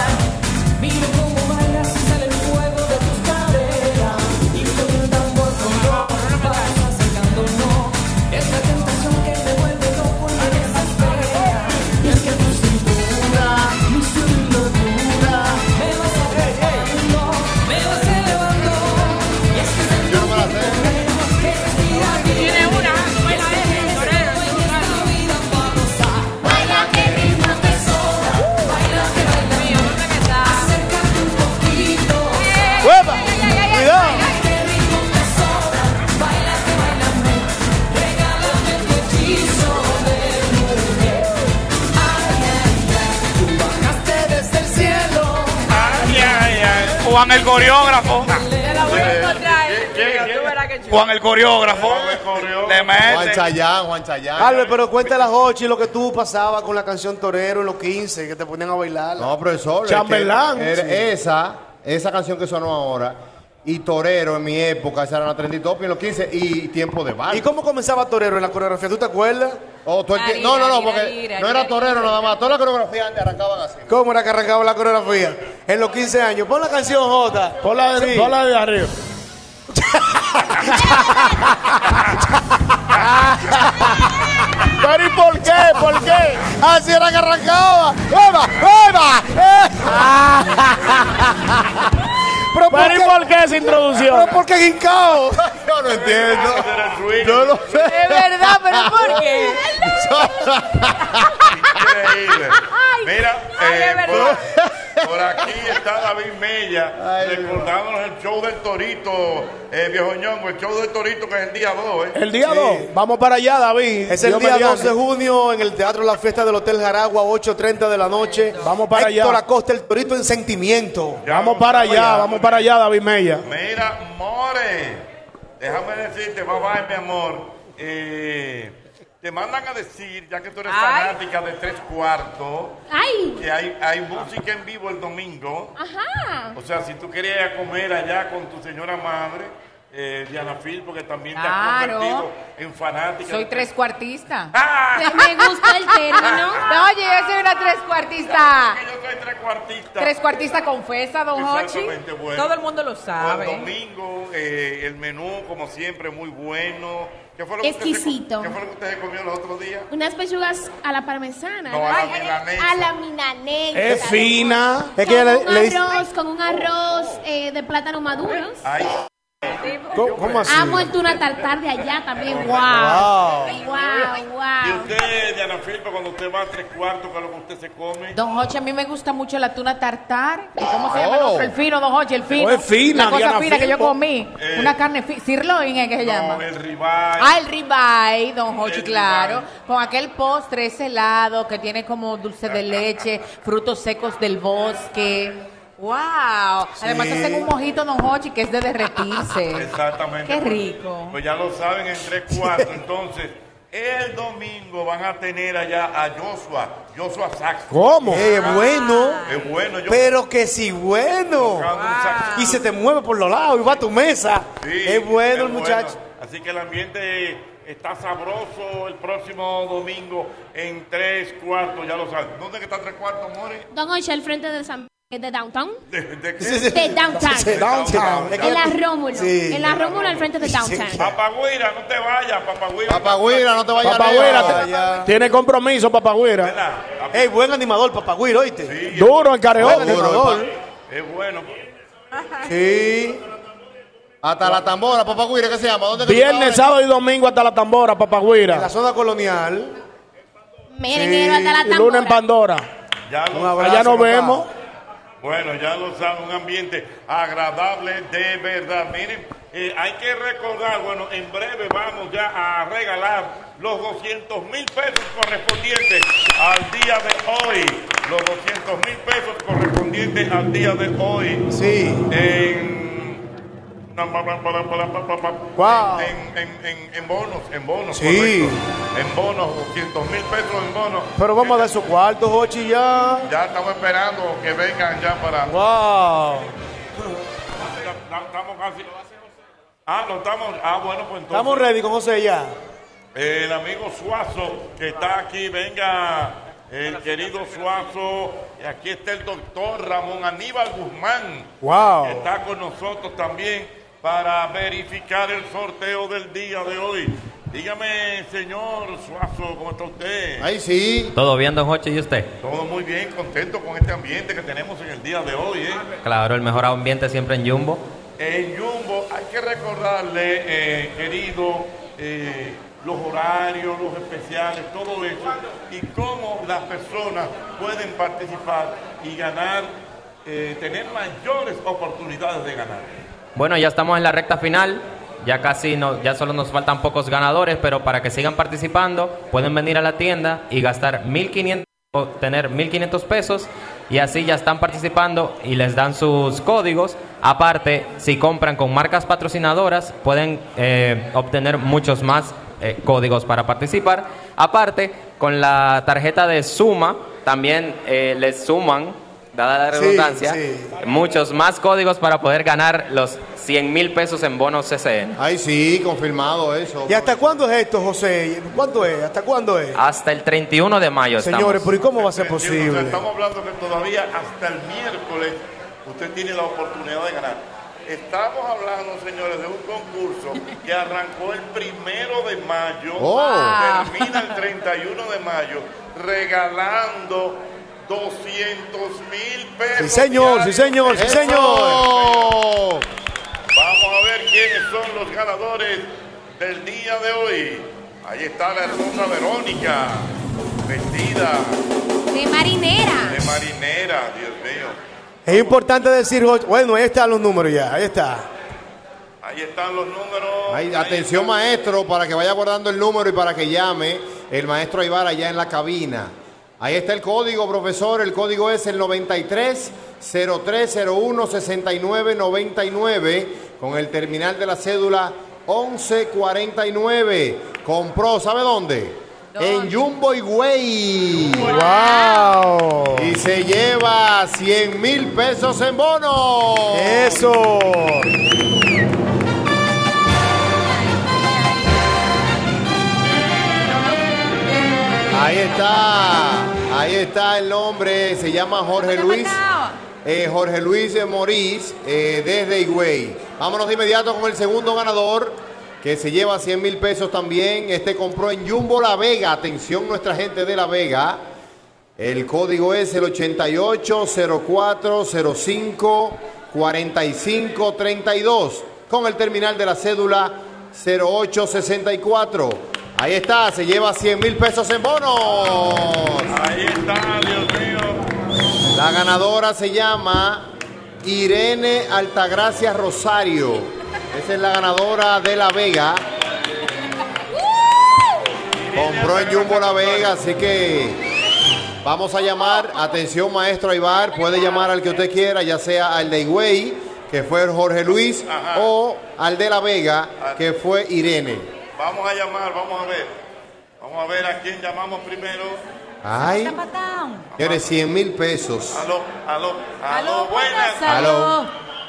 Speaker 11: Miro cómo bailas y sale el fuego de tus caderas. Y con el tambor sonoro vas acercándonos. Es la tentación que me vuelve loco y me desespera. Y es que tu cintura, mi sin locura, me vas atrapando, me vas elevando. Y es que es el torero que respira aquí. Tiene una, buena es torero. Esta vida famosa. Baila que ritmo te sobra, baila que baila mío, ¿dónde que está? Acércate un poquito.
Speaker 8: ¡Hueva! ¡Cuidado!
Speaker 11: Baila que ritmo te sobra, baila que bailame. Regálame tu hechizo de mujer. Ay, ay, ay, tú bajaste desde el cielo.
Speaker 6: Ay, ay, ay. Juan el coreógrafo. Juan el coreógrafo. Le
Speaker 2: Juan
Speaker 6: mete.
Speaker 2: Chayán, Juan Chayán.
Speaker 8: Albert, pero cuéntale a Hochi lo que tú pasabas con la canción Torero en los 15, que te ponían a bailar.
Speaker 2: No, profesor. es que
Speaker 8: Chambelán.
Speaker 2: era
Speaker 8: Sí.
Speaker 2: Esa, esa canción que sonó ahora. Y Torero en mi época, esa era la 30 y top y en los 15 y tiempo de bar.
Speaker 8: ¿Y cómo comenzaba Torero en la coreografía? ¿Tú te acuerdas?
Speaker 2: Oh, tú enti- no, no, no, porque no era torero nada más. Toda la coreografía arrancaban así.
Speaker 8: ¿Cómo era que arrancaba la coreografía? En los 15 años. Pon la canción, Jota. Pon la de,
Speaker 9: pon la de
Speaker 8: arriba.
Speaker 24: (laughs) Pero ¿y por qué? ¿Por qué?
Speaker 8: Así era que arrancaba. ¡Eva! ¡Eva! (laughs) ¿Pero,
Speaker 24: Pero ¿y por qué esa introducción?
Speaker 8: ¿Pero por qué
Speaker 24: (laughs)
Speaker 8: gincao?
Speaker 2: Yo no entiendo.
Speaker 1: Yo
Speaker 2: no sé.
Speaker 7: Es verdad, pero ¿por qué?
Speaker 1: Increíble. Mira,
Speaker 7: (laughs) Ay,
Speaker 1: eh,
Speaker 7: es verdad.
Speaker 1: por, por aquí está David Mella recordándonos el show del Torito, eh, viejo ñongo, el show del Torito que es el día 2. ¿eh?
Speaker 9: El día 2. Vamos para allá, David.
Speaker 8: Es el
Speaker 9: Dios
Speaker 8: día
Speaker 9: mediante.
Speaker 8: 2 de junio en el Teatro La Fiesta del Hotel Jaragua, 8.30 de la noche. Vamos
Speaker 9: para allá.
Speaker 8: Héctor Acosta, el Torito en Sentimiento.
Speaker 9: Vamos para allá, vamos para allá, David Mella.
Speaker 1: Mira, More. Déjame decirte, bye bye, mi amor. Eh, te mandan a decir, ya que tú eres
Speaker 3: Ay.
Speaker 1: fanática de tres cuartos,
Speaker 3: Ay.
Speaker 1: que hay, hay música en vivo el domingo.
Speaker 3: Ajá.
Speaker 1: O sea, si tú querías ir a comer allá con tu señora madre, eh, Diana Phil, porque también te
Speaker 7: Claro.
Speaker 1: has convertido en fanática.
Speaker 7: Soy
Speaker 1: de-
Speaker 7: tres cuartista.
Speaker 1: Me
Speaker 7: Ah. gusta el término. (laughs) No, oye, yo soy una tres cuartista.
Speaker 1: Yo soy tres cuartista.
Speaker 7: Tres cuartista confesa, don Hochi.
Speaker 1: Exactamente, bueno.
Speaker 7: Todo el mundo lo sabe.
Speaker 1: El domingo, eh, el menú, como siempre, muy bueno. ¿Qué fue lo que usted se-
Speaker 3: Exquisito.
Speaker 1: ¿Qué fue lo que usted se comió los otros días?
Speaker 3: Unas pechugas a la parmesana.
Speaker 1: No, a la
Speaker 3: Ay,
Speaker 1: milanesa.
Speaker 3: a la milanesa.
Speaker 4: fina.
Speaker 8: Es que ella
Speaker 3: Con
Speaker 8: le,
Speaker 3: un
Speaker 8: le dice.
Speaker 3: arroz, con un arroz eh, de plátano maduro.
Speaker 8: ¿Cómo, cómo así?
Speaker 3: Ha muerto una tartar de allá también. Wow.
Speaker 8: Wow.
Speaker 3: Wow,
Speaker 1: Y
Speaker 3: wow.
Speaker 1: usted, Diana Filpo, cuando usted va a tres cuartos, ¿qué es lo que usted se come?
Speaker 7: Don Hochi, a mí me gusta mucho la tuna tartar. ¿Y ¿Cómo se llama el
Speaker 1: Oh.
Speaker 7: otro? El fino, Don Hochi, el fino.
Speaker 1: Oh, es fina,
Speaker 7: Una cosa
Speaker 1: Diana
Speaker 7: fina que yo
Speaker 1: Filpo.
Speaker 7: comí.
Speaker 1: Eh.
Speaker 7: Una carne fina. Sirloin, ¿eh? que se llama?
Speaker 1: No, el rival.
Speaker 7: Ah, el ribeye, Don Hochi,
Speaker 1: El
Speaker 7: claro. Con aquel postre, ese helado que tiene como dulce de
Speaker 1: (laughs)
Speaker 7: leche, frutos secos del bosque. ¡Wow! Además hacen un mojito, Don Hochi, que es de
Speaker 1: (laughs)
Speaker 7: derretirse.
Speaker 1: Exactamente.
Speaker 7: Qué
Speaker 1: Pues-
Speaker 7: rico.
Speaker 1: Pues ya lo saben en tres cuartos. Entonces, el domingo van a tener allá a Joshua, Joshua Sax.
Speaker 8: ¿Cómo?
Speaker 7: Ah.
Speaker 8: Eh, bueno.
Speaker 1: Es bueno, yo-
Speaker 8: Pero que sí, bueno. Y se te mueve por los lados y va a tu mesa.
Speaker 1: Sí,
Speaker 8: es bueno el muchacho.
Speaker 1: Así que el ambiente está sabroso el próximo domingo en tres cuartos, ya lo saben. ¿Dónde que está tres cuartos, More?
Speaker 3: Don Ocho, al frente de San de Downtown.
Speaker 1: ¿De, de qué? Ah,
Speaker 3: De Downtown.
Speaker 1: De downtown.
Speaker 3: En la Rómulo.
Speaker 1: Sí.
Speaker 3: En la Rómulo, al frente de Downtown.
Speaker 1: Papagüira, no te vayas, Papagüira.
Speaker 2: Papagüira, no te vayas
Speaker 4: Papagüera,
Speaker 2: lejos.
Speaker 4: te- tiene compromiso, papagüera.
Speaker 8: Ey, buen animador, papagüiro, ¿oíste?
Speaker 4: Duro en careo.
Speaker 8: Buen animador.
Speaker 1: Es bueno.
Speaker 8: Sí.
Speaker 2: Hasta la tambora, papagüira, ¿qué se llama? ¿Dónde que tú
Speaker 4: Viernes,
Speaker 2: estabas?
Speaker 4: sábado y domingo hasta la tambora, papagüira.
Speaker 8: La zona colonial.
Speaker 4: Sí,
Speaker 3: Merenguero hasta la tambora.
Speaker 4: Luna en Pandora.
Speaker 1: Ya lo
Speaker 4: Allá nos vemos.
Speaker 1: Bueno, ya lo saben, un ambiente agradable de verdad. Miren, eh, hay que recordar, bueno, en breve vamos ya a regalar los 200 mil pesos correspondientes al día de hoy. Los 200 mil pesos correspondientes al día de hoy.
Speaker 8: Sí.
Speaker 1: En... En, en- en- en bonos, en bonos.
Speaker 8: Sí.
Speaker 1: correcto. En bonos, 200 mil pesos en bonos.
Speaker 8: Pero vamos a dar su cuarto, Jochi, ya.
Speaker 1: Ya estamos esperando que vengan ya para...
Speaker 8: Wow.
Speaker 1: Ya Estamos casi. Ah, no estamos. Ah, bueno, pues entonces.
Speaker 8: Estamos ready con José ya.
Speaker 1: El amigo Suazo que está aquí, venga. El querido Suazo. Y aquí está el doctor Ramón Aníbal Guzmán.
Speaker 4: Wow.
Speaker 1: Que está con nosotros también para verificar el sorteo del día de hoy. Dígame, señor Suazo, ¿cómo está usted?
Speaker 2: Ahí sí.
Speaker 25: ¿Todo bien, don Joche? ¿Y usted?
Speaker 1: Todo muy bien, contento con este ambiente que tenemos en el día de hoy, ¿eh?
Speaker 25: Claro, el mejor ambiente siempre en Jumbo.
Speaker 1: En Jumbo hay que recordarle, eh, querido, eh, los horarios, los especiales, todo eso, y cómo las personas pueden participar y ganar, eh, tener mayores oportunidades de ganar.
Speaker 25: Bueno, ya estamos en la recta final. Ya casi no, ya solo nos faltan pocos ganadores, pero para que sigan participando, pueden venir a la tienda y gastar 1500 o tener 1500 pesos y así ya están participando y les dan sus códigos. Aparte, si compran con marcas patrocinadoras, pueden eh, obtener muchos más eh, códigos para participar. Aparte, con la tarjeta de suma, también eh, les suman, dada la
Speaker 8: Sí,
Speaker 25: redundancia,
Speaker 8: sí.
Speaker 25: muchos más códigos para poder ganar los 100 mil pesos en bonos CCN.
Speaker 2: Ahí sí, confirmado eso.
Speaker 8: ¿Y hasta cuándo es esto, José? ¿Cuánto es? ¿Hasta cuándo es?
Speaker 25: Hasta el 31 de mayo Ah, estamos.
Speaker 8: Señores, pero ¿y cómo va a ser
Speaker 1: O sea,
Speaker 8: posible?
Speaker 1: estamos hablando que todavía hasta el miércoles usted tiene la oportunidad de ganar. Estamos hablando, señores, de un concurso que arrancó el primero de mayo,
Speaker 13: Oh. Wow.
Speaker 1: termina el 31 de mayo, regalando 200 mil
Speaker 8: Sí,
Speaker 1: pesos.
Speaker 8: señor, sí, señor, sí,
Speaker 1: Eso.
Speaker 8: señor.
Speaker 1: Vamos a ver quiénes son los ganadores del día de hoy. Ahí está la hermosa Verónica, vestida
Speaker 3: De marinera.
Speaker 1: de marinera, Dios mío.
Speaker 8: Es importante decir, Jochi- bueno, ahí están los números ya, ahí está.
Speaker 1: Ahí están los números.
Speaker 2: Ahí, atención maestro, para que vaya guardando el número y para que llame el maestro Aybar allá en la cabina. Ahí está el código, profesor. El código es el 93 0301 6999 con el terminal de la cédula 1149. Compró, ¿sabe dónde? En Jumbo Higüey.
Speaker 8: ¡Wow!
Speaker 2: Y se lleva 100 mil pesos en bono.
Speaker 8: ¡Eso!
Speaker 2: Ahí está. Ahí está el nombre. Se llama Jorge Luis. eh, Jorge Luis Morís eh, desde Higüey. Vámonos de inmediato con el segundo ganador que se lleva 100 mil pesos también. Este compró en Jumbo La Vega. Atención nuestra gente de La Vega. El código es el 8804054532 con el terminal de la cédula 0864. Ahí está, se lleva 100 mil pesos en bonos.
Speaker 1: Ahí está, Dios mío.
Speaker 2: La ganadora se llama Irene Altagracia Rosario. Esa es la ganadora de La Vega. Compró en Jumbo La Vega, así que Vamos a llamar, atención maestro Aibar, puede llamar al que usted quiera, ya sea al de Higüey, que fue el Jorge Luis, o al de La Vega, que fue Irene.
Speaker 1: Vamos a llamar, vamos a ver. Vamos a ver a quién llamamos primero.
Speaker 2: Ay, eres 100 mil pesos.
Speaker 1: Aló, aló, aló, buenas.
Speaker 7: Oh,
Speaker 2: Aló.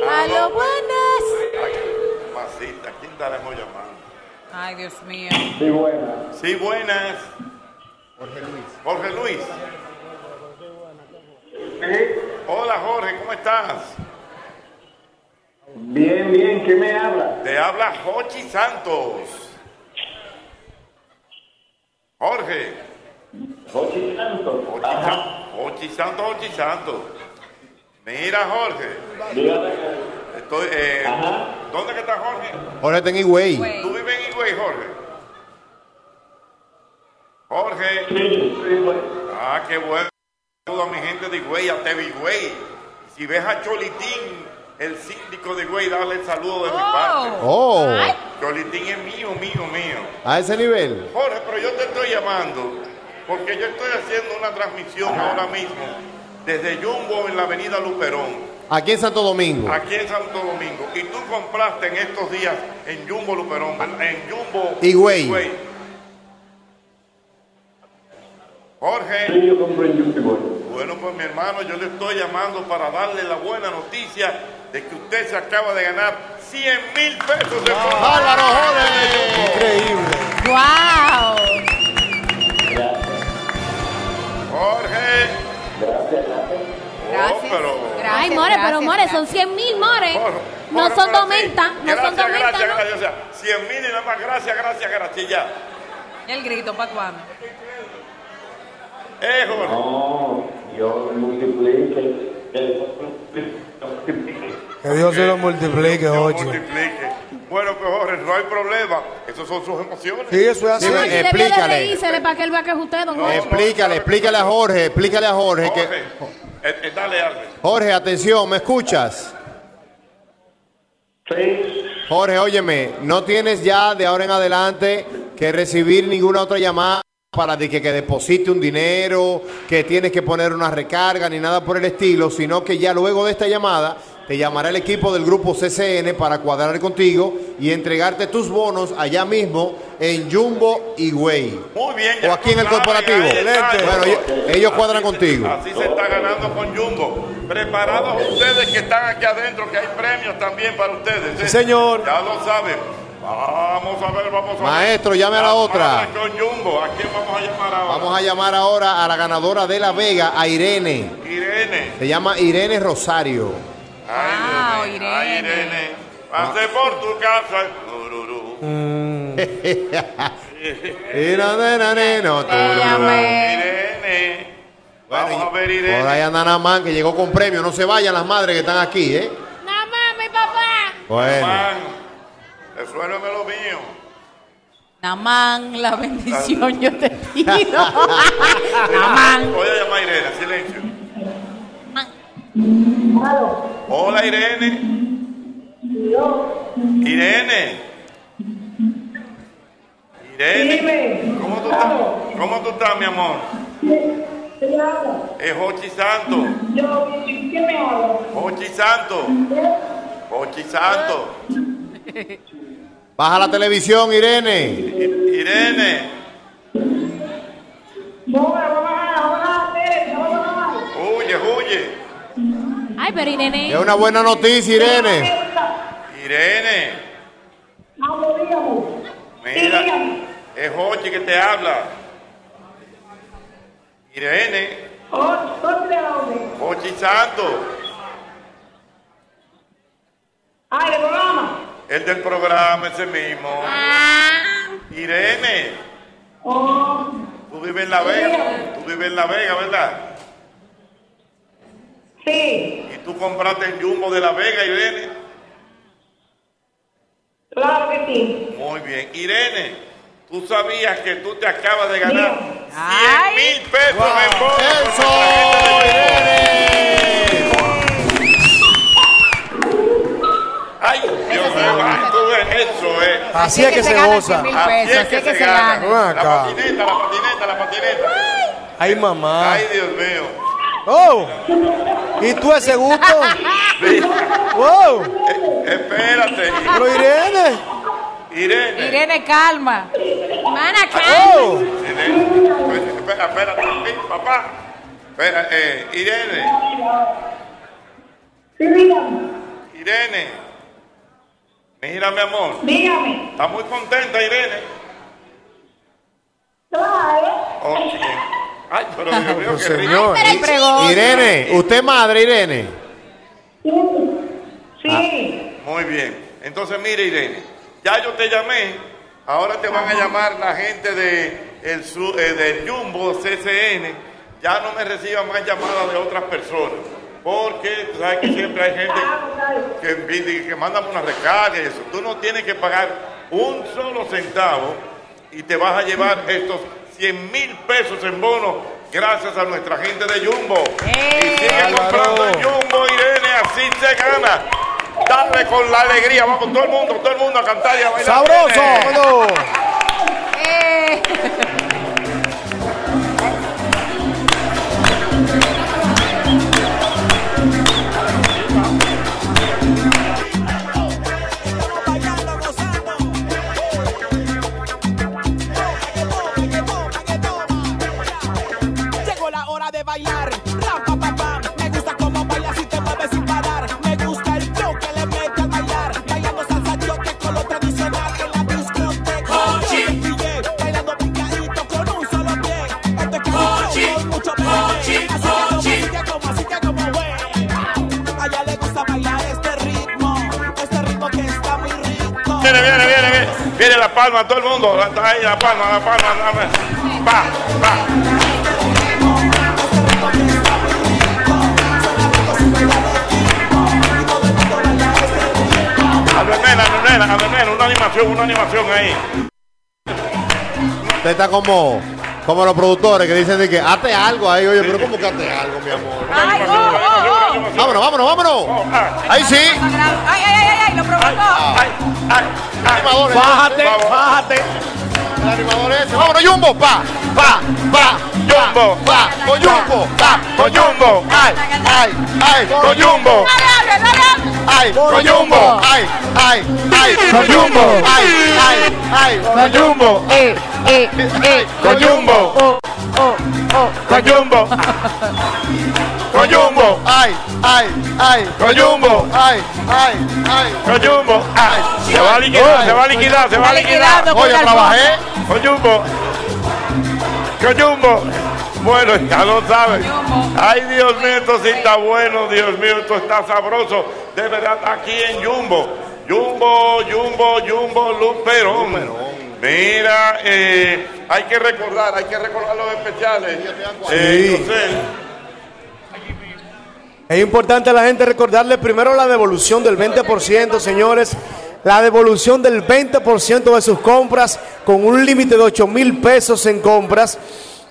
Speaker 12: Aló, buenas.
Speaker 1: Ay, Masita, ¿quién estaremos llamando?
Speaker 26: Ay, Dios mío.
Speaker 1: Sí, buenas. Sí, buenas.
Speaker 2: Jorge Luis.
Speaker 1: Jorge Luis. Hola Jorge, ¿cómo estás?
Speaker 5: Bien, bien, ¿qué me habla?
Speaker 1: Te habla Jochi Santos. Jorge.
Speaker 5: Jochi Santos.
Speaker 1: Jochi, San- Jochi Santos, Jochi Santos. Mira Jorge.
Speaker 5: Dígame.
Speaker 1: Estoy, eh, ¿Dónde que está Jorge?
Speaker 2: Ahora está en Higüey.
Speaker 1: ¿Tú vives en Higüey, Jorge? Jorge. Ah, qué bueno. Saludo a mi gente de Higüey, a TV Higüey. Si ves a Cholitín, el síndico de Higüey, dale el saludo de mi parte.
Speaker 2: Oh. Ay.
Speaker 1: Cholitín es mío, mío, mío.
Speaker 2: A ese nivel.
Speaker 1: Jorge, pero yo te estoy llamando porque yo estoy haciendo una transmisión ahora mismo desde Jumbo en la avenida Luperón.
Speaker 2: Aquí en Santo Domingo.
Speaker 1: Aquí en Santo Domingo. Y tú compraste en estos días en Jumbo Luperón, ¿verdad? en Jumbo
Speaker 2: Higüey.
Speaker 1: Jorge.
Speaker 5: Sí, yo compro en YouTube.
Speaker 1: Bueno, pues mi hermano, yo le estoy llamando para darle la buena noticia de que usted se acaba de ganar 100 mil pesos de bono.
Speaker 2: ¡Bárbaro, Jorge!
Speaker 8: Increíble.
Speaker 12: ¡Wow!
Speaker 1: Jorge. Oh,
Speaker 3: Gracias. Ay, more, pero more, son 100 mil, more. No
Speaker 1: Jorge,
Speaker 3: son
Speaker 1: pero sí.
Speaker 3: 90, no
Speaker 1: gracias,
Speaker 3: son 90.
Speaker 1: Gracias, gracias, O sea, 100 mil y nada más, gracias, gracias, gracias. y Ya.
Speaker 26: El grito, ¿para cuándo?
Speaker 1: Eh, Jorge.
Speaker 5: No, yo multiplique. eh,
Speaker 8: Que Dios se lo multiplique, Jochi.
Speaker 1: Multiplique. Bueno, pues Jorge, no hay problema. Esas son sus emociones.
Speaker 8: Sí, eso es así.
Speaker 2: Sí,
Speaker 3: Ay, si
Speaker 2: eh,
Speaker 3: debió de
Speaker 2: explícale. Eh,
Speaker 3: reírsele para que él va que es usted, don Jorge.
Speaker 2: Explícale, explícale a Jorge, explícale a Jorge que
Speaker 1: Eh, eh, dale, Albert.
Speaker 2: Jorge, atención, ¿me escuchas? Jorge, óyeme, no tienes ya de ahora en adelante que recibir ninguna otra llamada para de que, que deposite un dinero, que tienes que poner una recarga ni nada por el estilo, sino que ya luego de esta llamada te llamará el equipo del grupo CCN para cuadrar contigo y entregarte tus bonos allá mismo en Jumbo y Güey.
Speaker 1: Muy bien.
Speaker 2: O aquí en el
Speaker 1: tú sabes,
Speaker 2: corporativo.
Speaker 1: ahí está.
Speaker 2: Excelente. Bueno, ellos- ellos cuadran
Speaker 1: Así se-
Speaker 2: contigo.
Speaker 1: Así se está ganando con Jumbo. Preparados ustedes que están aquí adentro, que hay premios también para ustedes. ¿eh?
Speaker 8: Sí, señor.
Speaker 1: Ya lo saben. Vamos a ver, vamos a ver.
Speaker 2: Maestro, llame a la otra.
Speaker 1: Con Jumbo, ¿a quién vamos a llamar ahora?
Speaker 2: Vamos a llamar ahora a la ganadora de La Vega, a Irene.
Speaker 1: Irene.
Speaker 2: Se llama Irene Rosario.
Speaker 3: Ah,
Speaker 1: Ay, Irene. Ay, Irene. Pase por tu casa. Tururú. Mm.
Speaker 2: (laughs)
Speaker 1: Irene. Vamos a ver, Irene.
Speaker 2: Por ahí anda Namán que llegó con premio. No se vayan las madres que están aquí, ¿eh?
Speaker 3: Namán, Ah, mi papá.
Speaker 2: Bueno.
Speaker 1: Man, resuélveme lo mío.
Speaker 12: Namán, la bendición yo te pido.
Speaker 3: Ah,
Speaker 1: Voy a llamar a Irene, silencio. Hola, Irene. Irene. Irene. ¿Cómo tú estás? ¿Cómo tú estás, mi amor? Es Hochi Santo.
Speaker 7: (laughs)
Speaker 1: Hochi Santo. Hochi Santo.
Speaker 2: Baja la televisión, Irene.
Speaker 1: Irene. Huye, huye.
Speaker 14: Ay, pero Irene.
Speaker 2: Es una buena noticia, Irene.
Speaker 1: Irene. Mira, es Hochi que te habla. Irene. Hochi Santo,
Speaker 27: Ay, el programa.
Speaker 1: el del programa ese mismo. Irene, tú vives en La Vega, tú vives en La Vega, ¿verdad?
Speaker 27: Sí,
Speaker 1: Y tú compraste el Jumbo de La Vega, Irene.
Speaker 27: claro que sí.
Speaker 1: Muy bien, Irene, tú sabías que tú te acabas de ganar 100 mil pesos en bonos. Ay, Dios mío, ay, tú ves, eso es.
Speaker 8: Así es que se goza.
Speaker 1: Así es que se gana. La
Speaker 8: Acá.
Speaker 1: patineta, la patineta, la patineta.
Speaker 8: Ay, mamá.
Speaker 1: Ay, Dios mío.
Speaker 8: Oh. ¿Y tú ese gusto? wow.
Speaker 1: Espérate.
Speaker 8: Pero Irene.
Speaker 7: (laughs)
Speaker 1: Irene.
Speaker 7: Irene, calma.
Speaker 14: Mana,
Speaker 8: calma.
Speaker 1: Irene, espera, espérate, sí, papá. Espera, eh, Irene, Irene. Mira, mi amor.
Speaker 27: Dígame.
Speaker 1: Está muy contenta, Irene. Ok. Oh, Ay, pero Dios mío, qué rico.
Speaker 2: Señor.
Speaker 27: Ay, pero chico.
Speaker 2: Irene, usted es madre, Irene.
Speaker 1: Sí. Muy bien. Entonces, mire, Irene, ya yo te llamé. Ahora te van a llamar la gente de el su- eh, del Jumbo CCN. Ya no me reciban más llamadas de otras personas. Porque tú sabes que siempre hay gente que, invita y que manda una recarga y eso. Tú no tienes que pagar un solo centavo y te vas a llevar estos 100 mil pesos en bono gracias a nuestra gente de Jumbo. Y sigue comprando en Jumbo, Irene, así se gana. Dale con la alegría, vamos todo el mundo, todo el mundo a cantar y a bailar.
Speaker 8: ¡Sabroso!
Speaker 1: Irene.
Speaker 8: vámonos.
Speaker 27: Llegó la hora de bailar. Ram, pam, pam, pam. Me gusta cómo bailas y te mueves sin parar. Me gusta el flow que le mete al bailar. Bailando salsa choque con lo tradicional en la discoteca. Hochi. Bailando picadito con un solo pie. Esto es Hochi. con mucho merengue. Así que como, así que como, así que como, güey. A ella le gusta bailar este ritmo. Este ritmo que está muy rico.
Speaker 1: Viene, viene, viene, viene. Viene la palma, todo el mundo. Está ahí la palma, la palma. La palma. Pa, pa. A Lorena, a Lorena, a Lorena, una animación, una animación ahí.
Speaker 2: Usted está como, como los productores que dicen de que hazte algo ahí, oye, pero ¿cómo que hazte algo, mi amor?
Speaker 27: Ay, oh, oh, oh.
Speaker 2: Vámonos, vámonos, vámonos. Ahí sí.
Speaker 27: Ay, ay, ay, ay, lo provocó.
Speaker 2: Animadores,
Speaker 27: Bájate,
Speaker 2: vamos. El animador ese. Vámonos, Jumbo, pa, pa, pa, Jumbo, pa, con Jumbo, pa, con Jumbo, ay, ay, ay, con Jumbo. Ay, con Jumbo, ay, ay, ay, con Jumbo, ay, ay, ay, con Jumbo, eh, eh, eh, con Jumbo, oh, oh, oh, con Jumbo. Con Jumbo, ay, ay, ay, con Jumbo, ay, ay, ay, con Jumbo, ay,
Speaker 1: Ah, Se va a liquidar, se va a liquidar, se va a liquidar.
Speaker 2: Oye, trabajé.
Speaker 1: Coyumbo. Coyumbo. Bueno, (laughs) ya lo saben. Ay, Dios mío, esto sí está bueno, Dios mío, esto está sabroso. De verdad, aquí en Jumbo. Jumbo, Jumbo, Jumbo, Luperón. Mira, eh, hay que recordar, hay que recordar los especiales. Eh,
Speaker 8: Sí.
Speaker 1: José,
Speaker 8: Es importante a la gente recordarle primero la devolución del 20%, señores. La devolución del 20% de sus compras con un límite de 8 mil pesos en compras.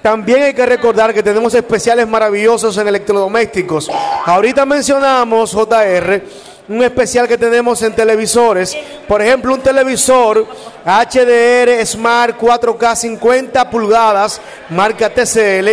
Speaker 8: También hay que recordar que tenemos especiales maravillosos en electrodomésticos. Ahorita mencionamos, JR, un especial que tenemos en televisores. Por ejemplo, un televisor HDR Smart 4K 50 pulgadas, marca TCL,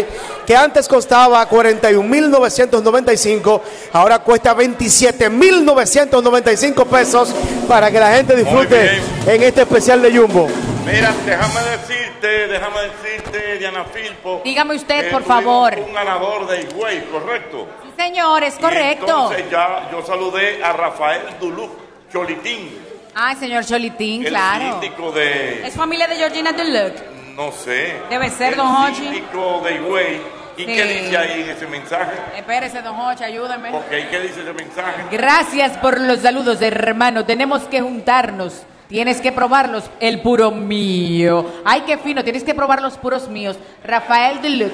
Speaker 8: que antes costaba 41.995, ahora cuesta 27.995 pesos para que la gente disfrute en este especial de Jumbo.
Speaker 1: Mira, déjame decirte, déjame decirte, Diana Filpo.
Speaker 7: Dígame usted,
Speaker 1: que
Speaker 7: por
Speaker 1: tuvimos
Speaker 7: favor.
Speaker 1: Un ganador de Higüey, ¿correcto?
Speaker 7: Señor, es correcto.
Speaker 1: Entonces ya yo saludé a Rafael Duluc Cholitín,
Speaker 7: Ah, señor Cholitín,
Speaker 1: el
Speaker 7: claro.
Speaker 1: síndico de,
Speaker 14: Es familia de Georgina Duluc.
Speaker 1: no sé.
Speaker 7: Debe ser,
Speaker 1: el
Speaker 7: don Hochi.
Speaker 1: síndico de Higüey. ¿Y
Speaker 7: Sí. Eh,
Speaker 1: qué dice ahí en ese mensaje?
Speaker 7: Espérese, don Jorge, ayúdeme.
Speaker 1: Ok, ¿qué dice ese mensaje?
Speaker 7: Gracias por los saludos, hermano. Tenemos que juntarnos. Tienes que probarlos. El puro mío. Ay, qué fino. Tienes que probar los puros míos. Rafael Deluc.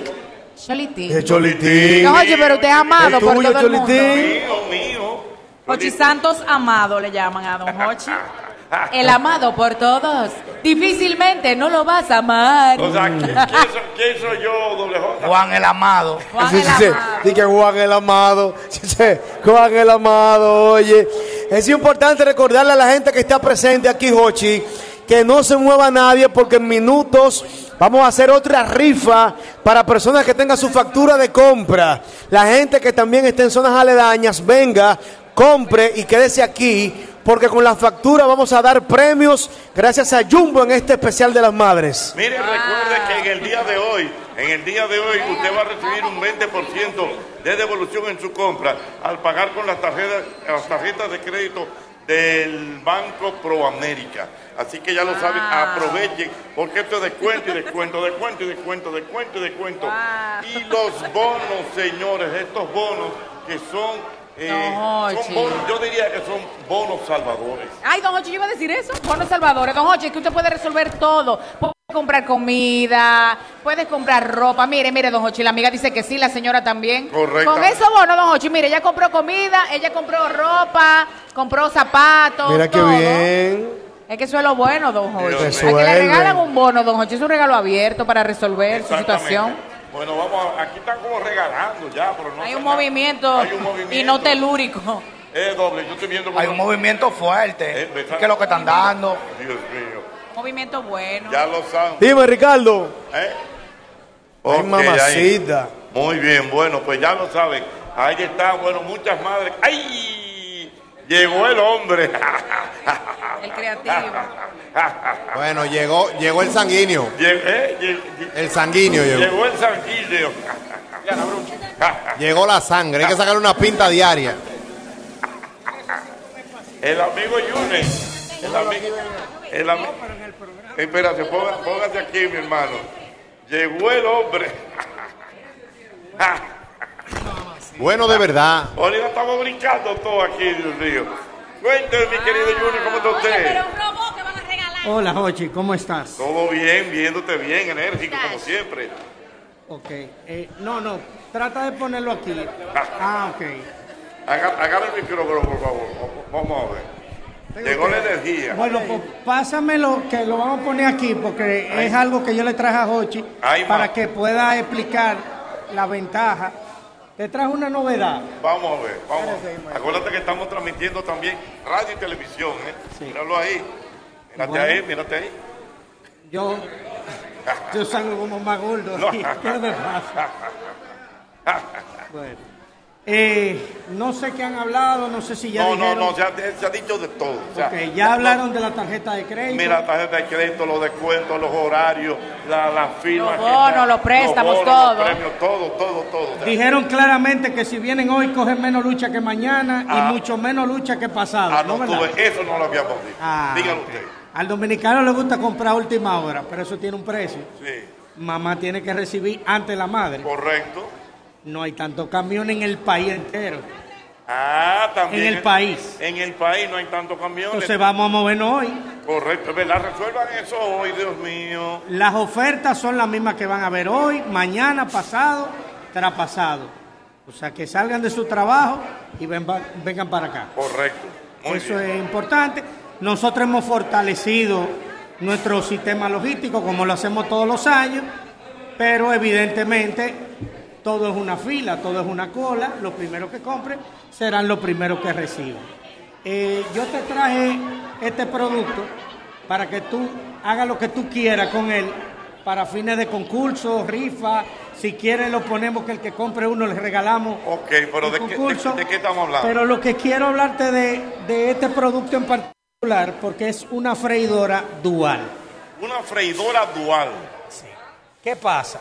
Speaker 7: Cholitín.
Speaker 8: Eh, Cholitín.
Speaker 7: No, oye, pero usted es amado
Speaker 8: El
Speaker 7: por
Speaker 8: tuyo,
Speaker 7: todo el mundo.
Speaker 8: Cholitín.
Speaker 7: Hochi Santos Amado le llaman a don
Speaker 1: (laughs)
Speaker 7: Hochi. El amado por todos. Difícilmente no lo vas a amar.
Speaker 1: O sea, ¿quién, quién soy, quién soy yo, doble J?
Speaker 6: Juan el Amado.
Speaker 8: Sí, sí, sí. Di que Juan el Amado. Sí, sí. Juan el Amado, oye. Es importante recordarle a la gente que está presente aquí, Jochi, que no se mueva nadie porque en minutos vamos a hacer otra rifa para personas que tengan su factura de compra. La gente que también esté en zonas aledañas, venga, compre y quédese aquí. Porque con la factura vamos a dar premios gracias a Jumbo en este especial de las madres.
Speaker 1: Miren, recuerde que en el día
Speaker 7: Ah.
Speaker 1: de hoy, en el día de hoy, usted va a recibir un 20% de devolución en su compra al pagar con las tarjetas, las tarjetas de crédito del Banco Proamérica. Así que ya lo saben,
Speaker 7: Ah.
Speaker 1: aprovechen, porque esto es descuento y descuento, descuento y descuento, descuento y descuento.
Speaker 7: Ah.
Speaker 1: Y los bonos, señores, estos bonos que son... eh,
Speaker 7: No,
Speaker 1: son
Speaker 7: Jochi.
Speaker 1: bonos- yo diría que son bonos salvadores.
Speaker 7: Ay, don Hochi, yo iba a decir eso. Bueno, Salvador, don Hochi, es que usted puede resolver todo. Puede comprar comida, puede comprar ropa. Mire, mire, don Hochi, la amiga dice que sí, la señora también.
Speaker 1: Correcto.
Speaker 7: Con eso, bueno, don Hochi, mire, ella compró comida, ella compró ropa, compró zapatos.
Speaker 8: Mira qué
Speaker 7: todo.
Speaker 8: bien.
Speaker 7: Es que eso es lo bueno, don Hochi.
Speaker 8: Dios mío.
Speaker 7: A que le
Speaker 8: Resuelve.
Speaker 7: regalan un bono, don Hochi, es un regalo abierto para resolver su situación.
Speaker 1: Bueno, vamos, a- aquí están como regalando ya, pero no
Speaker 7: Hay
Speaker 1: se
Speaker 7: un,
Speaker 1: nada.
Speaker 7: movimiento
Speaker 1: Hay un
Speaker 7: y
Speaker 1: movimiento.
Speaker 7: no telúrico.
Speaker 1: Es doble, yo estoy viendo. Eh,
Speaker 6: Hay un movimiento fuerte. ¿Qué es lo que están dando?
Speaker 1: Dios mío.
Speaker 7: Movimiento bueno.
Speaker 1: Ya lo saben.
Speaker 8: Dime, Ricardo.
Speaker 1: ¿Eh?
Speaker 8: Ay,
Speaker 1: Ok,
Speaker 8: mamacita.
Speaker 1: ahí. Muy bien, bueno, pues ya lo saben. Ahí está, bueno, muchas madres. ¡Ay! Llegó el
Speaker 7: (laughs)
Speaker 1: hombre.
Speaker 7: El creativo.
Speaker 2: Bueno, llegó, llegó el sanguíneo. El sanguíneo llegó.
Speaker 1: ¿eh? Llegó el sanguíneo.
Speaker 2: Llegó la sangre. Hay que sacarle una pinta diaria.
Speaker 1: El amigo Yunes. El amigo. El ami- Espérate, ponga- póngase aquí, mi hermano. Llegó el hombre.
Speaker 2: Bueno, de verdad.
Speaker 1: Ahorita estamos brincando todo aquí, Dios mío. Cuénteme, mi querido Junior, ¿cómo está usted?
Speaker 28: (laughs) Hola, Jochi, ¿cómo estás?
Speaker 1: Todo bien, viéndote bien, enérgico, como siempre.
Speaker 28: Ok, eh, no, no, trata de ponerlo aquí. Ah, ok.
Speaker 1: Aga- Agarra el micrófono, por favor. Vamos a ver. Llegó la energía.
Speaker 28: Bueno, pues pásamelo, que lo vamos a poner aquí, porque es algo que yo le traje a Jochi
Speaker 1: Ahí, ma.
Speaker 28: para que pueda explicar la ventaja. Te traje una novedad.
Speaker 1: Vamos a ver, vamos a ver. Acuérdate que estamos transmitiendo también radio y televisión, ¿eh? Míralo ahí. Mírate
Speaker 28: Bueno.
Speaker 1: ahí, mírate ahí.
Speaker 28: Yo, yo salgo como más gordo. aquí. (laughs) ¿Qué me
Speaker 1: (laughs)
Speaker 28: pasa? Bueno. Eh, no sé qué han hablado, no sé si ya
Speaker 1: no,
Speaker 28: dijeron.
Speaker 1: no, no, se ha, se ha dicho de todo. o sea,
Speaker 28: Ok, ya hablaron de la tarjeta de crédito.
Speaker 1: Mira, la tarjeta de crédito, los descuentos, los horarios, la, las firmas.
Speaker 28: Los bonos,
Speaker 1: que-
Speaker 28: los préstamos,
Speaker 1: los bonos,
Speaker 28: todo.
Speaker 1: Los premios, todo, todo, todo. o sea,
Speaker 28: Dijeron claramente que si vienen hoy cogen menos lucha que mañana
Speaker 1: Ah.
Speaker 28: y mucho menos lucha que pasado.
Speaker 1: Ah,
Speaker 28: ¿no,
Speaker 1: no, tú
Speaker 28: verdad?
Speaker 1: ves, eso no lo habíamos dicho.
Speaker 28: Ah,
Speaker 1: Dígalo
Speaker 28: ok.
Speaker 1: usted.
Speaker 28: Al dominicano le gusta comprar a última hora, pero eso tiene un precio.
Speaker 1: Sí.
Speaker 28: Mamá tiene que recibir antes la madre.
Speaker 1: Correcto.
Speaker 28: No hay tanto camión en el país entero.
Speaker 1: Ah, también.
Speaker 28: En el país.
Speaker 1: En el país no hay tantos camiones.
Speaker 28: Entonces vamos a movernos hoy.
Speaker 1: Correcto, es ¿verdad? Resuelvan eso hoy, Dios mío.
Speaker 28: Las ofertas son las mismas que van a ver hoy, mañana, pasado, traspasado. O sea, que salgan de su trabajo y ven- vengan para acá.
Speaker 1: Correcto. Muy
Speaker 28: Eso es importante. Nosotros hemos fortalecido nuestro sistema logístico como lo hacemos todos los años, pero evidentemente todo es una fila, todo es una cola. Los primeros que compren serán los primeros que reciban. eh, yo te traje este producto para que tú hagas lo que tú quieras con él para fines de concurso, rifa. Si quieres lo ponemos que el que compre uno le regalamos.
Speaker 1: Ok, pero ¿de qué, de- de qué estamos hablando?
Speaker 28: Pero lo que quiero hablarte de, de este producto en particular, porque es una freidora dual.
Speaker 1: Una freidora dual.
Speaker 28: ¿Qué pasa?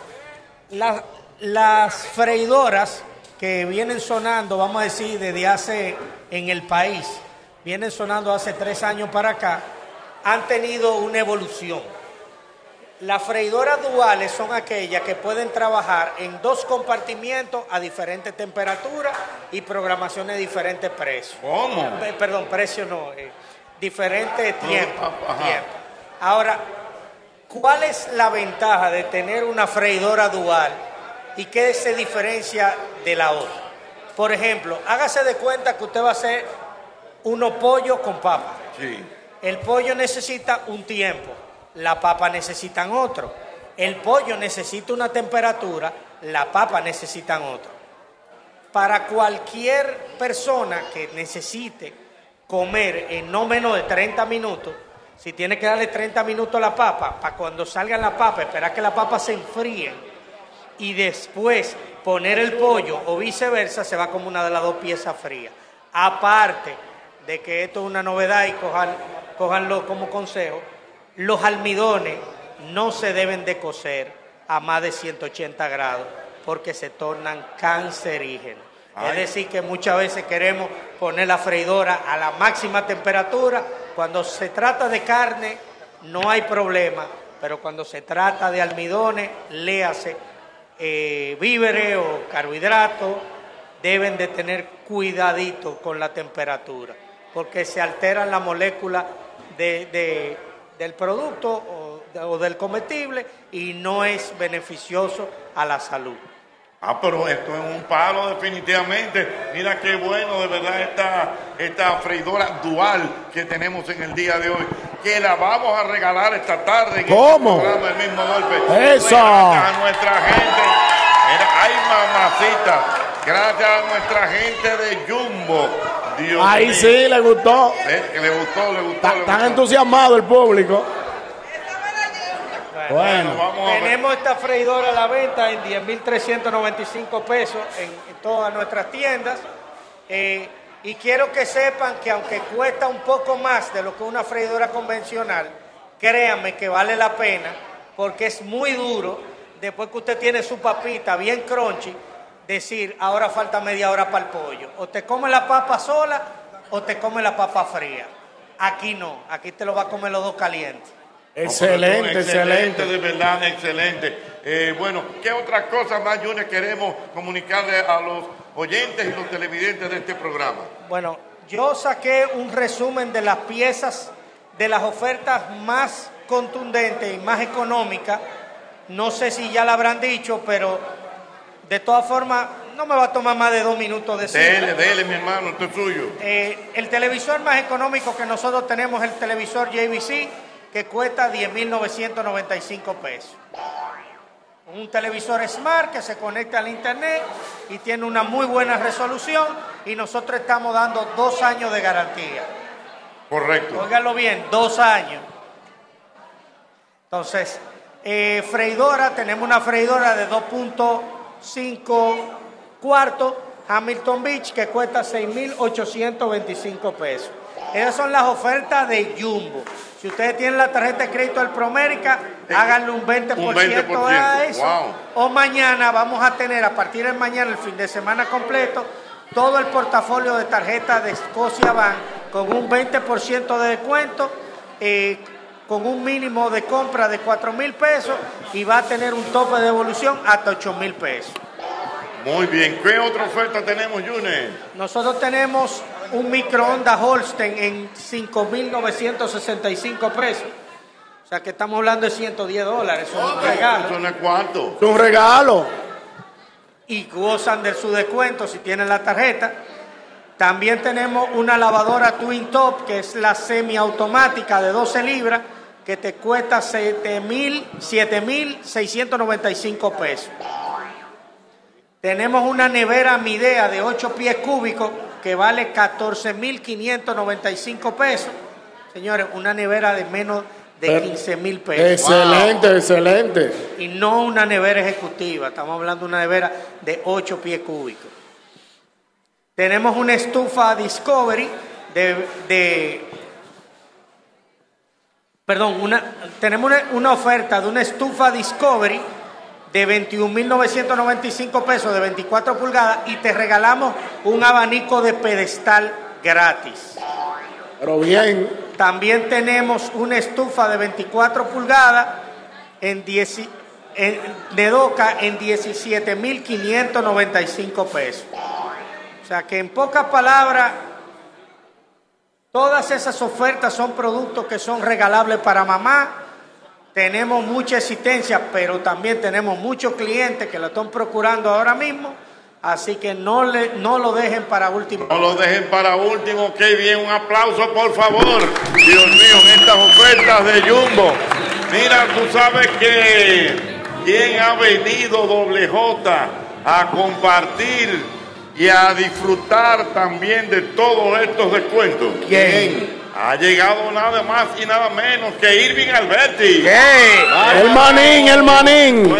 Speaker 28: La- las freidoras que vienen sonando, vamos a decir, desde hace en el país, vienen sonando hace tres años para acá, han tenido una evolución. Las freidoras duales son aquellas que pueden trabajar en dos compartimientos a diferentes temperaturas y programaciones de diferentes precios.
Speaker 1: ¿Cómo?
Speaker 28: Pe- perdón, precios no, eh, diferentes
Speaker 1: Pro-
Speaker 28: tiempos.
Speaker 1: Ah, ajá.
Speaker 28: tiempos. Ahora, ¿cuál es la ventaja de tener una freidora dual y qué se diferencia de la otra? Por ejemplo, hágase de cuenta que usted va a hacer unos pollos con papa.
Speaker 1: Sí.
Speaker 28: El pollo necesita un tiempo, la papa necesitan otro. El pollo necesita una temperatura, la papa necesitan otro. Para cualquier persona que necesite comer en no menos de 30 minutos, si tiene que darle 30 minutos a la papa, para cuando salga la papa, esperar que la papa se enfríe y después poner el pollo o viceversa, se va como una de las dos piezas frías. Aparte de que esto es una novedad y cojan, cojanlo como consejo, los almidones no se deben de cocer a más de 180 grados porque se tornan cancerígenos. Es
Speaker 29: Ay.
Speaker 28: decir, que muchas veces queremos poner la freidora a la máxima temperatura. Cuando se trata de carne, no hay problema. Pero cuando se trata de almidones, léase eh, víveres o carbohidratos, deben de tener cuidadito con la temperatura, porque se alteran las moléculas de- de- del producto o, de- o del comestible y no es beneficioso a la salud.
Speaker 1: Ah, pero esto es un palo definitivamente. Mira qué bueno de verdad esta, esta freidora dual que tenemos en el día de hoy. Que la vamos a regalar esta tarde. en este
Speaker 4: ¿Cómo?
Speaker 1: programa, el mismo golpe.
Speaker 4: ¡Eso!
Speaker 1: Gracias a nuestra gente. Mira, ay, mamacita. Gracias a nuestra gente de Jumbo. Dios
Speaker 4: Ahí
Speaker 1: mío.
Speaker 4: sí, le gustó.
Speaker 1: Eh, que le gustó, le gustó. le
Speaker 4: Tan
Speaker 1: gustó.
Speaker 4: entusiasmado el público. Bueno.
Speaker 28: Tenemos esta freidora a la venta en 10.395 pesos en, en todas nuestras tiendas. Eh, y quiero que sepan que aunque cuesta un poco más de lo que una freidora convencional, créanme que vale la pena porque es muy duro, después que usted tiene su papita bien crunchy, decir, ahora falta media hora para el pollo. O te come la papa sola o te come la papa fría. Aquí no, aquí te lo va a comer los dos calientes.
Speaker 4: Excelente, excelente.
Speaker 1: de verdad, excelente. Eh, bueno, ¿qué otras cosas más, Junior, queremos comunicarle a los oyentes y los televidentes de este programa?
Speaker 28: Bueno, yo saqué un resumen de las piezas, de las ofertas más contundentes y más económicas. No sé si ya la habrán dicho, pero de todas formas no me va a tomar más de dos minutos de
Speaker 1: Dele, dele, mi hermano, esto es suyo.
Speaker 28: eh, el televisor más económico que nosotros tenemos es el televisor JVC, que cuesta 10.995 pesos. Un televisor smart que se conecta al internet y tiene una muy buena resolución y nosotros estamos dando dos años de garantía.
Speaker 1: Correcto.
Speaker 28: Óigalo bien, dos años. Entonces, eh, freidora, tenemos una freidora de 2.5 cuartos, Hamilton Beach, que cuesta 6.825 pesos. Esas son las ofertas de Jumbo. Si ustedes tienen la tarjeta de crédito del Promérica, háganle un 20%,
Speaker 1: Eh, un 20%,
Speaker 28: a eso.
Speaker 1: wow.
Speaker 28: O mañana vamos a tener, a partir de mañana, el fin de semana completo, todo el portafolio de tarjetas de Escocia Bank con un 20% de descuento, eh, con un mínimo de compra de 4 mil pesos y va a tener un tope de evolución hasta 8 mil pesos.
Speaker 1: Muy bien, ¿qué otra oferta tenemos, Junior?
Speaker 28: Nosotros tenemos un microondas Holstein en 5.965 pesos. O sea que estamos hablando de 110 dólares. Son un regalo.
Speaker 1: Eso no es cuánto.
Speaker 4: Es un regalo.
Speaker 28: y gozan de su descuento si tienen la tarjeta. También tenemos una lavadora Twin Top, que es la semiautomática de 12 libras, que te cuesta 7,000, 7.695 pesos. Tenemos una nevera Midea de 8 pies cúbicos que vale 14.595 pesos. Señores, una nevera de menos de
Speaker 29: Pero-
Speaker 28: 15.000 pesos.
Speaker 29: Excelente, excelente.
Speaker 28: Wow. Y no una nevera ejecutiva, estamos hablando de una nevera de 8 pies cúbicos. Tenemos una estufa Discovery de... de- perdón, una, tenemos una, una oferta de una estufa Discovery de 21.995 pesos de 24 pulgadas y te regalamos un abanico de pedestal gratis.
Speaker 29: Pero bien.
Speaker 28: También tenemos una estufa de 24 pulgadas en 10 y- en- de Doca en 17.595 pesos. O sea que en pocas palabras, todas esas ofertas son productos que son regalables para mamá. Tenemos mucha existencia, pero también tenemos muchos clientes que la están procurando ahora mismo. Así que no, le, no lo dejen para último.
Speaker 1: No lo dejen para último, qué bien, un aplauso por favor. Dios mío, en estas ofertas de Jumbo. Mira, tú sabes que quién ha venido doble J a compartir y a disfrutar también de todos estos descuentos.
Speaker 29: ¿Quién?
Speaker 1: Ha llegado nada más y nada menos que Irving Alberti. Vaya.
Speaker 29: El manín, el manín.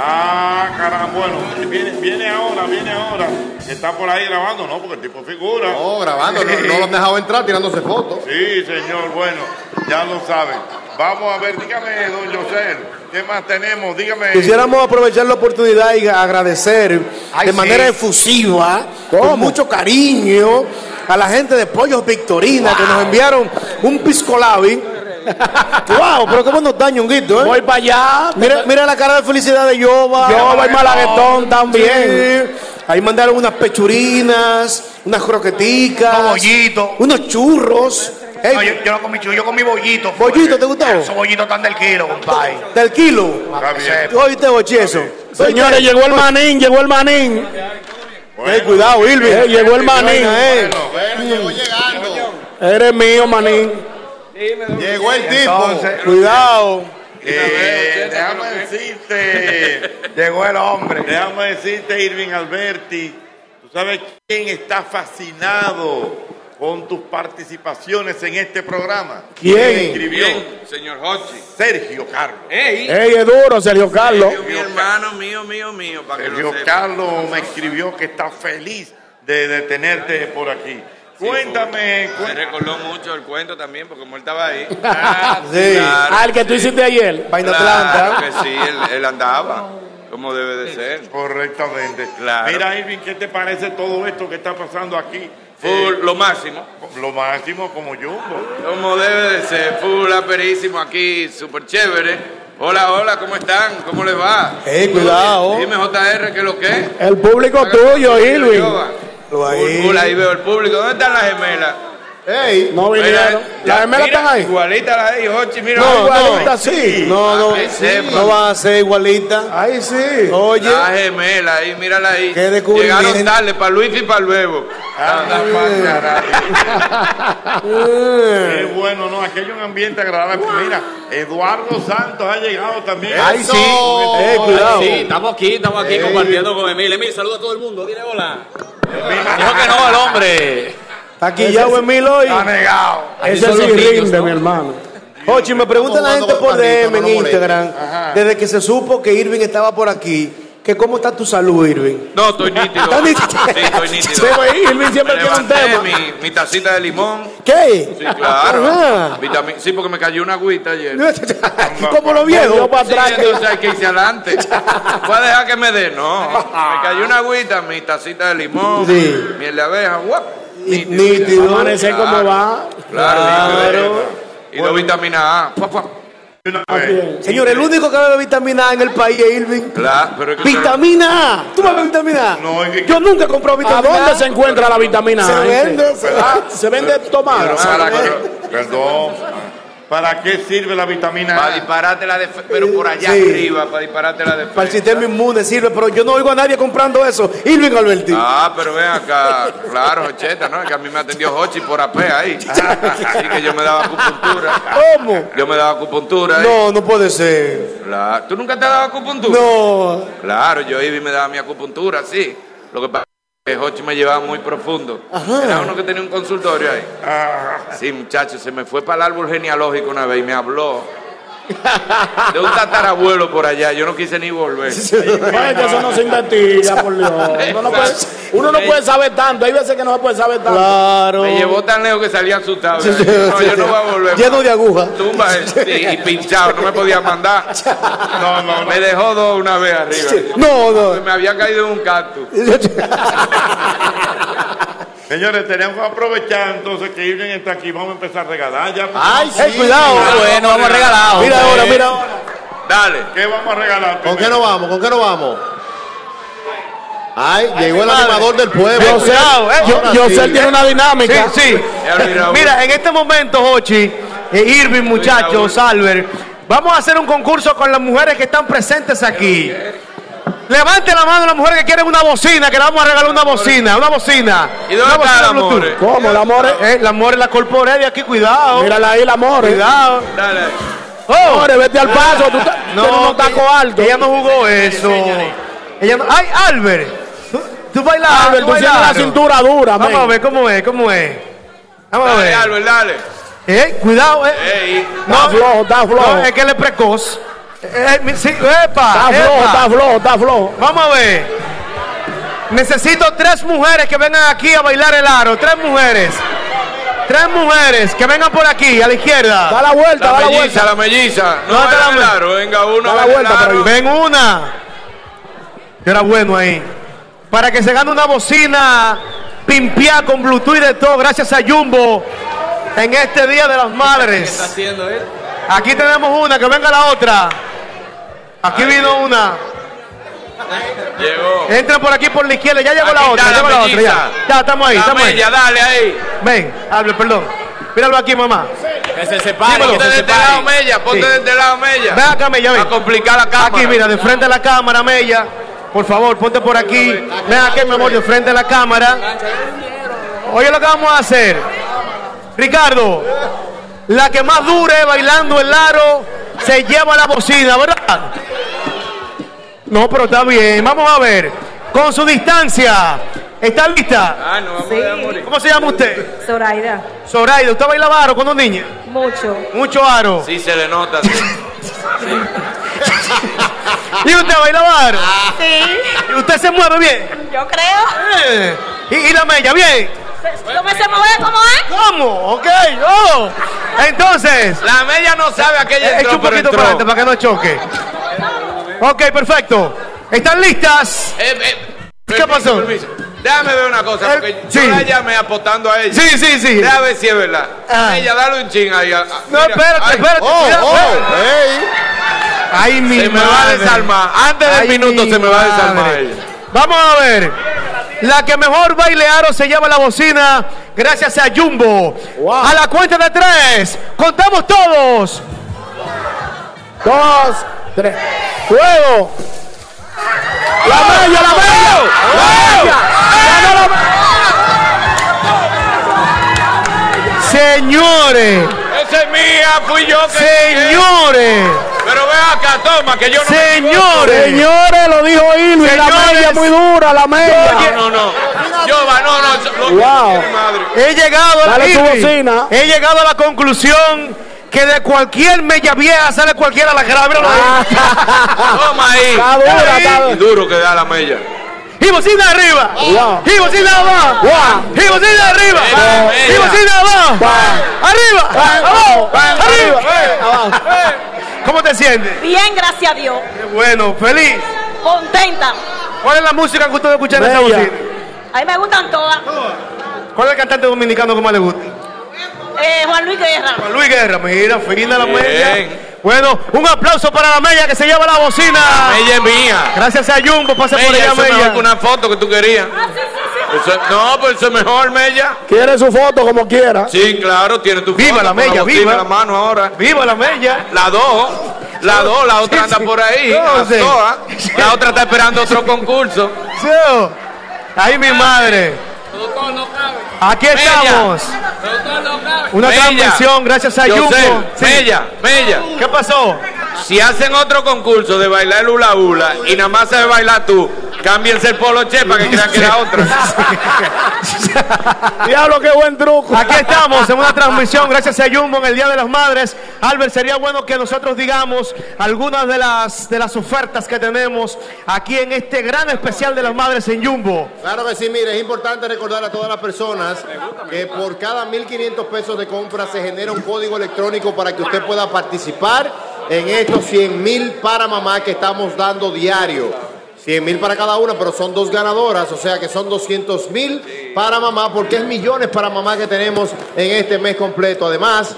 Speaker 1: Ah, caramba, bueno, viene, viene ahora, viene ahora. Está por ahí grabando, ¿no? Porque el tipo figura.
Speaker 2: No, grabando, no, no lo han dejado entrar tirándose fotos.
Speaker 1: (laughs) Sí, señor, bueno, ya lo saben. Vamos a ver, dígame, don José, ¿qué más tenemos? Dígame.
Speaker 8: Quisiéramos aprovechar la oportunidad y agradecer de manera efusiva, con mucho cariño, a la gente de Pollos Victorina que nos enviaron un piscolabi. (laughs) wow, pero cómo nos da ñonguito, ¿eh?
Speaker 29: Voy para allá.
Speaker 8: Mira, mira la cara de felicidad de Yoba.
Speaker 29: Yoba y Malaguetón también.
Speaker 8: Sí. Ahí mandaron unas pechurinas, unas croqueticas, unos bollitos, unos churros. Ey,
Speaker 6: No, yo, yo no comí churro, yo comí bollito.
Speaker 8: ¿Bollito te gustó?
Speaker 6: Esos bollitos están del kilo, compadre.
Speaker 8: del kilo.
Speaker 6: Para que sepa.
Speaker 8: Oíste, bochezo.
Speaker 29: Señores, llegó el manín, llegó el manín.
Speaker 8: Ey,
Speaker 1: Ah,
Speaker 8: cuidado, Irving.
Speaker 29: Eh, llegó el manín.
Speaker 8: Bueno, eh.
Speaker 29: Eres mío, manín.
Speaker 1: Llegó el
Speaker 29: tipo. Entonces-
Speaker 8: Cuidado.
Speaker 1: Eh, déjame decirte. Llegó el hombre. Déjame decirte, Irving Alberti. Tú sabes quién está fascinado con tus participaciones en este programa.
Speaker 29: ¿Quién?
Speaker 1: Escribió. Señor Hochi. Sergio Carlos.
Speaker 29: Ey, es duro, Sergio Carlos.
Speaker 1: hermano mío, mío, mío. Sergio Carlos me escribió que está feliz de, de tenerte por aquí. Cuéntame.
Speaker 17: Me recordó mucho el cuento también, porque como él estaba (laughs) ahí.
Speaker 29: Sí. Al que tú hiciste ayer.
Speaker 17: Vaina
Speaker 29: Atlanta.
Speaker 17: claro que sí, él, él andaba, como debe de ser.
Speaker 1: Correctamente.
Speaker 17: Claro.
Speaker 1: Mira, Irving, ¿qué te parece todo esto que está pasando aquí?
Speaker 17: Full,
Speaker 1: Eh,
Speaker 17: lo máximo.
Speaker 1: Lo máximo como Jumbo.
Speaker 17: Como debe de ser, full aperísimo aquí, súper chévere. Hola, hola, ¿cómo están? ¿Cómo les va?
Speaker 8: Ey, cuidado.
Speaker 17: Dime, JR, ¿qué es lo que es?
Speaker 29: El público tuyo, Irving.
Speaker 17: Full, full, ahí veo el público. ¿Dónde están las gemelas?
Speaker 8: Ey,
Speaker 29: no vinieron. Las gemelas
Speaker 17: mira,
Speaker 29: están ahí.
Speaker 17: Igualita las de Hochi, mira.
Speaker 8: No,
Speaker 17: ahí.
Speaker 8: no, sí. No, no,
Speaker 17: Para que sepa.
Speaker 8: no va a ser igualita.
Speaker 29: Ahí sí.
Speaker 8: Oye,
Speaker 17: La gemela ahí, mírala ahí.
Speaker 8: Qué descubrimiento. Ah,
Speaker 17: Llegaron tarde para Luis y para el Bebo. Anda
Speaker 1: (laughs)
Speaker 17: pa'l
Speaker 1: Qué bueno, ¿no? Aquello es un ambiente agradable. Mira, Eduardo Santos ha llegado también.
Speaker 8: Ay, sí. Eh, cuidado.
Speaker 30: Sí, estamos aquí, estamos aquí
Speaker 1: Ey.
Speaker 30: compartiendo con Emil. Emil, saluda a todo el mundo, dile hola. Dijo que no al hombre.
Speaker 8: está aquí ya Emil hoy.
Speaker 30: Está negado. Aquí
Speaker 29: Ese
Speaker 30: son
Speaker 29: sí
Speaker 30: los niños,
Speaker 29: rinde,
Speaker 30: ¿no?
Speaker 29: mi hermano.
Speaker 8: Ochi, me pregunta la gente por DM en Instagram,
Speaker 29: Ajá.
Speaker 8: desde que se supo que Irving estaba por aquí, que cómo está tu salud, Irving.
Speaker 17: No, estoy nítido.
Speaker 8: Está nítido.
Speaker 17: Sí, estoy nítido.
Speaker 8: Sí, güey, Irving siempre
Speaker 17: Me
Speaker 8: tiene un
Speaker 17: levanté,
Speaker 8: tema. Ah,
Speaker 17: Mi, mi tacita de limón.
Speaker 8: ¿Qué?
Speaker 17: Sí, claro.
Speaker 8: Ajá.
Speaker 17: Vitami- sí, porque me cayó una agüita ayer.
Speaker 8: Como lo viejo.
Speaker 17: Sí, entonces hay que
Speaker 1: (laughs)
Speaker 17: irse adelante. Voy a dejar que me dé. No. Me cayó una agüita, mi tacita de limón,
Speaker 8: Sí.
Speaker 17: miel de abeja, guap.
Speaker 8: Nítido.
Speaker 29: Amanecer
Speaker 17: Claro.
Speaker 29: como va.
Speaker 17: Claro.
Speaker 8: Claro.
Speaker 17: Y dos vitaminas A. Guap, guap.
Speaker 8: Señor, el único que bebe vitamina A en el país es Irving.
Speaker 17: Claro, pero es que usted-
Speaker 8: Vitamina A. ¿Tú bebes vitamina A? Yo nunca he comprado
Speaker 29: ¿A
Speaker 8: vitamina A.
Speaker 29: dónde se encuentra la vitamina A?
Speaker 8: Se
Speaker 29: gente?
Speaker 8: vende, se-
Speaker 29: Ah, se vende tomada.
Speaker 17: ah,
Speaker 1: Para- perdón. Eh. ¿Para qué sirve la vitamina A? Para
Speaker 17: disparártela de pero por allá
Speaker 8: Sí.
Speaker 17: arriba, para disparártela de
Speaker 8: Para el sistema inmune sirve, pero yo no oigo a nadie comprando eso. Irving Alberti.
Speaker 17: Ah, pero ven acá, claro, Jocheta, ¿no? Que a mí me atendió Hochi por AP
Speaker 8: (laughs)
Speaker 17: ahí. Así que yo me daba acupuntura.
Speaker 8: ¿Cómo?
Speaker 17: Yo me daba acupuntura. pues, ahí.
Speaker 8: No, no puede ser.
Speaker 17: Claro. ¿Tú nunca te has dado acupuntura?
Speaker 8: No.
Speaker 17: Claro, yo iba y me daba mi acupuntura, sí. Lo que pasa que Jochi me llevaba muy profundo. Ajá. Era uno que tenía un consultorio ahí.
Speaker 1: Ah.
Speaker 17: Sí, muchachos, se me fue para el árbol genealógico una vez y me habló de un tatarabuelo por allá. Yo no quise ni volver.
Speaker 6: Ay, que eso no se investiga, por Dios. Uno no puede, uno no puede saber tanto. Hay veces que no se puede saber tanto.
Speaker 17: Me llevó tan lejos que salía asustado.
Speaker 6: Sí, sí,
Speaker 17: no,
Speaker 6: sí,
Speaker 17: yo no
Speaker 6: sí.
Speaker 17: voy a volver.
Speaker 2: Lleno de aguja.
Speaker 17: Tumba, eh, sí, y pinchado, no me podía mandar. No, no, Me dejó dos una vez arriba.
Speaker 2: No, no.
Speaker 17: Me había caído en un cactus.
Speaker 1: (laughs) Señores, tenemos que aprovechar entonces que Irving está aquí. Vamos a empezar a regalar ya.
Speaker 2: Ay, sí. Ey, cuidado. Bueno, vamos a regalar, Mira hombre. ahora, mira ahora.
Speaker 17: Dale.
Speaker 1: ¿Qué vamos a regalar?
Speaker 31: ¿Con qué nos vamos? ¿Con qué nos vamos? Ay, llegó el
Speaker 2: madre. eh.
Speaker 31: animador del
Speaker 2: Yo
Speaker 31: pueblo.
Speaker 2: sé, yo,
Speaker 31: Ahora
Speaker 2: yo
Speaker 31: sí.
Speaker 2: sé tiene una dinámica.
Speaker 8: Sí, sí. Mira, en este momento, Hochi, eh, Irving, muchachos, Albert, vamos a hacer un concurso con las mujeres que están presentes aquí. Levante la mano las mujeres que quieren una bocina, que le vamos a regalar una bocina, una bocina.
Speaker 17: ¿Y dónde
Speaker 8: Una
Speaker 17: está
Speaker 8: bocina
Speaker 17: la
Speaker 8: Bluetooth.
Speaker 17: More?
Speaker 8: ¿Cómo, la More? Eh, la More, la corporea de aquí, cuidado. Mírala ahí, eh. la More. Cuidado.
Speaker 17: Dale.
Speaker 8: Oh. More, vete al paso, tú ta- tienes unos tacos que- altos. Ella no jugó eso. Ella no- ¡Ay, Albert! Tú, tú bailas, Albert, tú tienes bailas. la cintura dura, Vamos men. a ver cómo es, cómo es. Vamos a
Speaker 17: Dale,
Speaker 8: ver.
Speaker 17: Albert, dale.
Speaker 8: Eh, cuidado, eh. Está flojo, está flojo. es que él es precoz. Eh, eh, sí, epa, Está flojo, epa. está flojo, está flojo. Vamos a ver. Necesito tres mujeres que vengan aquí a bailar el aro. Tres mujeres. Tres mujeres que vengan por aquí, a la izquierda. Da la vuelta,
Speaker 17: La melliza, la melliza. No,
Speaker 8: No,
Speaker 17: vaya
Speaker 8: te la-
Speaker 17: al aro, Venga,
Speaker 8: Da
Speaker 17: uno.
Speaker 8: la
Speaker 17: vaya al
Speaker 8: vuelta por
Speaker 17: aro.
Speaker 8: ahí. Ven una. Que era bueno ahí. Para que se gane una bocina pimpiá con Bluetooth y de todo, gracias a Jumbo. En este Día de las
Speaker 32: ¿Qué está
Speaker 8: Madres.
Speaker 32: haciendo él?
Speaker 8: Aquí tenemos una, que venga la otra. Aquí vino una.
Speaker 17: Llegó.
Speaker 8: Entra por aquí por la izquierda, ya llegó
Speaker 17: Aquí
Speaker 8: la otra,
Speaker 17: está
Speaker 8: llegó
Speaker 17: la
Speaker 8: la otra. Ya,
Speaker 17: melliza.
Speaker 8: ya estamos ahí,
Speaker 17: La
Speaker 8: estamos ahí.
Speaker 17: mella, dale ahí.
Speaker 8: Ven, hable, perdón. Míralo aquí, mamá.
Speaker 17: Que se
Speaker 8: separe, que
Speaker 17: Ponte
Speaker 8: se
Speaker 17: de este
Speaker 8: separe.
Speaker 17: lado, Mella. Ponte
Speaker 8: Sí.
Speaker 17: de este lado, Mella.
Speaker 8: Ve acá, Mella, ven.
Speaker 17: A complicar la cámara.
Speaker 8: Aquí, mira, de frente a la cámara, Mella. Por favor, ponte por aquí. Ven aquí, mi amor, de frente a la cámara. Oye lo que vamos a hacer. Ricardo, la que más dure bailando el aro se lleva la bocina, ¿verdad? No, pero está bien. Vamos a ver. Con su distancia. ¿Está lista?
Speaker 17: Ah, no, vamos a morir.
Speaker 8: ¿Cómo se llama usted?
Speaker 11: Zoraida,
Speaker 8: Zoraida, ¿usted bailaba aro cuando niña?
Speaker 11: mucho.
Speaker 8: Mucho aro.
Speaker 17: Sí, se le nota. sí.
Speaker 8: (laughs) ¿Y usted bailaba aro?
Speaker 17: Ah.
Speaker 8: ¿Y usted se mueve bien?
Speaker 11: Yo creo.
Speaker 8: Eh, ¿Y, y la mella, bien.
Speaker 11: ¿Cómo se mueve? ¿Cómo es?
Speaker 8: ¿Cómo? Ok, oh. Entonces.
Speaker 17: La mella no sabe a qué ella
Speaker 8: Eh,
Speaker 17: entró,
Speaker 8: echa un
Speaker 17: pero
Speaker 8: poquito
Speaker 17: entró.
Speaker 8: para adelante para que no choque. Ok, perfecto. ¿Están listas?
Speaker 17: Eh, eh,
Speaker 8: ¿Qué pasó? Eh,
Speaker 17: permiso. Déjame ver una cosa, porque yo
Speaker 8: sí.
Speaker 17: la llamé apostando a ella.
Speaker 8: Sí, sí, sí.
Speaker 17: Déjame ver si es verdad.
Speaker 8: Ah.
Speaker 17: Ella, dale un ching ahí. a- a-
Speaker 8: No,
Speaker 17: mira,
Speaker 8: espérate,
Speaker 17: ay. Oh,
Speaker 8: espérate. cuidado, espérate. Ay, mi
Speaker 17: Se me va a
Speaker 8: madre.
Speaker 17: desarmar. Antes del
Speaker 8: Ay,
Speaker 17: minuto
Speaker 8: mi
Speaker 17: se me va a
Speaker 8: madre.
Speaker 17: desarmar ella.
Speaker 8: Vamos a ver. La que mejor baile aro se lleva la bocina gracias a Jumbo. A la cuenta de tres. Contamos todos. Dos, tres. ¡Fuego! ¡La mella, la mella! ¡La mella! ¡Ganó la- Señores,
Speaker 17: Esa es mía, fui yo que.
Speaker 8: señores,
Speaker 17: Pero ve acá, toma, que yo no. me equivoco.
Speaker 8: señores. Señores, lo dijo Irving, la mella muy dura, la mella.
Speaker 17: No, no, no. Yo va, no, no. eso- Lo
Speaker 8: Wow.
Speaker 17: que mi madre.
Speaker 8: He llegado, a la- Dale tu Irving, bocina. he llegado a la conclusión que de cualquier mella vieja sale cualquiera a la grave. Míralo ahí.
Speaker 17: Ah. (laughs) Toma ahí.
Speaker 8: Está dura, está dura.
Speaker 17: Y duro que da la mella.
Speaker 8: Y bocina arriba. Y bocina abajo. Y bocina arriba. Y bocina abajo. Arriba. Abajo. Arriba. ¿Cómo te sientes?
Speaker 11: Bien, gracias a Dios.
Speaker 8: Qué bueno, feliz.
Speaker 11: Contenta.
Speaker 8: ¿Cuál es la música que usted escucha en esa
Speaker 11: Bella.
Speaker 8: bocina?
Speaker 11: A mí me gustan todas.
Speaker 8: ¿Cuál es el cantante dominicano que más le gusta?
Speaker 11: Eh, Juan Luis Guerra.
Speaker 8: Juan Luis Guerra, mira, fina la mella. Bueno, un aplauso para la mella que se lleva la bocina.
Speaker 17: La mella es mía.
Speaker 8: Gracias a Jumbo, pase por
Speaker 17: Mella,
Speaker 8: ella,
Speaker 17: eso es mejor
Speaker 8: mella.
Speaker 17: que una foto que tú querías. Eso- no, pues eso es mejor, Mella.
Speaker 8: Quiere su foto como quiera.
Speaker 17: Sí, claro, tiene tu
Speaker 8: Viva
Speaker 17: foto
Speaker 8: la
Speaker 17: con
Speaker 8: Mella,
Speaker 17: bocina
Speaker 8: viva.
Speaker 17: en la mano ahora.
Speaker 8: Viva la Mella.
Speaker 17: La dos. La dos, la otra anda por ahí. a
Speaker 8: Entonces.
Speaker 17: toa. La otra está esperando otro concurso.
Speaker 8: Yo. Ay, mi madre. Aquí estamos. Una transmisión gracias a Jumbo. Sí.
Speaker 17: Mella, Mella.
Speaker 8: ¿Qué pasó?
Speaker 17: Si hacen otro concurso de bailar el hula hula y nada más sabes bailar tú, Cámbiense el polo che para que crean que era otra.
Speaker 11: (laughs) Diablo, qué buen truco. Aquí estamos en una transmisión gracias a Jumbo en el Día de las Madres. Albert, sería bueno que nosotros digamos algunas de las, de las ofertas que tenemos aquí en este gran especial de las Madres en Jumbo.
Speaker 2: Claro que sí, mire, es importante recordar a todas las personas que por cada 1.500 pesos de compra se genera un código electrónico para que usted pueda participar en estos 100.000 para mamá que estamos dando diario. 100.000 para cada una, pero son dos ganadoras, o sea que son 200.000 para mamá, porque es millones para mamá que tenemos en este mes completo. Además,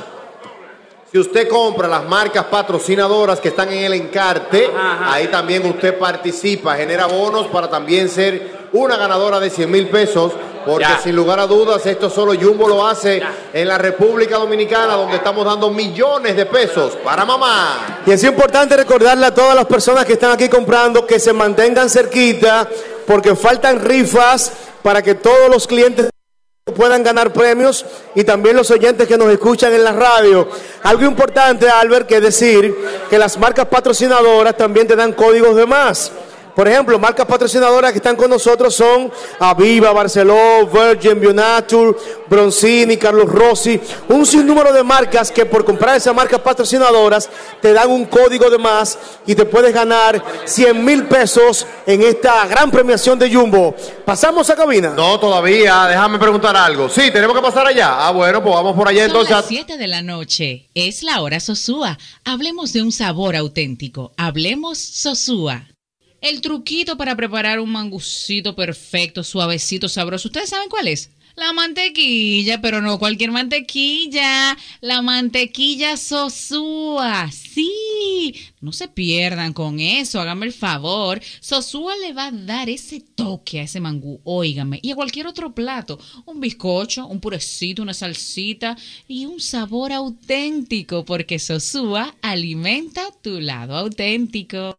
Speaker 2: si usted compra las marcas patrocinadoras que están en el encarte, ahí también usted participa, genera bonos para también ser una ganadora de 100 mil pesos, porque
Speaker 11: Ya.
Speaker 2: sin lugar a dudas esto solo Jumbo lo hace en la República Dominicana, donde estamos dando millones de pesos para mamá.
Speaker 8: Y es importante recordarle a todas las personas que están aquí comprando que se mantengan cerquita porque faltan rifas para que todos los clientes puedan ganar premios y también los oyentes que nos escuchan en la radio. Algo importante, Albert, que decir que las marcas patrocinadoras también te dan códigos de más. Por ejemplo, marcas patrocinadoras que están con nosotros son Aviva, Barceló, Virgin, Bionature, Bronzini, Carlos Rossi, un sinnúmero de marcas que por comprar esas marcas patrocinadoras te dan un código de más y te puedes ganar 100 mil pesos en esta gran premiación de Jumbo. ¿Pasamos a cabina?
Speaker 2: No, todavía, déjame preguntar algo. Sí, tenemos que pasar allá. Ah, bueno, pues vamos por allá
Speaker 26: Son
Speaker 2: entonces.
Speaker 26: las 7 de la noche. Es la hora Sosúa. Hablemos de un sabor auténtico. Hablemos Sosúa. El truquito para preparar un mangucito perfecto, suavecito, sabroso. ¿Ustedes saben cuál es? La mantequilla, pero no cualquier mantequilla. La mantequilla Sosúa. Sí. No se pierdan con eso. Háganme el favor. Sosúa le va a dar ese toque a ese mangú. Óigame. Y a cualquier otro plato. Un bizcocho, un purecito, una salsita y un sabor auténtico. Porque Sosúa alimenta tu lado auténtico.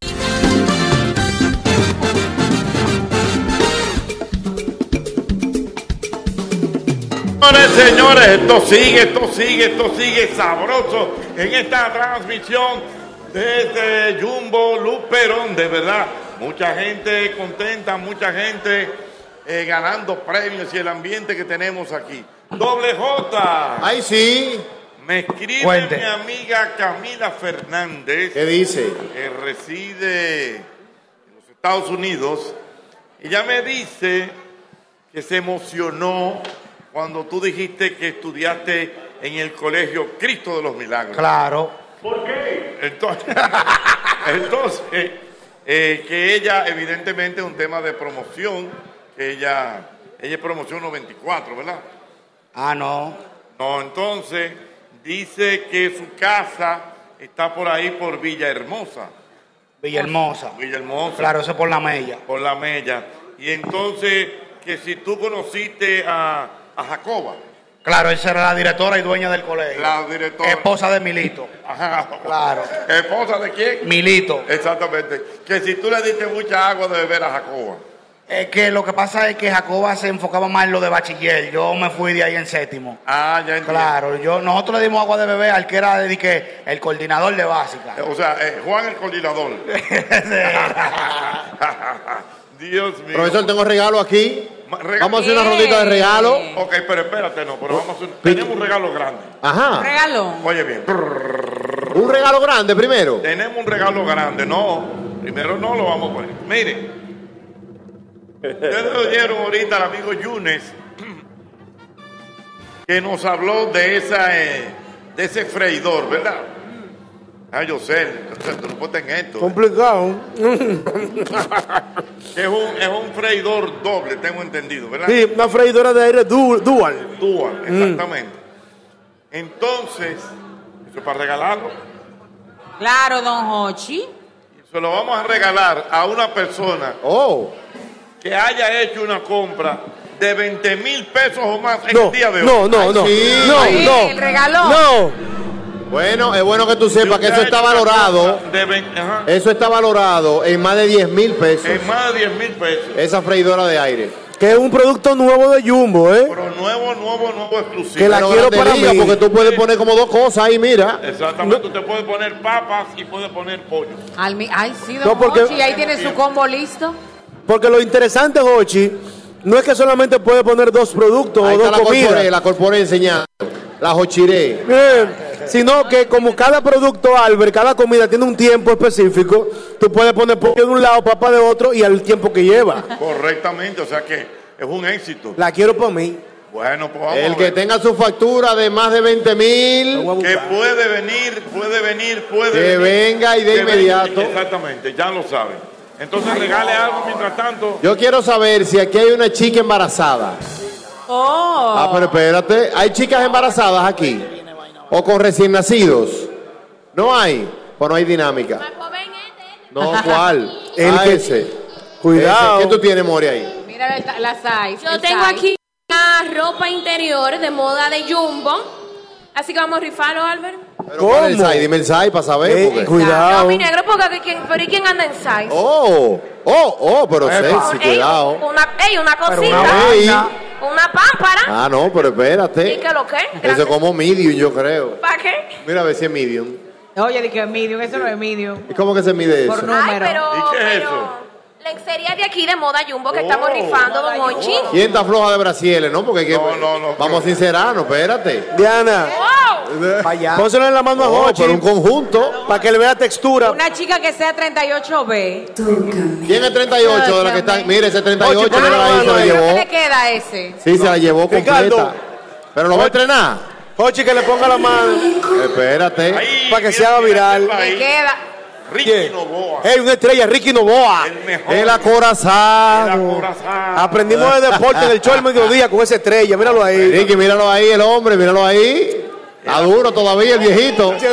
Speaker 1: Señores, señores, esto sigue, esto sigue, esto sigue sabroso en esta transmisión desde Jumbo Luperón, de verdad. Mucha gente contenta, mucha gente eh, ganando premios y el ambiente que tenemos aquí. Doble J.
Speaker 2: Ay, sí.
Speaker 1: Me escribe
Speaker 2: Cuente.
Speaker 1: mi amiga Camila Fernández.
Speaker 2: ¿Qué dice?
Speaker 1: Que reside en los Estados Unidos. Ella me dice que se emocionó cuando tú dijiste que estudiaste en el colegio Cristo de los Milagros.
Speaker 11: Claro.
Speaker 1: ¿Por qué? Entonces, (laughs) entonces, eh, que ella, evidentemente, es un tema de promoción, que ella, ella es promoción 94, ¿verdad?
Speaker 6: Ah, no.
Speaker 1: No, entonces, dice que su casa está por ahí, por Villa Hermosa.
Speaker 6: Villahermosa.
Speaker 1: Villahermosa.
Speaker 6: Claro, eso es por la mella.
Speaker 1: Por la mella. Y entonces, que si tú conociste a, a Jacoba.
Speaker 6: Claro, esa era la directora y dueña del colegio.
Speaker 1: La directora.
Speaker 6: Esposa de Milito. Claro.
Speaker 1: ¿Esposa de quién?
Speaker 6: Milito.
Speaker 1: Exactamente. Que si tú le diste mucha agua de beber a Jacoba.
Speaker 6: Es que lo que pasa es que Jacoba se enfocaba más en lo de bachiller. Yo me fui de ahí en séptimo.
Speaker 1: Ah, ya entiendo.
Speaker 6: Claro, yo, nosotros le dimos agua de bebé al que era de que el coordinador de básica.
Speaker 1: O sea, eh, Juan el
Speaker 6: (laughs)
Speaker 1: coordinador. (laughs) Dios mío.
Speaker 2: Profesor, tengo regalo aquí.
Speaker 1: Ma- regalo.
Speaker 2: Vamos a hacer una rondita de regalo. Oh,
Speaker 1: Ok, pero espérate, no, pero vamos a hacer. Tenemos un regalo grande.
Speaker 2: Ajá.
Speaker 1: Regalo. Oye bien.
Speaker 2: Ah. Un regalo grande primero.
Speaker 1: Tenemos un regalo grande, no. Primero no lo vamos a poner. Mire. Ustedes oyeron ahorita al amigo Yunes que nos habló de esa eh, de ese freidor, ¿verdad? Ah, yo sé, tú no puedes en esto. (laughs)
Speaker 8: Complicado.
Speaker 1: Es un, es un freidor doble, tengo entendido, ¿verdad?
Speaker 8: Sí, una freidora de aire du- dual.
Speaker 1: Dual,
Speaker 8: Mm.
Speaker 1: exactamente. Entonces, eso es para regalarlo.
Speaker 14: Claro, don Hochi.
Speaker 1: Se lo vamos a regalar a una persona
Speaker 8: Oh.
Speaker 1: que haya hecho una compra de 20 mil pesos o más en el día de hoy.
Speaker 2: no, no, no, no, Sí, no, el
Speaker 14: regaló.
Speaker 2: no. Bueno, es bueno que tú sepas que eso está valorado.
Speaker 1: De 20, ajá,
Speaker 2: Eso está valorado en más de 10 mil pesos.
Speaker 1: en más de 10 mil pesos.
Speaker 2: Esa freidora de aire.
Speaker 8: Que es un producto nuevo de Jumbo, ¿eh?
Speaker 1: Pero nuevo, nuevo, nuevo exclusivo.
Speaker 8: Que la
Speaker 1: Pero
Speaker 8: quiero
Speaker 1: grande
Speaker 8: para
Speaker 1: liga,
Speaker 8: mí. Eh,
Speaker 1: porque-
Speaker 2: Porque tú puedes poner como dos cosas ahí, mira.
Speaker 1: Exactamente, usted puede poner papas y puede poner pollo.
Speaker 8: (laughs)
Speaker 7: Al mi- Ay, sí, don
Speaker 8: No, porque-
Speaker 7: Hochi, ahí tiene su combo listo.
Speaker 8: Porque lo interesante, Hochi, no es que solamente puede poner dos productos
Speaker 2: Ahí
Speaker 8: o
Speaker 2: está
Speaker 8: dos
Speaker 2: la
Speaker 8: comidas.
Speaker 2: corporé, la corporé enseñando. La jochiré.
Speaker 8: Eh, sino que como cada producto, Albert, cada comida tiene un tiempo específico, tú puedes poner pollo de un lado, papa de otro y al tiempo que lleva.
Speaker 1: Correctamente, o sea que es un éxito.
Speaker 8: La quiero para mí.
Speaker 1: Bueno, pues vamos
Speaker 2: El
Speaker 1: a
Speaker 2: que
Speaker 1: ver.
Speaker 2: tenga su factura de más de 20 mil,
Speaker 1: Que puede venir, puede venir, puede
Speaker 2: Que
Speaker 1: venir.
Speaker 2: venga y
Speaker 1: Que
Speaker 2: de
Speaker 1: venga,
Speaker 2: inmediato.
Speaker 1: Exactamente, ya lo saben. Entonces regale algo mientras tanto.
Speaker 2: yo quiero saber si aquí hay una chica embarazada.
Speaker 14: Oh.
Speaker 2: Ah, pero espérate, ¿hay chicas embarazadas aquí? ¿O con recién nacidos? No hay, o no hay dinámica. No, ¿cuál?
Speaker 8: El
Speaker 2: Ah,
Speaker 8: que-
Speaker 2: ese.
Speaker 8: Cuidado.
Speaker 2: Ese. ¿Qué tú tienes, Mori, ahí?
Speaker 3: Mira las hay. Yo
Speaker 14: el
Speaker 3: tengo
Speaker 14: size.
Speaker 3: aquí una ropa interior de moda de Jumbo. Así que vamos a rifarlo, Albert.
Speaker 2: Pero ¿cuál es el size? Dime el size para saber.
Speaker 8: Eh,
Speaker 2: porque-
Speaker 3: No, mi negro, porque aquí quién- pero ¿y quién anda en size?
Speaker 2: Oh, oh, oh, pero sexy,
Speaker 3: Ey,
Speaker 2: cuidado.
Speaker 3: Una, ey, una
Speaker 2: Pero
Speaker 3: cosita.
Speaker 2: una
Speaker 3: Ey.
Speaker 2: vaina.
Speaker 3: una pámpara.
Speaker 2: Ah, no, pero
Speaker 3: ¿Y
Speaker 2: espérate.
Speaker 3: qué lo que?
Speaker 2: Eso es como medium, yo creo.
Speaker 3: ¿Para qué?
Speaker 2: Mira a ver si es medium.
Speaker 14: Oye, dije medium, eso no es medium.
Speaker 2: ¿Y cómo que se mide eso?
Speaker 14: Por número.
Speaker 3: pero- ¿Y qué es
Speaker 2: eso? Oh.
Speaker 3: Lencería de aquí de moda Jumbo que estamos rifando, don Hochi.
Speaker 2: ¿Quién está floja de brasiles, no? Porque hay que- vamos a sincerarnos, espérate.
Speaker 8: Diana,
Speaker 3: Oh.
Speaker 2: Allá.
Speaker 8: pónselo en la mano a
Speaker 2: Oh,
Speaker 8: Hochi.
Speaker 2: pero un conjunto.
Speaker 8: Para que le vea textura.
Speaker 14: Una chica que sea 38B.
Speaker 2: ¿Quién es 38 de la que están? Mire, ese 38
Speaker 8: Ocho,
Speaker 2: que la
Speaker 8: ah,
Speaker 2: ahí, se
Speaker 8: no,
Speaker 2: la
Speaker 8: no,
Speaker 14: ¿Qué
Speaker 2: llevó.
Speaker 14: le queda a ese?
Speaker 2: Sí, se la llevó
Speaker 8: Ricardo.
Speaker 2: completa. Pero lo va a entrenar.
Speaker 8: Hochi, que le ponga la mano.
Speaker 2: Espérate.
Speaker 8: para que se haga viral.
Speaker 14: Le queda.
Speaker 1: Ricky Novoa.
Speaker 8: Hey, una estrella, Ricky Novoa.
Speaker 2: El acorazado.
Speaker 8: Aprendimos de deporte del show al mediodía con esa estrella. Míralo ahí.
Speaker 2: Ricky, míralo ahí, el hombre, míralo ahí. Está duro todavía el viejito.
Speaker 14: Se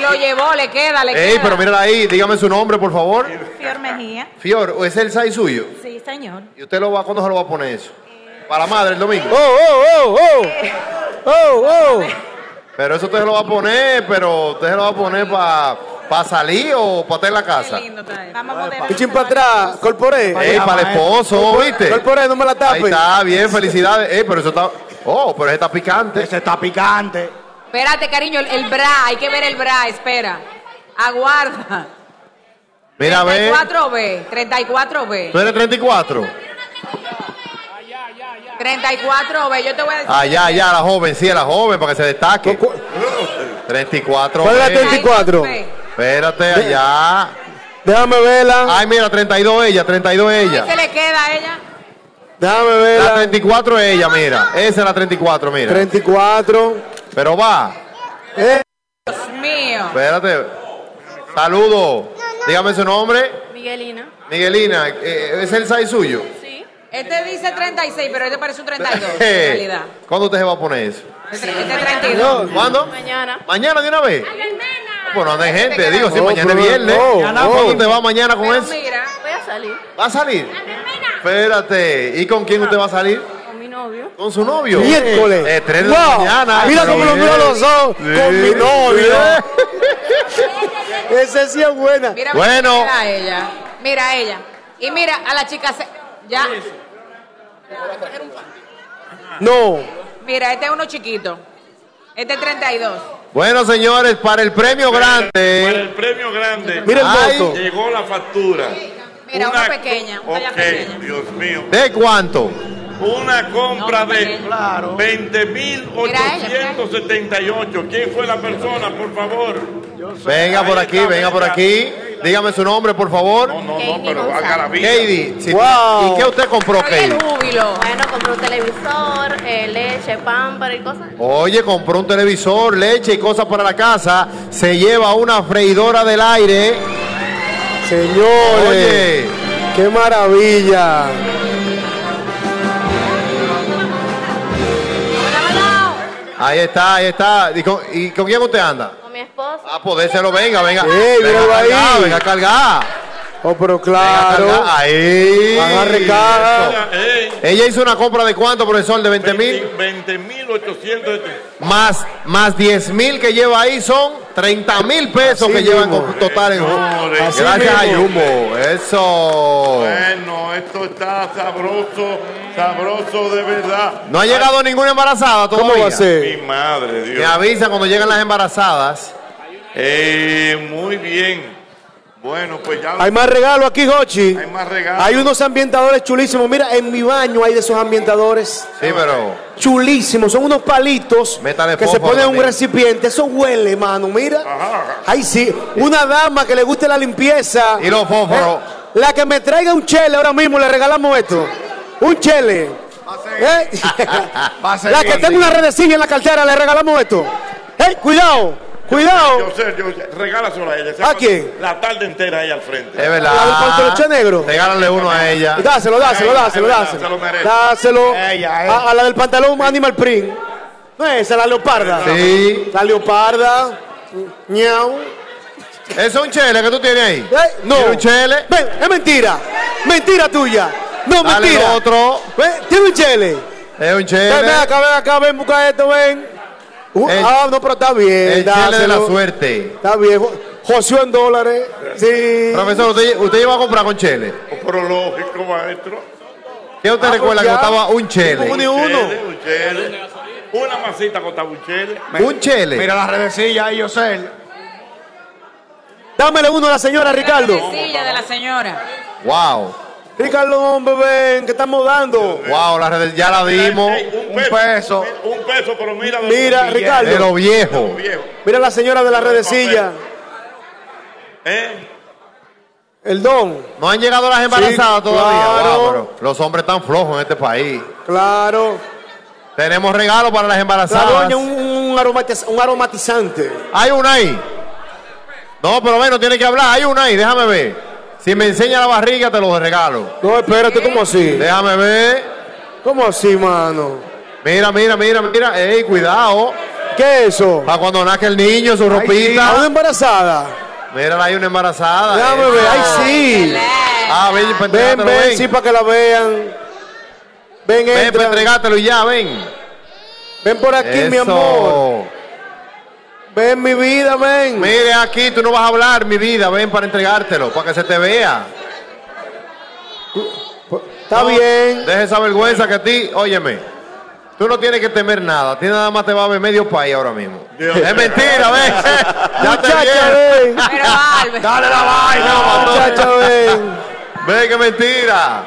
Speaker 14: lo llevó, le queda, le
Speaker 2: Ey,
Speaker 14: queda.
Speaker 2: pero mírala ahí, dígame su nombre, por favor.
Speaker 14: Fior Mejía.
Speaker 2: Fior, ¿o ¿es el size suyo?
Speaker 14: Sí, señor.
Speaker 2: ¿Y usted lo va, cuándo se lo va a poner eso? Para la madre el domingo.
Speaker 8: oh, oh, oh, oh, oh.
Speaker 2: Pero eso usted se lo va a poner, pero usted se lo va a poner para salir o para estar en la casa.
Speaker 8: Un chin para atrás, corporé.
Speaker 2: Ey, para el esposo, ¿viste?
Speaker 8: Corporé, no me la
Speaker 2: Ahí
Speaker 8: tapes.
Speaker 2: está, bien, felicidades. Ey, pero eso está. Oh, pero ese está picante. Ese está picante.
Speaker 14: Espérate, cariño, el, el bra, hay que ver el bra, espera. Aguarda.
Speaker 2: Mira, a ver.
Speaker 14: 34B, 34B.
Speaker 2: ¿Tú eres 34?
Speaker 14: 34B, yo te voy a decir.
Speaker 2: Allá, allá, Ah, la joven, sí, la joven, para que se destaque. 34.
Speaker 8: ¿Cuál es la
Speaker 2: eh.
Speaker 8: 34?
Speaker 2: Espérate, allá.
Speaker 8: Déjame verla.
Speaker 2: Ay, mira, 32 ella, 32 ella.
Speaker 14: ¿Qué le queda a ella?
Speaker 8: Déjame verla.
Speaker 2: La 34 es ella, mira. Esa es la 34, mira.
Speaker 8: 34.
Speaker 2: Pero va.
Speaker 8: Eh.
Speaker 14: Dios mío.
Speaker 2: Espérate. Saludo. Dígame su nombre.
Speaker 14: Miguelina.
Speaker 2: Miguelina, eh, ¿es el size suyo?
Speaker 14: Este dice 36, pero este parece un
Speaker 2: (laughs)
Speaker 14: 32. en
Speaker 2: Eh,
Speaker 14: realidad.
Speaker 2: ¿Cuándo usted se va a poner eso?
Speaker 14: Este este 32.
Speaker 2: ¿Cuándo?
Speaker 14: Mañana.
Speaker 2: ¿Mañana de una vez? Bueno, no hay gente,
Speaker 14: te
Speaker 2: digo, si
Speaker 8: quedas.
Speaker 2: mañana es
Speaker 8: No,
Speaker 2: viernes.
Speaker 8: no,
Speaker 2: ¿Cuándo
Speaker 8: no.
Speaker 2: te va mañana con
Speaker 14: Pero
Speaker 2: eso?
Speaker 14: mira, voy a salir
Speaker 2: ¿Va a salir? Espérate, ¿y con quién usted va a salir?
Speaker 14: con mi novio.
Speaker 2: Con su novio.
Speaker 8: Miércoles.
Speaker 2: Eh, tres de la
Speaker 8: Wow. Ah,
Speaker 2: mañana.
Speaker 8: Mira
Speaker 2: pero
Speaker 8: cómo lo
Speaker 2: bien.
Speaker 8: miro los ojos.
Speaker 2: Sí.
Speaker 8: Con mi novio. Esa sí es buena.
Speaker 14: Mira,
Speaker 2: Bueno.
Speaker 14: mira a ella. Mira a ella. Y mira a la chica. se- Ya.
Speaker 8: No.
Speaker 14: Mira, este es uno chiquito. Este es 32.
Speaker 2: Bueno, señores, para el premio
Speaker 1: Para
Speaker 2: grande.
Speaker 1: el premio grande.
Speaker 2: Mira el
Speaker 1: Ay,
Speaker 2: voto.
Speaker 1: Llegó la factura.
Speaker 14: Mira, una, pequeña. Una ya
Speaker 1: Ok,
Speaker 14: pequeña.
Speaker 1: Dios mío.
Speaker 2: ¿De cuánto?
Speaker 1: Una compra de 20.878. ¿Quién fue la persona, por favor?
Speaker 2: Venga por aquí, venga por aquí. Dígame su nombre, por favor.
Speaker 1: No, no, pero haga la vida.
Speaker 2: Katie, si-
Speaker 8: Wow.
Speaker 2: ¿y qué usted compró, Katie?
Speaker 14: júbilo.
Speaker 33: Bueno, compré un televisor, eh, leche, pámpara y cosas.
Speaker 2: Oye, compró un televisor, leche y cosas para la casa. Se lleva una freidora del aire.
Speaker 8: Señores.
Speaker 2: Oye.
Speaker 8: Qué maravilla.
Speaker 2: Ahí está, ahí está. ¿Y con, y con quién usted anda?
Speaker 33: Con mi esposo.
Speaker 2: Ah, podérselo, venga, venga.
Speaker 8: Ey,
Speaker 2: venga,
Speaker 8: míralo
Speaker 2: a cargar,
Speaker 8: ahí.
Speaker 2: venga a cargar.
Speaker 8: Oh, pero
Speaker 2: Venga a
Speaker 8: claro.
Speaker 2: cargar. Ahí.
Speaker 8: Agarre caja.
Speaker 2: Eso. Ella hizo una compra de cuánto, profesor, de 20 mil.
Speaker 1: 20.800.
Speaker 2: Más, más 10 mil que lleva ahí son 30 mil pesos
Speaker 8: Así
Speaker 2: que llevan
Speaker 8: mismo.
Speaker 2: con- total en Jumbo.
Speaker 1: Señores.
Speaker 8: Así
Speaker 2: Gracias a
Speaker 8: mismo.
Speaker 2: Jumbo. Eso.
Speaker 1: Bueno, esto está sabroso, sabroso de verdad.
Speaker 2: No ha llegado ninguna embarazada todavía.
Speaker 8: ¿Cómo va a ser?
Speaker 1: Mi madre, Dios.
Speaker 2: Me avisa cuando llegan las embarazadas.
Speaker 1: Eh, muy bien. Bueno, pues ya.
Speaker 8: Hay más regalo aquí, Jochi.
Speaker 1: Hay más regalos.
Speaker 8: Hay unos ambientadores chulísimos. Mira, en mi baño hay de esos ambientadores.
Speaker 1: Sí, pero-
Speaker 8: Chulísimos. Son unos palitos
Speaker 2: Métale
Speaker 8: que se
Speaker 2: fósforo
Speaker 8: ponen en un
Speaker 2: también.
Speaker 8: recipiente. Eso huele, mano. Mira. Ay, sí. Una dama que le guste la limpieza.
Speaker 2: Y los fósforos.
Speaker 8: Eh, La que me traiga un chele ahora mismo, le regalamos esto. Un chele. Eh, (laughs)
Speaker 2: (laughs) Va a ser
Speaker 8: la que
Speaker 2: bien.
Speaker 8: tenga una redecilla en la cartera, le regalamos esto. Eh, cuidado, cuidado.
Speaker 1: Yo sé, yo sé. Regálaselo a ella.
Speaker 8: ¿A quién?
Speaker 1: La tarde entera ahí al frente.
Speaker 2: Es verdad.
Speaker 8: La del pantaloche negro.
Speaker 2: Regálale uno a ella.
Speaker 8: Dáselo, dáselo,
Speaker 1: Ey,
Speaker 8: dáselo,
Speaker 1: es verdad,
Speaker 8: dáselo.
Speaker 1: se lo merece.
Speaker 8: Dáselo.
Speaker 1: Ella, ella.
Speaker 8: A, a la del pantalón animal print. No es esa, la leoparda.
Speaker 2: Sí.
Speaker 8: La leoparda. Ñau.
Speaker 2: Es un chele que tú tienes ahí.
Speaker 8: Eh, no.
Speaker 2: ¿Tiene un chele?
Speaker 8: Ven, es mentira. Mentira tuya. No,
Speaker 2: Dale
Speaker 8: mentira.
Speaker 2: otro.
Speaker 8: Ven, tiene un chele.
Speaker 2: Es un chele.
Speaker 8: Ven, ven acá, ven acá, ven, busca esto, ven. Uh,
Speaker 2: El-
Speaker 8: ah, no, pero está bien.
Speaker 2: El chele de la
Speaker 8: dáselo.
Speaker 2: suerte.
Speaker 8: Está bien. Jo- Joció en dólares. Sí.
Speaker 2: Profesor, usted, usted iba a comprar con chele.
Speaker 1: Pero lógico, maestro.
Speaker 2: ¿Qué usted
Speaker 1: Ah,
Speaker 2: recuerda
Speaker 1: pues
Speaker 2: que
Speaker 1: ya.
Speaker 2: costaba un chele?
Speaker 1: Un chele, un chele. Una masita costaba un chele.
Speaker 2: Un chele.
Speaker 34: Mira la redecilla ahí, Yosel.
Speaker 8: Dámele uno a la señora, Ricardo.
Speaker 7: Silla de la señora.
Speaker 2: Wow.
Speaker 8: Ricardo, hombre, ven, que estamos dando.
Speaker 2: Wow, la rede- ya la dimos.
Speaker 1: Un peso. Un peso, pero mira. de
Speaker 8: Mira,
Speaker 1: los
Speaker 8: Ricardo.
Speaker 2: De lo viejo.
Speaker 1: billetes, viejo.
Speaker 8: Mira la señora de la redecilla.
Speaker 1: ¿Eh?
Speaker 8: El don.
Speaker 2: No han llegado las embarazadas
Speaker 8: Sí,
Speaker 2: todavía.
Speaker 8: claro.
Speaker 2: Wow, pero los hombres están flojos en este país.
Speaker 8: Claro.
Speaker 2: Tenemos regalos para las
Speaker 8: La
Speaker 2: embarazadas.
Speaker 8: doña, un, un aromatiz- un aromatizante.
Speaker 2: Hay una ahí. No, pero bueno, tiene que hablar. Hay una ahí, déjame ver. Si me enseña la barriga, te lo regalo.
Speaker 8: No, espérate, ¿cómo así?
Speaker 2: Déjame ver.
Speaker 8: ¿Cómo así, mano?
Speaker 2: Mira, mira, mira, mira. Ey, cuidado.
Speaker 8: ¿Qué es eso?
Speaker 2: Para cuando nazca el niño, su
Speaker 8: Ay, sí, a
Speaker 2: ropita.
Speaker 8: una embarazada.
Speaker 2: Mira, hay una embarazada.
Speaker 8: Déjame
Speaker 2: Eso.
Speaker 8: ver, ay sí.
Speaker 2: Ah, ven, para
Speaker 8: Ven,
Speaker 2: entregártelo,
Speaker 8: ven, sí, para que la vean. Ven,
Speaker 2: Ven, para
Speaker 8: entra.
Speaker 2: entregártelo y ya, ven.
Speaker 8: Ven por aquí, mi
Speaker 2: Eso.
Speaker 8: amor. Ven, mi vida, ven.
Speaker 2: Mire aquí, tú no vas a hablar, mi vida. Ven para entregártelo, para que se te vea.
Speaker 8: Está bien.
Speaker 2: Deja esa vergüenza que a ti, óyeme. Tú no tienes que temer nada. A ti nada más te va a ver medio país ahora mismo. es mentira, ven. ya te
Speaker 8: Muchacha, eh.
Speaker 2: vieron.
Speaker 8: ven.
Speaker 2: Dale la vaina, matón.
Speaker 8: Muchacha, ven.
Speaker 2: Ah, Ven, que mentira.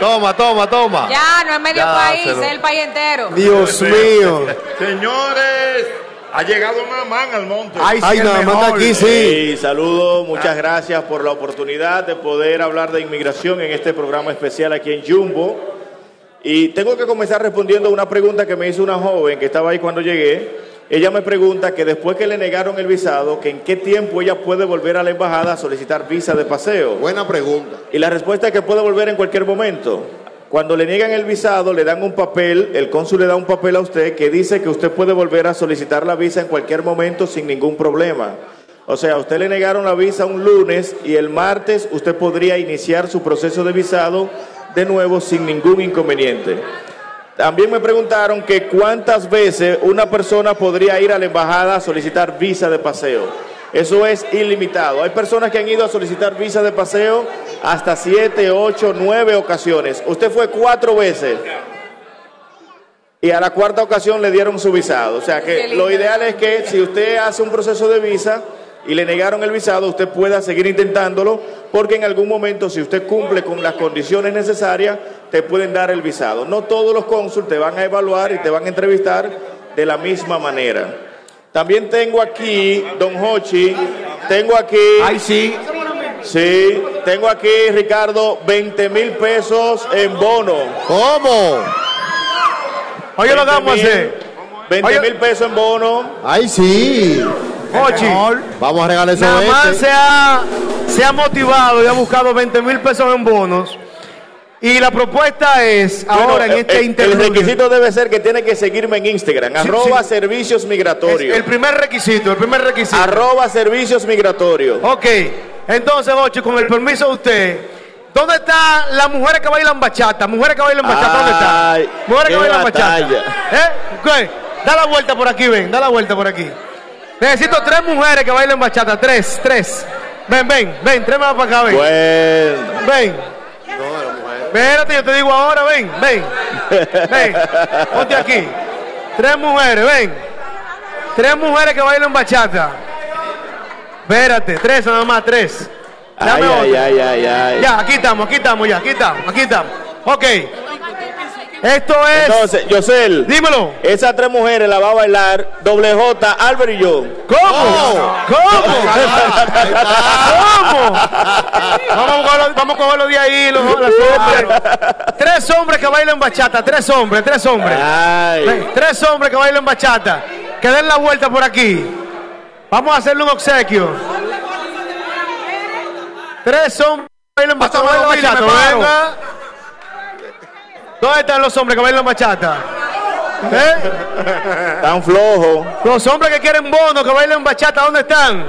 Speaker 2: Toma, toma, toma.
Speaker 7: Ya, no es medio
Speaker 2: Ah. Ya,
Speaker 7: país,
Speaker 2: se lo-
Speaker 7: es el país entero.
Speaker 8: Dios
Speaker 2: (laughs)
Speaker 8: mío.
Speaker 1: Señores, ha llegado Namán al monte.
Speaker 8: Ay, nada más está aquí, sí.
Speaker 9: Y saludo, muchas gracias por la oportunidad de poder hablar de inmigración en este programa especial aquí en Jumbo. Y tengo que comenzar respondiendo a una pregunta que me hizo una joven que estaba ahí cuando llegué. Ella me pregunta que después que le negaron el visado, que en qué tiempo ella puede volver a la embajada a solicitar visa de paseo.
Speaker 35: Buena pregunta.
Speaker 9: Y la respuesta es que puede volver en cualquier momento. Cuando le niegan el visado, le dan un papel, el cónsul le da un papel a usted que dice que usted puede volver a solicitar la visa en cualquier momento sin ningún problema. O sea, a usted le negaron la visa un lunes y el martes usted podría iniciar su proceso de visado de nuevo sin ningún inconveniente. También me preguntaron que cuántas veces una persona podría ir a la embajada a solicitar visa de paseo. Eso es ilimitado. Hay personas que han ido a solicitar visa de paseo hasta siete, ocho, nueve ocasiones. Usted fue cuatro veces y a la cuarta ocasión le dieron su visado. O sea que lo ideal es que si usted hace un proceso de visa y le negaron el visado, usted pueda seguir intentándolo porque en algún momento si usted cumple con las condiciones necesarias, te pueden dar el visado. No todos los cónsules te van a evaluar y te van a entrevistar de la misma manera. También tengo aquí, don Hochi, tengo aquí... Ay, sí. Sí, tengo aquí, Ricardo, 20 mil pesos en bono.
Speaker 2: ¿Cómo? Oye, lo que vamos a hacer.
Speaker 9: 20 mil pesos en bono.
Speaker 2: Ay, sí.
Speaker 9: Ochi.
Speaker 2: Vamos a regalar eso a Nada este. más
Speaker 9: se
Speaker 2: ha,
Speaker 9: se ha
Speaker 2: motivado y ha buscado 20 mil pesos en bonos. Y la propuesta es,
Speaker 9: Bueno,
Speaker 2: ahora en
Speaker 9: eh,
Speaker 2: este
Speaker 9: eh, El
Speaker 2: interludio,
Speaker 9: requisito debe ser que tiene que seguirme en Instagram. Arroba servicios migratorios.
Speaker 2: Es el primer requisito, el primer requisito.
Speaker 9: Arroba servicios migratorios.
Speaker 2: Ok, entonces, Ocho, con el permiso de usted, ¿dónde están las mujeres que bailan bachata? Mujeres que bailan bachata, ¿dónde
Speaker 9: Ay,
Speaker 2: están? Mujeres que
Speaker 9: qué
Speaker 2: bailan
Speaker 9: batalla.
Speaker 2: bachata. ¿Eh? ¿Qué? Da la vuelta por aquí, ven, da la vuelta por aquí. Necesito tres mujeres que bailen bachata, tres, tres. Ven, ven, ven, tres más para acá, ven.
Speaker 9: Bueno.
Speaker 2: Ven. Espérate, yo te digo ahora, ven, ven. Ven, ponte aquí. Tres mujeres, ven. Tres mujeres que bailan bachata.
Speaker 8: Espérate, tres nada más, tres.
Speaker 9: Ay,
Speaker 8: otra.
Speaker 9: ay, ay, ay, ay.
Speaker 8: Ya, aquí estamos, aquí estamos, ya, aquí estamos, aquí estamos. Ok. Esto es.
Speaker 9: Entonces, Yosel.
Speaker 8: Dímelo.
Speaker 9: Esas tres mujeres la va a bailar doble J, Álvaro y yo.
Speaker 8: ¿Cómo?
Speaker 9: (laughs)
Speaker 8: ¿Cómo? Vamos a cogerlo, vamos a cogerlo de ahí, los, las hombres. Tres hombres que bailan bachata, tres hombres, tres hombres. Ven, Tres hombres que bailan bachata. Que den la vuelta por aquí. Vamos a hacerle un obsequio. Tres hombres que bailan bachata.
Speaker 11: Pásame la
Speaker 8: Bailan
Speaker 11: bachata,
Speaker 8: bachata,
Speaker 11: me
Speaker 8: venga. ¿Dónde están los hombres que bailan bachata? (laughs) ¿Eh?
Speaker 9: Tan flojo.
Speaker 8: Los hombres que quieren bono, que bailen bachata, ¿dónde están?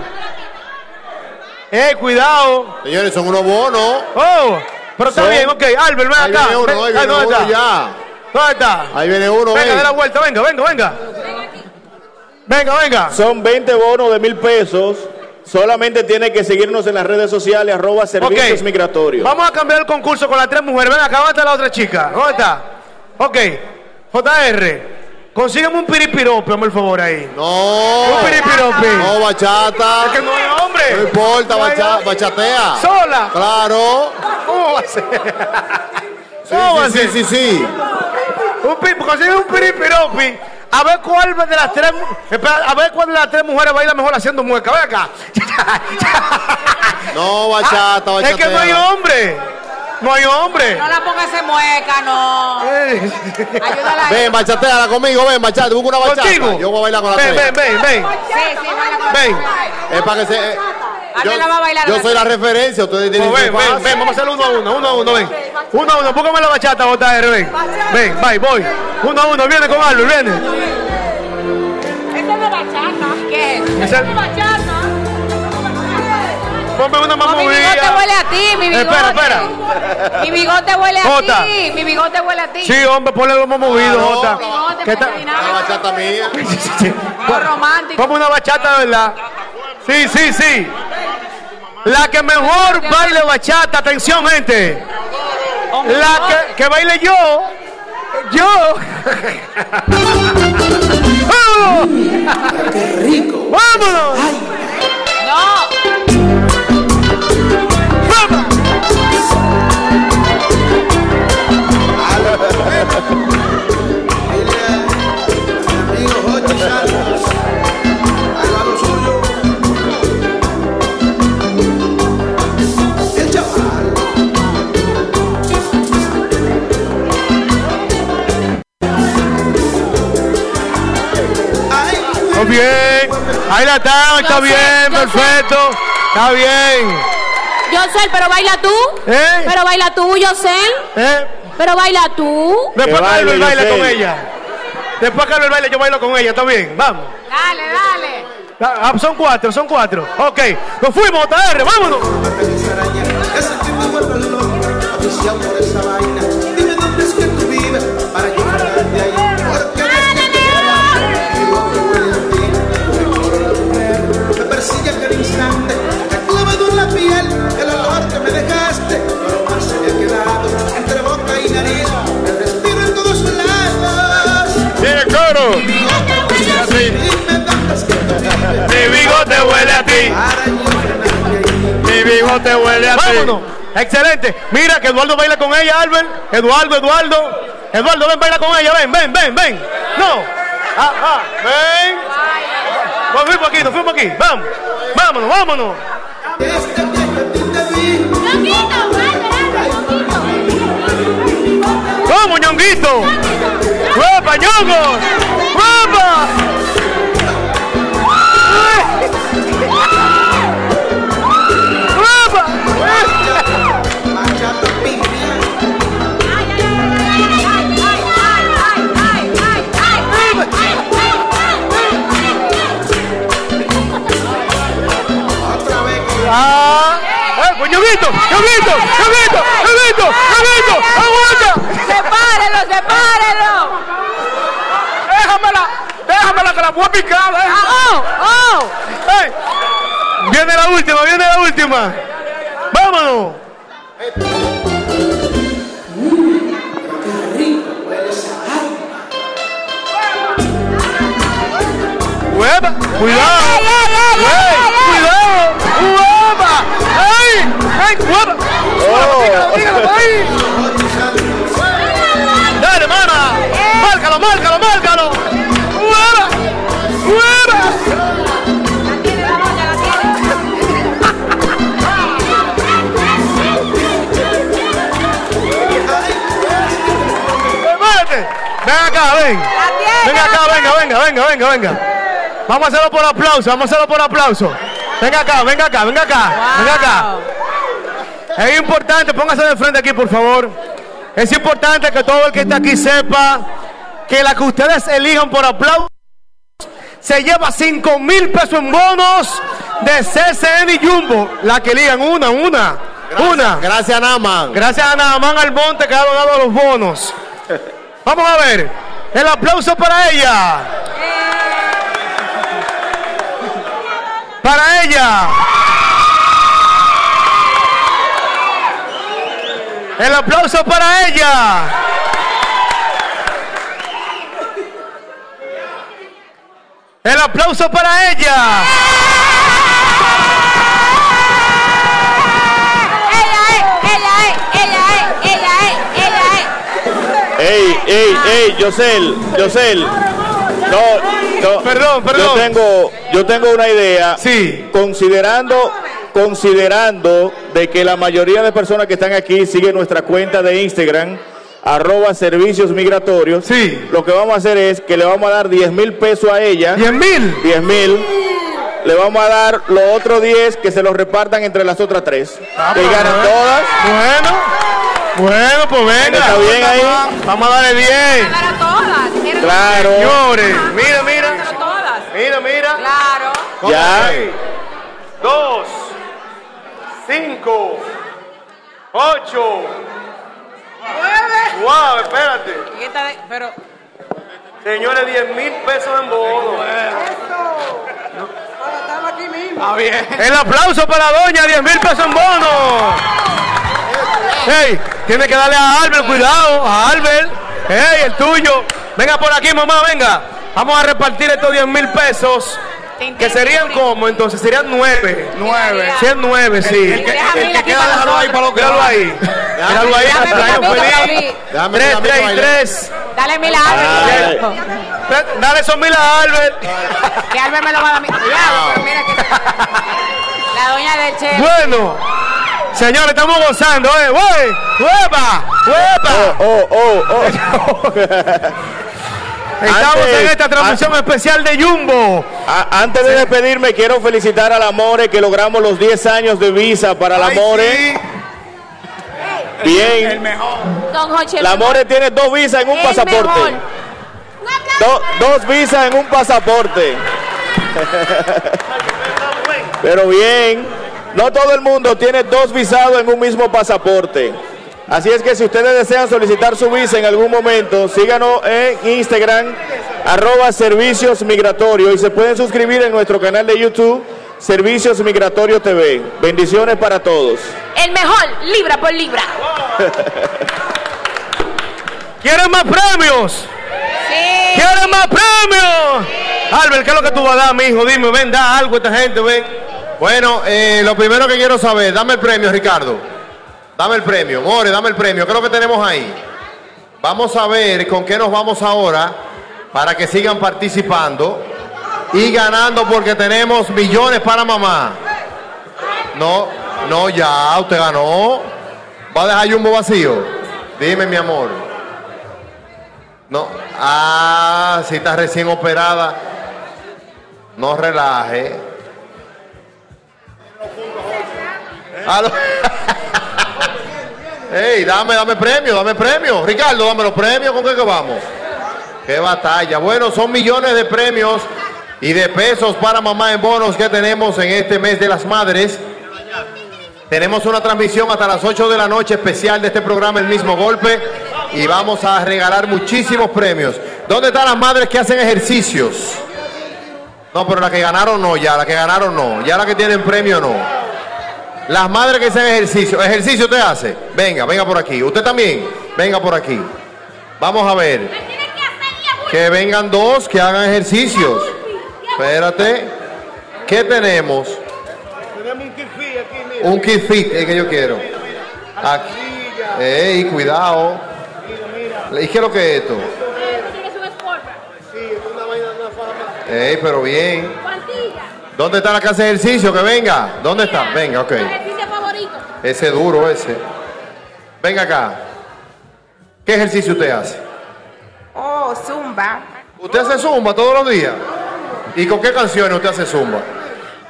Speaker 8: Eh, cuidado.
Speaker 2: Señores, son unos bonos.
Speaker 8: Oh, pero está
Speaker 2: Son-
Speaker 8: bien, ok. Albert, ven
Speaker 2: Ahí
Speaker 8: acá.
Speaker 2: viene uno, ahí
Speaker 8: Ven, ah,
Speaker 2: viene
Speaker 8: ¿dónde
Speaker 2: uno
Speaker 8: está?
Speaker 2: ya.
Speaker 8: ¿Dónde está?
Speaker 2: Ahí viene uno,
Speaker 8: Venga,
Speaker 2: ven.
Speaker 8: da la vuelta, venga, venga, venga. Venga, venga.
Speaker 9: Son 20 bonos de mil pesos. Solamente tiene que seguirnos en las redes sociales, arroba servicios
Speaker 8: Ok.
Speaker 9: migratorios.
Speaker 8: Vamos a cambiar el concurso con las tres mujeres. Ven acá, ¿dónde está la otra chica? ¿Dónde está? Ok, JR, consígueme un piripirope, hazme el favor ahí.
Speaker 2: No.
Speaker 8: Un piripirope.
Speaker 2: No, bachata.
Speaker 8: Es que no es hombre.
Speaker 2: No importa,
Speaker 8: No hay
Speaker 2: bacha-
Speaker 8: hombre.
Speaker 2: bachatea.
Speaker 8: ¿Sola?
Speaker 2: Claro.
Speaker 8: ¿Cómo va a ser?
Speaker 2: Sí,
Speaker 8: ¿Cómo va a
Speaker 2: sí,
Speaker 8: ser?
Speaker 2: sí, sí, sí.
Speaker 8: Un pi- consigue un piripiropi. A ver cuál de las tres. mu- espera, a ver cuál de las tres mujeres baila mejor haciendo mueca. Ven acá.
Speaker 2: No, bachata,
Speaker 8: Ah, Es que no hay
Speaker 2: bachatea.
Speaker 8: hombre. No hay hombre.
Speaker 7: No la pongas en mueca, no. Ayúdala. ahí.
Speaker 2: Ven, bachateala conmigo, ven, bachata. Busca una bachata.
Speaker 8: Contigo.
Speaker 2: Yo voy a bailar con la
Speaker 8: Ven,
Speaker 2: tres.
Speaker 8: ven, ven, ven.
Speaker 7: Sí, sí, baila con-
Speaker 8: Ven.
Speaker 2: Es para que se. eh,
Speaker 7: Hazme la va a bailar.
Speaker 2: yo
Speaker 7: hazme.
Speaker 2: soy la referencia, ustedes tienen
Speaker 8: Pues
Speaker 2: que
Speaker 8: ven, ven, ven, vamos a hacerlo uno a uno, uno a uno, ven. Uno a uno, póngame la bachata, JR, ven. Ven, bye, voy. Uno a uno, viene con Albert, viene.
Speaker 36: Esa no es bachata.
Speaker 7: ¿Qué es?
Speaker 8: Esa es Ponme una
Speaker 7: No, mi bigote
Speaker 8: mamovilla.
Speaker 7: huele a ti, mi bigote.
Speaker 8: Espera, espera.
Speaker 7: Mi bigote huele a
Speaker 8: Jota.
Speaker 7: ti. Mi bigote huele a ti.
Speaker 8: Sí, hombre, ponle los movido,
Speaker 7: Claro,
Speaker 8: Jota.
Speaker 7: mi bigote,
Speaker 8: ¿Qué tal?
Speaker 7: pañal.
Speaker 2: La bachata mía.
Speaker 8: (laughs)
Speaker 7: (laughs) Algo pues. romántico.
Speaker 8: Como una bachata, ¿verdad? Sí, sí, sí. La que mejor baile bachata, atención, gente. La que, que baile yo. Yo.
Speaker 2: ¡Ah!
Speaker 8: ¡Qué rico! ¡Ah! ¡Vámonos!
Speaker 2: Ah,
Speaker 8: Muy bien. Ahí la estamos, está
Speaker 3: Yo sé,
Speaker 8: bien,
Speaker 3: yo sé.
Speaker 8: perfecto. Está bien.
Speaker 3: Yosel, pero baila tú.
Speaker 8: ¿Eh?
Speaker 3: Pero baila tú, Yosel.
Speaker 8: ¿Eh?
Speaker 3: Pero baila tú.
Speaker 8: Después que
Speaker 11: baile,
Speaker 8: Albert baila
Speaker 11: Yosel.
Speaker 8: con ella. Después que Albert baile, yo bailo con ella, está bien. Vamos.
Speaker 7: Dale, dale.
Speaker 8: Ah, son cuatro, son cuatro. Ok, nos fuimos, JR, vámonos.
Speaker 11: Ese tipo vuelve loco, afición por esa vaina. Dime dónde es que tú vives para yo de ahí. Porque desde que te digo que huele a ti, me corre la mujer. Me persigue cada instante, me ha clavado en la piel el olor que me dejaste. No más se me ha quedado entre boca y nariz, el respiro en todos lados.
Speaker 37: ¡Viene coro!
Speaker 11: Mi
Speaker 8: bigote huele a ti.
Speaker 11: Ah,
Speaker 8: Mi bigote huele a ti. Vámonos. Excelente. Mira que Eduardo baila con ella, Albert. Eduardo, Eduardo. Eduardo, ven, baila con ella. Ven, ven, ven, ven. No. Ah, ah, ven. Nos fuimos aquí, nos fuimos aquí. Vamos. Vámonos, vámonos. ¡Vamos, ñonguito! ¡Guapa, ñongo! ¡Guapa! ¡Ah! ¡Eh, pues ñonguito! ¡Ñonguito! ¡Ñonguito! ¡Ñonguito! ¡Ñonguito! ¡Aguanta!
Speaker 7: Sepárenlo, sepárenlo.
Speaker 8: ¡Déjamela! ¡Déjamela que la voy a picar! ¡Oh! ¡Oh! Viene la última, viene la última. ¡Vámonos! ¡Hueva! ¡Cuidado! ¡Ey! ¡Cuidado! ven. Venga acá, venga, venga, venga, venga, venga. Vamos a hacerlo por aplauso, vamos a hacerlo por aplauso. Venga acá, venga acá, venga acá, venga acá. Es importante, póngase de frente aquí, por favor. Es importante que todo el que está aquí sepa que la que ustedes elijan por aplauso se lleva 5 mil pesos en bonos de CCN y Jumbo. La que elijan, una, una, una. Gracias a Naman. Gracias a Naman Almonte que ha donado los bonos. Vamos a ver. El aplauso para ella. Para ella. El aplauso para ella. El aplauso para ella.
Speaker 9: Ey, ey, ey, Yosel, Yosel. No, no.
Speaker 8: Perdón, perdón.
Speaker 9: Yo tengo, yo tengo una idea.
Speaker 8: Sí.
Speaker 9: Considerando, considerando de que la mayoría de personas que están aquí siguen nuestra cuenta de Instagram, arroba servicios migratorios.
Speaker 8: Sí.
Speaker 9: Lo que vamos a hacer es que le vamos a dar 10 mil pesos a ella.
Speaker 8: 10 mil.
Speaker 9: 10 mil. Le vamos a dar los otros 10 que se los repartan entre las otras tres.
Speaker 8: Ah,
Speaker 9: que ganan todas.
Speaker 8: Bueno. Bueno, pues venga.
Speaker 9: Está bien ahí.
Speaker 8: Vamos a darle 10.
Speaker 7: Para todas. Eres-
Speaker 9: Claro.
Speaker 8: Señores, mira, mira.
Speaker 7: Para todas.
Speaker 8: Mira, mira.
Speaker 7: Claro.
Speaker 9: Ya.
Speaker 8: Dos. Cinco. Ocho. Wow, espérate.
Speaker 7: Y esta de- Pero.
Speaker 8: Señores, 10 mil pesos en bono. eh. El aplauso para Doña, 10 mil pesos en bono. Hey, tiene que darle a Albert, cuidado, a Albert. Hey, el tuyo. Venga por aquí, mamá, venga. Vamos a repartir estos 10 mil pesos. Que serían como, entonces serían nueve.
Speaker 11: Nueve.
Speaker 8: Serían nueve, sí.
Speaker 11: El que- el que queda, déjalo ahí para lo que
Speaker 8: Déjalo
Speaker 11: va.
Speaker 8: ahí. Déjalo ahí.
Speaker 7: Déjame,
Speaker 8: Brian Feliz.
Speaker 7: déjame, déjame.
Speaker 8: pues, Tres,
Speaker 7: Déjame,
Speaker 8: tres,
Speaker 7: déjame
Speaker 8: tres.
Speaker 7: Dale mil a Albert.
Speaker 8: Ve- Dale esos mil a Albert. Ah.
Speaker 7: Que Albert me lo va a dar. mi- Cuidado, pero mira que. La doña del Che.
Speaker 8: Bueno, señores, estamos gozando, ¿eh? ¡Wey! ¡Hueva! ¡Hueva!
Speaker 9: Oh, oh, oh.
Speaker 8: Estamos en esta transmisión
Speaker 9: especial de Jumbo. antes de despedirme, quiero felicitar a la More que logramos los 10 años de visa para la
Speaker 11: Ay,
Speaker 9: More. Bien.
Speaker 38: Don Hochi, el
Speaker 9: La
Speaker 38: mejor.
Speaker 9: More tiene dos visas en un
Speaker 38: El
Speaker 9: pasaporte.
Speaker 38: mejor.
Speaker 9: Do- dos visas en un pasaporte. (laughs) Pero bien, no todo el mundo tiene dos visados en un mismo pasaporte. Así es que si ustedes desean solicitar su visa en algún momento, síganos en Instagram, arroba servicios migratorios y se pueden suscribir en nuestro canal de YouTube, Servicios Migratorios TV. Bendiciones para todos. (laughs)
Speaker 7: El mejor, libra por libra.
Speaker 8: ¿Quieren más premios?
Speaker 7: Sí.
Speaker 8: ¿Quieren más premios? Albert, ¿qué es lo que tú vas a dar, mijo? Dime, ven, da algo a esta gente, ven.
Speaker 2: Bueno, eh, lo primero que quiero saber, dame el premio, Ricardo. Dame el premio, More, dame el premio. ¿Qué es lo que tenemos ahí? Vamos a ver con qué nos vamos ahora para que sigan participando y ganando porque tenemos millones para mamá. No, no, ya, usted ganó. ¿Va a dejar Jumbo vacío? Dime, mi amor. No, ah, si está recién operada. No relaje. Aló. Ah, (laughs) Ey, dame, dame premio, dame premio. Ricardo, dame los premios, ¿con qué que vamos? Qué batalla. Bueno, son millones de premios y de pesos para mamá en bonos que tenemos en este mes de las madres. Tenemos una transmisión hasta las 8 de la noche especial de este programa El mismo golpe y vamos a regalar muchísimos premios. ¿Dónde están las madres que hacen ejercicios? No, pero las que ganaron no, ya, las que ganaron no, ya las que tienen premio no. Las madres que hacen ejercicio, ejercicio usted hace. Venga, venga por aquí. Usted también, venga por aquí. Vamos a ver. Que vengan dos que hagan ejercicios. Espérate. ¿Qué tenemos?
Speaker 3: Tenemos un kifí aquí, mira.
Speaker 2: Un kit fit, es que yo quiero. Aquí. Ey, cuidado. ¿Y qué es lo que es esto?
Speaker 3: Sí, es una vaina de una fama.
Speaker 2: Ey, pero bien. ¿Dónde está la casa de ejercicio? Que venga. ¿Dónde está? Venga, ok. Ese duro, ese. Venga acá. ¿Qué ejercicio usted hace?
Speaker 7: Oh, zumba. zumba
Speaker 2: Usted hace zumba todos los días. ¿Y con qué canciones usted hace zumba?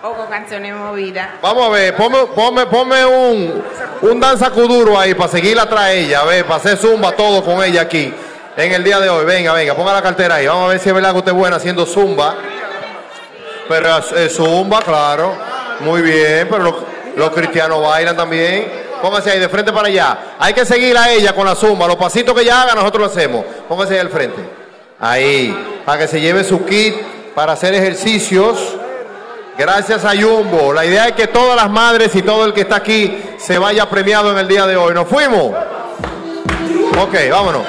Speaker 7: o con canciones movidas.
Speaker 2: Vamos a ver, ponme, ponme, ponme un, un danza kuduro ahí para seguirla atrás de ella, a ver, para hacer zumba todo con ella aquí en el día de hoy. Venga, venga, ponga la cartera ahí. Vamos a ver si es verdad que usted es buena haciendo zumba. Pero es, es zumba, claro. Muy bien, pero los, los cristianos bailan también. Póngase ahí de frente para allá. Hay que seguir a ella con la zumba. Los pasitos que ella haga, nosotros lo hacemos. Póngase ahí al frente. Ahí, para que se lleve su kit para hacer ejercicios. Gracias a Jumbo. La idea es que todas las madres y todo el que está aquí se vaya premiado en el día de hoy. ¿Nos fuimos? Ok, vámonos.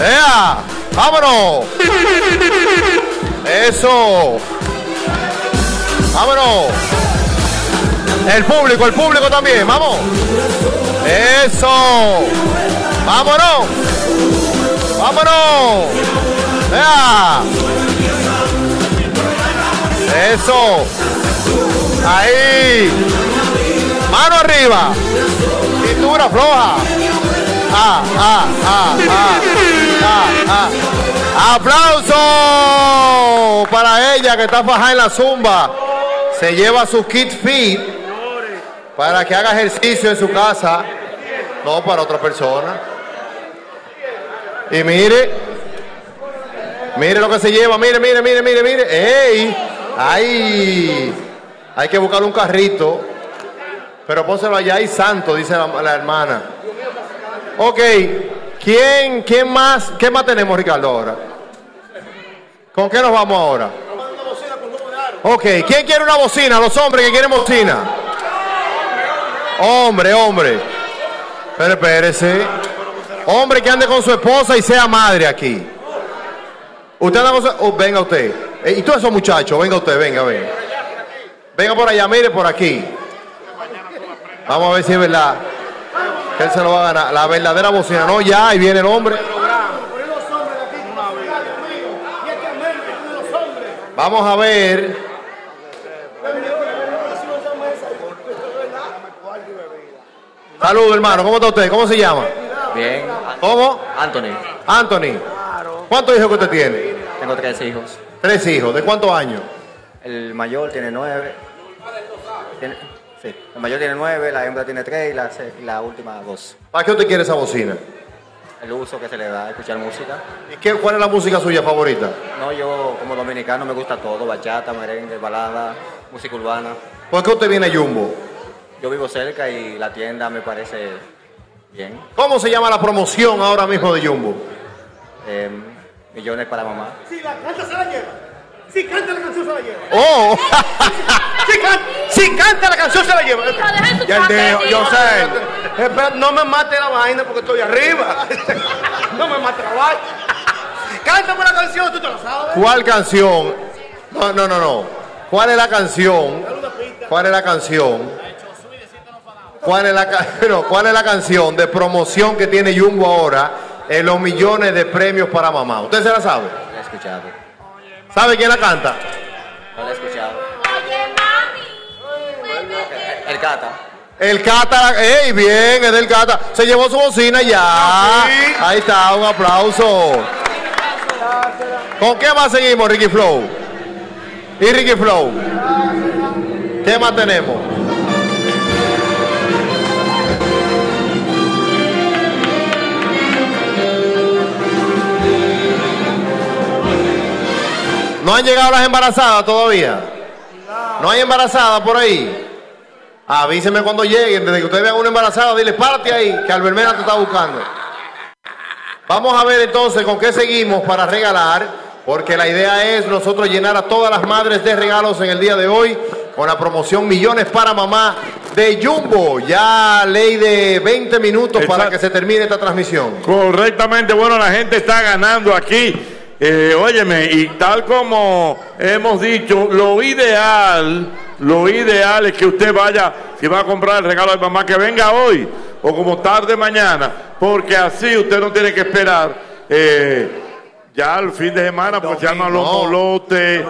Speaker 2: ¡Ea! ¡Vámonos! ¡Eso! ¡Vámonos! El público, el público también, vamos. ¡Eso! ¡Vámonos! ¡Vámonos! ¡Ea! Eso. Ahí. Mano arriba. Cintura floja. Ah, ah, ah, ah, ah, ah. Aplauso para ella que está fajada en la zumba. Se lleva su kit fit para que haga ejercicio en su casa. No para otra persona. Y mire, mire lo que se lleva, mire, mire, mire, mire, mire. ¡Ey! ¡Ay! Hay que buscar un carrito. Pero pónselo allá y santo, dice la, la hermana. Ok. ¿Quién, quién más, ¿Qué más tenemos, Ricardo, ahora? ¿Con qué nos vamos ahora? Ok. ¿Quién quiere una bocina? Los hombres que quieren bocina. Hombre, hombre. Pero espérese. Hombre que ande con su esposa y sea madre aquí. Usted anda con su- oh, venga usted. Eh, y todos esos muchachos, venga usted, venga, venga. Venga por allá, mire por aquí. Vamos a ver si es verdad. Que él se lo va a ganar. La verdadera bocina. No, ya, ahí viene el hombre. Vamos a ver. Saludos, hermano. ¿Cómo está usted? ¿Cómo se llama?
Speaker 5: Bien.
Speaker 2: ¿Cómo?
Speaker 5: Anthony,
Speaker 2: Anthony. ¿Cuántos hijos que usted tiene?
Speaker 5: tengo tres hijos.
Speaker 2: Tres hijos. ¿De cuántos años?
Speaker 5: El mayor tiene nueve. Tiene- sí, el mayor tiene nueve, la hembra tiene tres y la, se- y la última dos.
Speaker 2: ¿Para qué usted quiere esa bocina?
Speaker 5: El uso que se le da a escuchar música.
Speaker 2: ¿Y qué, cuál es la música suya favorita?
Speaker 5: No, yo como dominicano me gusta todo, bachata, merengue, balada, música urbana.
Speaker 2: ¿Por qué usted viene a Jumbo?
Speaker 5: Yo vivo cerca y la tienda me parece bien.
Speaker 2: ¿Cómo se llama la promoción ahora mismo de Jumbo?
Speaker 5: Em, millones para mamá.
Speaker 8: Si la canta se la lleva. Si canta la canción se la lleva.
Speaker 2: ¡Oh!
Speaker 8: Si canta.
Speaker 2: Si canta la canción se la lleva.
Speaker 8: Ya el dejo, yo sé.
Speaker 2: Espera, no me mate la vaina porque estoy arriba.
Speaker 8: (laughs) No me mate la vaina. Cántame la canción, tú te la sabes.
Speaker 2: ¿Cuál canción? No, no, no, no. ¿Cuál es la canción? ¿Cuál es la canción? ¿Cuál es la, ca- (laughs) no, ¿Cuál es la canción de promoción que tiene Jumbo ahora en los millones de premios para mamá? ¿Usted se la sabe?
Speaker 5: La he escuchado.
Speaker 2: ¿Sabe quién la canta?
Speaker 5: No la he escuchado. El, el cata.
Speaker 2: El Cata, ¡ey! Bien, es del Cata. Se llevó su bocina ya. Ahí está, un aplauso. ¿Con qué más seguimos, Ricky Flow? ¿Y Ricky Flow? ¿Qué más tenemos? ¿No han llegado las embarazadas todavía? ¿No hay embarazadas por ahí? Avíseme cuando lleguen. Desde que ustedes vean una embarazada, dile, parte ahí, que Albermena te está buscando. Vamos a ver entonces con qué seguimos para regalar, porque la idea es nosotros llenar a todas las madres de regalos en el día de hoy con la promoción Millones para Mamá de Jumbo. Ya ley de 20 minutos para que se termine esta transmisión.
Speaker 1: Correctamente, bueno, la gente está ganando aquí. Eh, óyeme, y tal como hemos dicho, lo ideal, lo ideal es que usted vaya, si va a comprar el regalo de mamá, que venga hoy o como tarde mañana, porque así usted no tiene que esperar. eh, ya el fin de semana pues se arman los molotes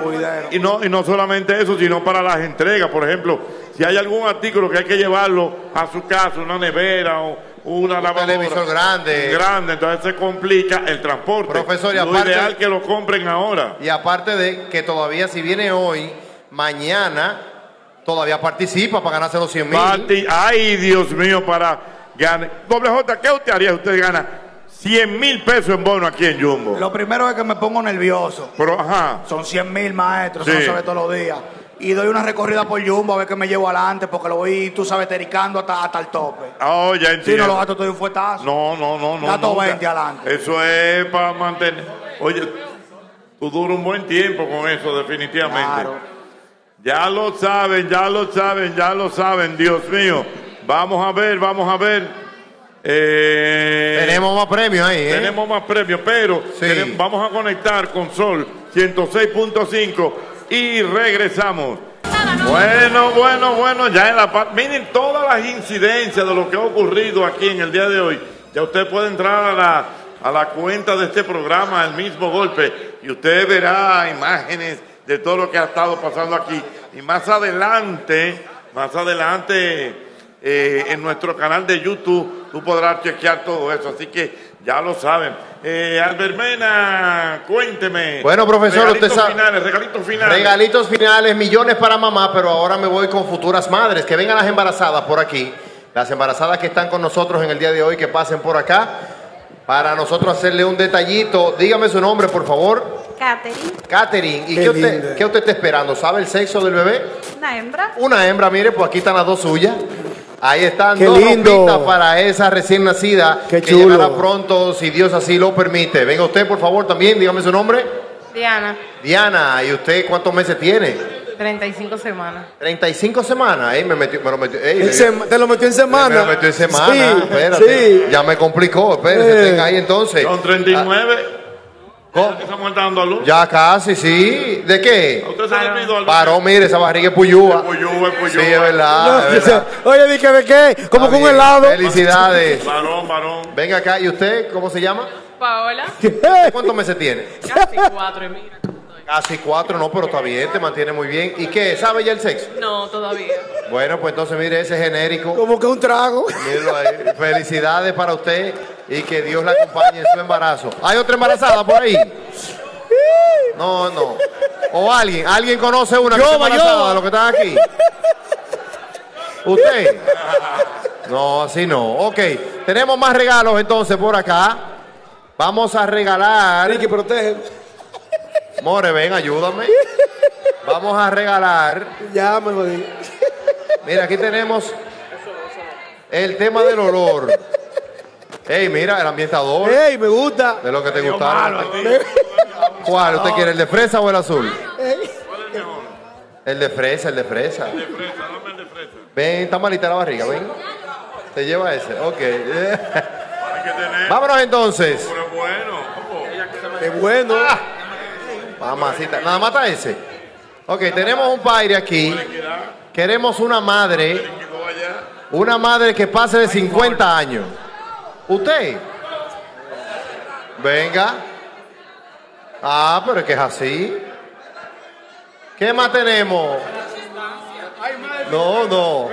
Speaker 1: y no, y no solamente eso, sino para las entregas, por ejemplo, si hay algún artículo que hay que llevarlo a su casa, una nevera o una lavadora.
Speaker 2: televisor grande.
Speaker 1: Grande, entonces se complica el transporte.
Speaker 2: Profesor, y
Speaker 1: Lo
Speaker 2: aparte-
Speaker 1: ideal que lo compren ahora.
Speaker 2: Y aparte de que todavía si viene hoy, mañana todavía participa para ganarse los 100 mil.
Speaker 1: Parti- ay, Dios mío, para ganar. Doble J, ¿qué usted haría si usted gana 100 mil pesos en bono aquí en Jumbo?
Speaker 39: Lo primero es que me pongo nervioso.
Speaker 1: Pero, ajá.
Speaker 39: Son 100 mil maestros,
Speaker 1: Sí.
Speaker 39: son sobre todos los días. Y doy una recorrida por Jumbo a ver qué me llevo adelante, porque lo voy, tú sabes, tericando hasta, hasta el tope.
Speaker 1: Ah, ya
Speaker 39: Si
Speaker 1: entiendo.
Speaker 39: no lo gasto, estoy un fuetazo.
Speaker 1: No, no, no, no.
Speaker 39: Gato
Speaker 1: nunca.
Speaker 39: 20 adelante.
Speaker 1: Eso es para mantener. Oye, tú duras un buen tiempo con eso, definitivamente. Ya lo saben, ya lo saben, ya lo saben, Dios mío. Vamos a ver, vamos a ver. Eh,
Speaker 2: Tenemos más premios ahí, ¿eh?
Speaker 1: Tenemos más premios, pero tenem- vamos a conectar con Sol 106.5 y regresamos. Bueno, bueno, bueno, ya en la parte. Miren todas las incidencias de lo que ha ocurrido aquí en el día de hoy. Ya usted puede entrar a la, a la cuenta de este programa, el mismo golpe, y usted verá imágenes de todo lo que ha estado pasando aquí. Y más adelante, más adelante eh, en nuestro canal de YouTube, tú podrás chequear todo eso. Así que ya lo saben. Eh, Albermena, cuénteme.
Speaker 2: Bueno, profesor,
Speaker 1: Regalitos
Speaker 2: usted sabe-
Speaker 1: Finales, regalitos finales.
Speaker 2: Regalitos finales, millones para mamá, pero ahora me voy con futuras madres. Que vengan las embarazadas por aquí. Las embarazadas que están con nosotros en el día de hoy, que pasen por acá. Para nosotros hacerle un detallito. Dígame su nombre, por favor.
Speaker 33: Catherine,
Speaker 2: Catherine. ¿Y qué,
Speaker 33: Qué
Speaker 2: usted,
Speaker 33: linda.
Speaker 2: qué usted está esperando? ¿Sabe el sexo del bebé?
Speaker 33: una hembra.
Speaker 2: Una hembra, mire, pues aquí están las dos suyas. Ahí están
Speaker 8: Qué
Speaker 2: dos
Speaker 8: lindo.
Speaker 2: ropitas para esa recién nacida
Speaker 8: Qué
Speaker 2: que
Speaker 8: chulo.
Speaker 2: llegará pronto, si Dios así lo permite. Venga usted, por favor, también, dígame su nombre.
Speaker 33: Diana,
Speaker 2: Diana, ¿y usted cuántos meses tiene?
Speaker 33: 35 semanas.
Speaker 2: 35 semanas. Ey, me, metió, me lo metió. ey,
Speaker 8: En
Speaker 2: me-
Speaker 8: sema- te lo metió en semana.
Speaker 2: me lo metió en semana.
Speaker 8: Sí,
Speaker 2: espérate.
Speaker 8: sí.
Speaker 2: Ya me complicó, espérate.
Speaker 8: Eh.
Speaker 2: Tenga ahí entonces.
Speaker 1: Son 39. ¿Cómo? Estamos dando a luz.
Speaker 2: Ah, Ya casi, sí. ¿De qué?
Speaker 1: Usted se le olvidó algo.
Speaker 2: Paró, mire, esa barriga es puyúa.
Speaker 1: Puyúa, puyúa.
Speaker 2: Sí, es verdad.
Speaker 8: No,
Speaker 2: es
Speaker 8: o sea,
Speaker 2: verdad.
Speaker 8: (laughs) oye, dije, ¿de qué? Como con un helado.
Speaker 2: Felicidades.
Speaker 1: Varón, varón.
Speaker 2: Venga acá, ¿y usted cómo se llama?
Speaker 33: Paola,
Speaker 2: ¿Cuántos meses tiene?
Speaker 33: casi cuatro, mira.
Speaker 2: Casi cuatro, no, pero está bien, te mantiene muy bien. ¿Y qué? ¿Sabe ya el sexo?
Speaker 33: No, todavía.
Speaker 2: Bueno, pues entonces mire ese genérico.
Speaker 8: Como que un trago.
Speaker 2: Míralo ahí. Felicidades para usted y que Dios la acompañe en su embarazo. ¿Hay otra embarazada por ahí? No, no. O alguien, alguien conoce una que
Speaker 8: Yo,
Speaker 2: está
Speaker 8: yo.
Speaker 2: embarazada de los que están aquí. ¿Usted? No, así no. Ok, tenemos más regalos entonces por acá. Vamos a regalar.
Speaker 8: Ricky, protege.
Speaker 2: More, ven, ayúdame. Vamos a regalar.
Speaker 8: Ya me lo di.
Speaker 2: Mira, aquí tenemos el tema del olor. Ey, mira, el ambientador.
Speaker 8: Ey, me gusta.
Speaker 2: De lo que te gustaron. ¿Cuál? ¿Usted quiere el de fresa o el azul? El de fresa, el de fresa. Ven, está malita la barriga, ven. Te lleva ese. Ok. Vámonos entonces. Ah.
Speaker 8: Qué bueno.
Speaker 2: Mamacita, nada más está ese. Ok, tenemos un padre aquí. Queremos una madre. Una madre que pase de 50 años. ¿Usted? Venga. Ah, pero es que es así. ¿Qué más tenemos? No, no.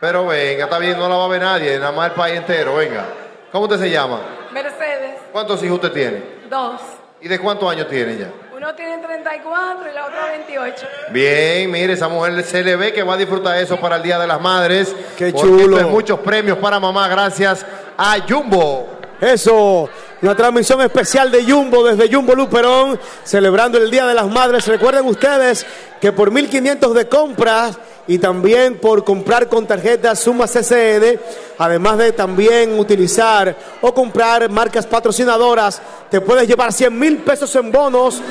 Speaker 2: Pero venga, está bien, no la va a ver nadie, nada más el país entero, venga. ¿Cómo usted se llama?
Speaker 40: Mercedes,
Speaker 2: ¿Cuántos hijos usted tiene?
Speaker 40: dos.
Speaker 2: ¿Y de cuántos años tiene ya?
Speaker 40: Uno tiene 34 y la otra 28.
Speaker 2: Bien, mire, esa mujer se le ve que va a disfrutar eso para el Día de las Madres. Qué
Speaker 8: chulo.
Speaker 2: muchos premios para mamá, gracias a Jumbo.
Speaker 8: Eso, una transmisión especial de Jumbo desde Jumbo Luperón, celebrando el Día de las Madres. Recuerden ustedes que por 1.500 de compras y también por comprar con tarjetas Suma CCN, además de también utilizar o comprar marcas patrocinadoras, te puedes llevar 100 mil pesos en bonos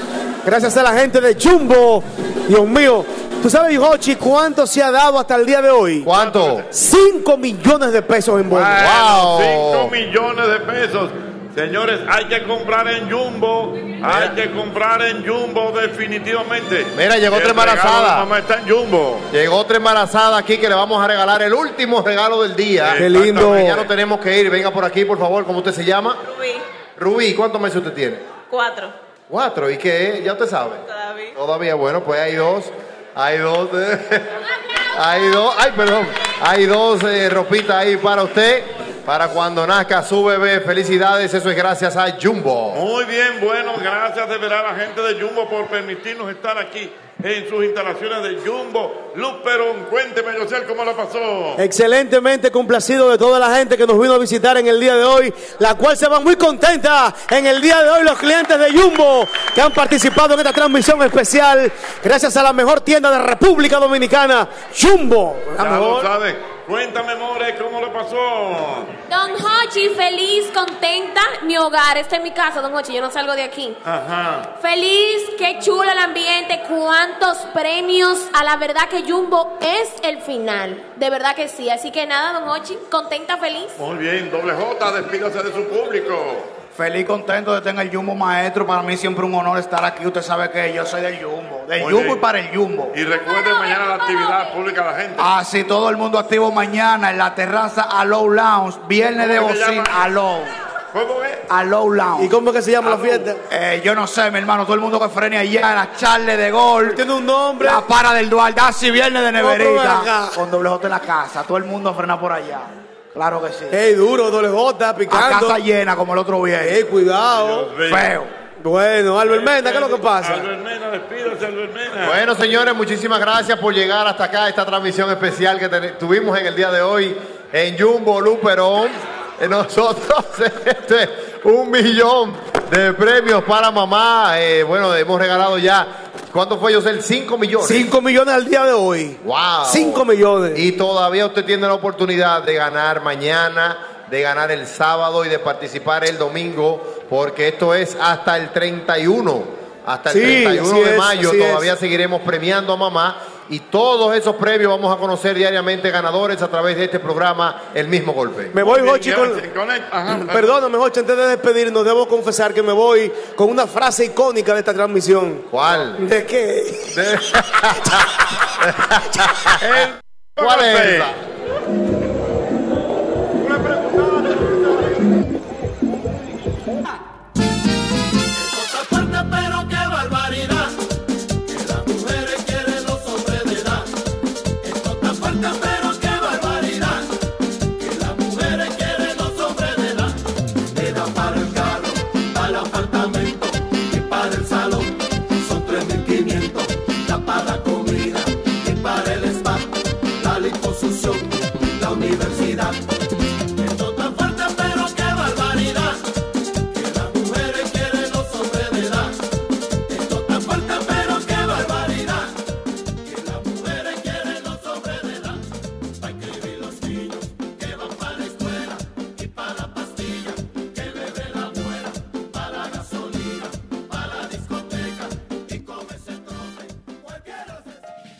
Speaker 8: gracias a la gente de Jumbo. Dios mío, ¿tú sabes, Jochi, cuánto se ha dado hasta el día de hoy?
Speaker 2: ¿Cuánto?
Speaker 8: 5 millones de pesos en bonos.
Speaker 1: Wow. 5 millones de pesos. Señores, hay que comprar en Jumbo. Hay que comprar en Jumbo definitivamente.
Speaker 2: Mira, llegó
Speaker 1: El
Speaker 2: otra embarazada.
Speaker 1: regalo de Mamá está en Jumbo.
Speaker 2: Llegó otra embarazada aquí que le vamos a regalar el último regalo del día.
Speaker 8: Qué lindo.
Speaker 2: Ya no tenemos que ir, venga por aquí, por favor, ¿cómo usted se llama?
Speaker 33: Rubí,
Speaker 2: Rubí, ¿cuántos meses usted tiene?
Speaker 33: cuatro.
Speaker 2: Cuatro, ¿y qué? es? Ya usted sabe.
Speaker 33: Todavía.
Speaker 2: (laughs) Todavía, bueno, pues hay eh, dos. Hay dos. Hay dos. Ay, perdón. Hay dos eh, ropitas ahí para usted. Para cuando nazca su bebé. Felicidades. Eso es gracias a Jumbo.
Speaker 1: Muy bien, bueno, gracias de verdad a la gente de Jumbo por permitirnos estar aquí en sus instalaciones de Jumbo. Luz Perón, cuénteme, Yosel, ¿cómo la pasó?
Speaker 8: Excelentemente complacido de toda la gente que nos vino a visitar en el día de hoy, la cual se va muy contenta en el día de hoy los clientes de Jumbo que han participado en esta transmisión especial, gracias a la mejor tienda de República Dominicana, Jumbo. La
Speaker 1: Ya lo
Speaker 8: mejor.
Speaker 1: sabe. Cuéntame, More, ¿cómo lo pasó?
Speaker 3: Don Hochi, feliz, contenta. Mi hogar, este es mi casa, Don Hochi, yo no salgo de aquí.
Speaker 1: Ajá.
Speaker 3: Feliz, qué chulo el ambiente, cuántos premios. A la verdad que Jumbo es el final. De verdad que sí. Así que nada, Don Hochi, contenta, feliz.
Speaker 1: Muy bien, doble J, despídase de su público.
Speaker 6: Feliz, contento de tener el Jumbo maestro. Para mí siempre un honor estar aquí. Usted sabe que yo soy del Jumbo. Del
Speaker 1: Muy
Speaker 6: Jumbo
Speaker 1: bien.
Speaker 6: y para el Jumbo.
Speaker 1: Y recuerden mañana la actividad pública a la gente.
Speaker 6: Así todo el mundo activo mañana en la terraza Allow Lounge. Viernes de
Speaker 1: ¿Cómo que se
Speaker 6: bocina
Speaker 1: llama?
Speaker 6: Allow.
Speaker 1: ¿Cómo es?
Speaker 6: Allow Lounge. ¿Y
Speaker 8: cómo es que se llama la fiesta?
Speaker 6: yo no sé, mi hermano. Todo el mundo que frene allá en la charla de gol. Tiene
Speaker 8: un nombre.
Speaker 6: La para del Duarte. Así viernes de
Speaker 8: No, pero ven
Speaker 6: neverita.
Speaker 8: acá.
Speaker 6: Con doble J en la casa. Todo el mundo frena por allá. Claro que sí.
Speaker 8: Ey, duro, doble gota,
Speaker 6: A
Speaker 8: picando.
Speaker 6: casa llena como el otro viernes.
Speaker 8: Ey, cuidado.
Speaker 6: Dios mío. Feo.
Speaker 8: Bueno, Albert Menda, ¿qué es lo que pasa?
Speaker 2: Bueno, señores, muchísimas gracias por llegar hasta acá. Esta transmisión especial que ten- tuvimos en el día de hoy en Jumbo Luperón. Eh, Nosotros, (laughs) este, un millón de premios para mamá. Eh, bueno, hemos regalado ya. ¿Cuánto fue, José? 5 millones.
Speaker 8: 5 millones al día de hoy.
Speaker 2: ¡Wow!
Speaker 8: 5 millones.
Speaker 2: Y todavía usted tiene la oportunidad de ganar mañana, de ganar el sábado y de participar el domingo, porque esto es hasta el 31. Hasta el
Speaker 8: Sí,
Speaker 2: 31
Speaker 8: así
Speaker 2: de
Speaker 8: es,
Speaker 2: mayo
Speaker 8: así es.
Speaker 2: todavía seguiremos premiando a mamá y todos esos premios vamos a conocer diariamente ganadores a través de este programa El mismo golpe.
Speaker 8: Me voy, Jochi, con...
Speaker 1: Ajá.
Speaker 8: (clears throat) Perdóname, Jochi, antes de despedirnos, debo confesar que me voy con una frase icónica de esta transmisión.
Speaker 2: ¿Cuál?
Speaker 8: ¿De qué?
Speaker 2: ¿Cuál es esa?
Speaker 11: Cosa fuerte, pero qué barbaridad. Que las mujeres quieren los hombres de edad. Es cosa fuerte, pero qué barbaridad. Que las mujeres quieren los hombres de edad. De edad para el carro, para el apartamento y para el salón. Son 3.500. La para la comida y para el spa. La liposucción, la universidad.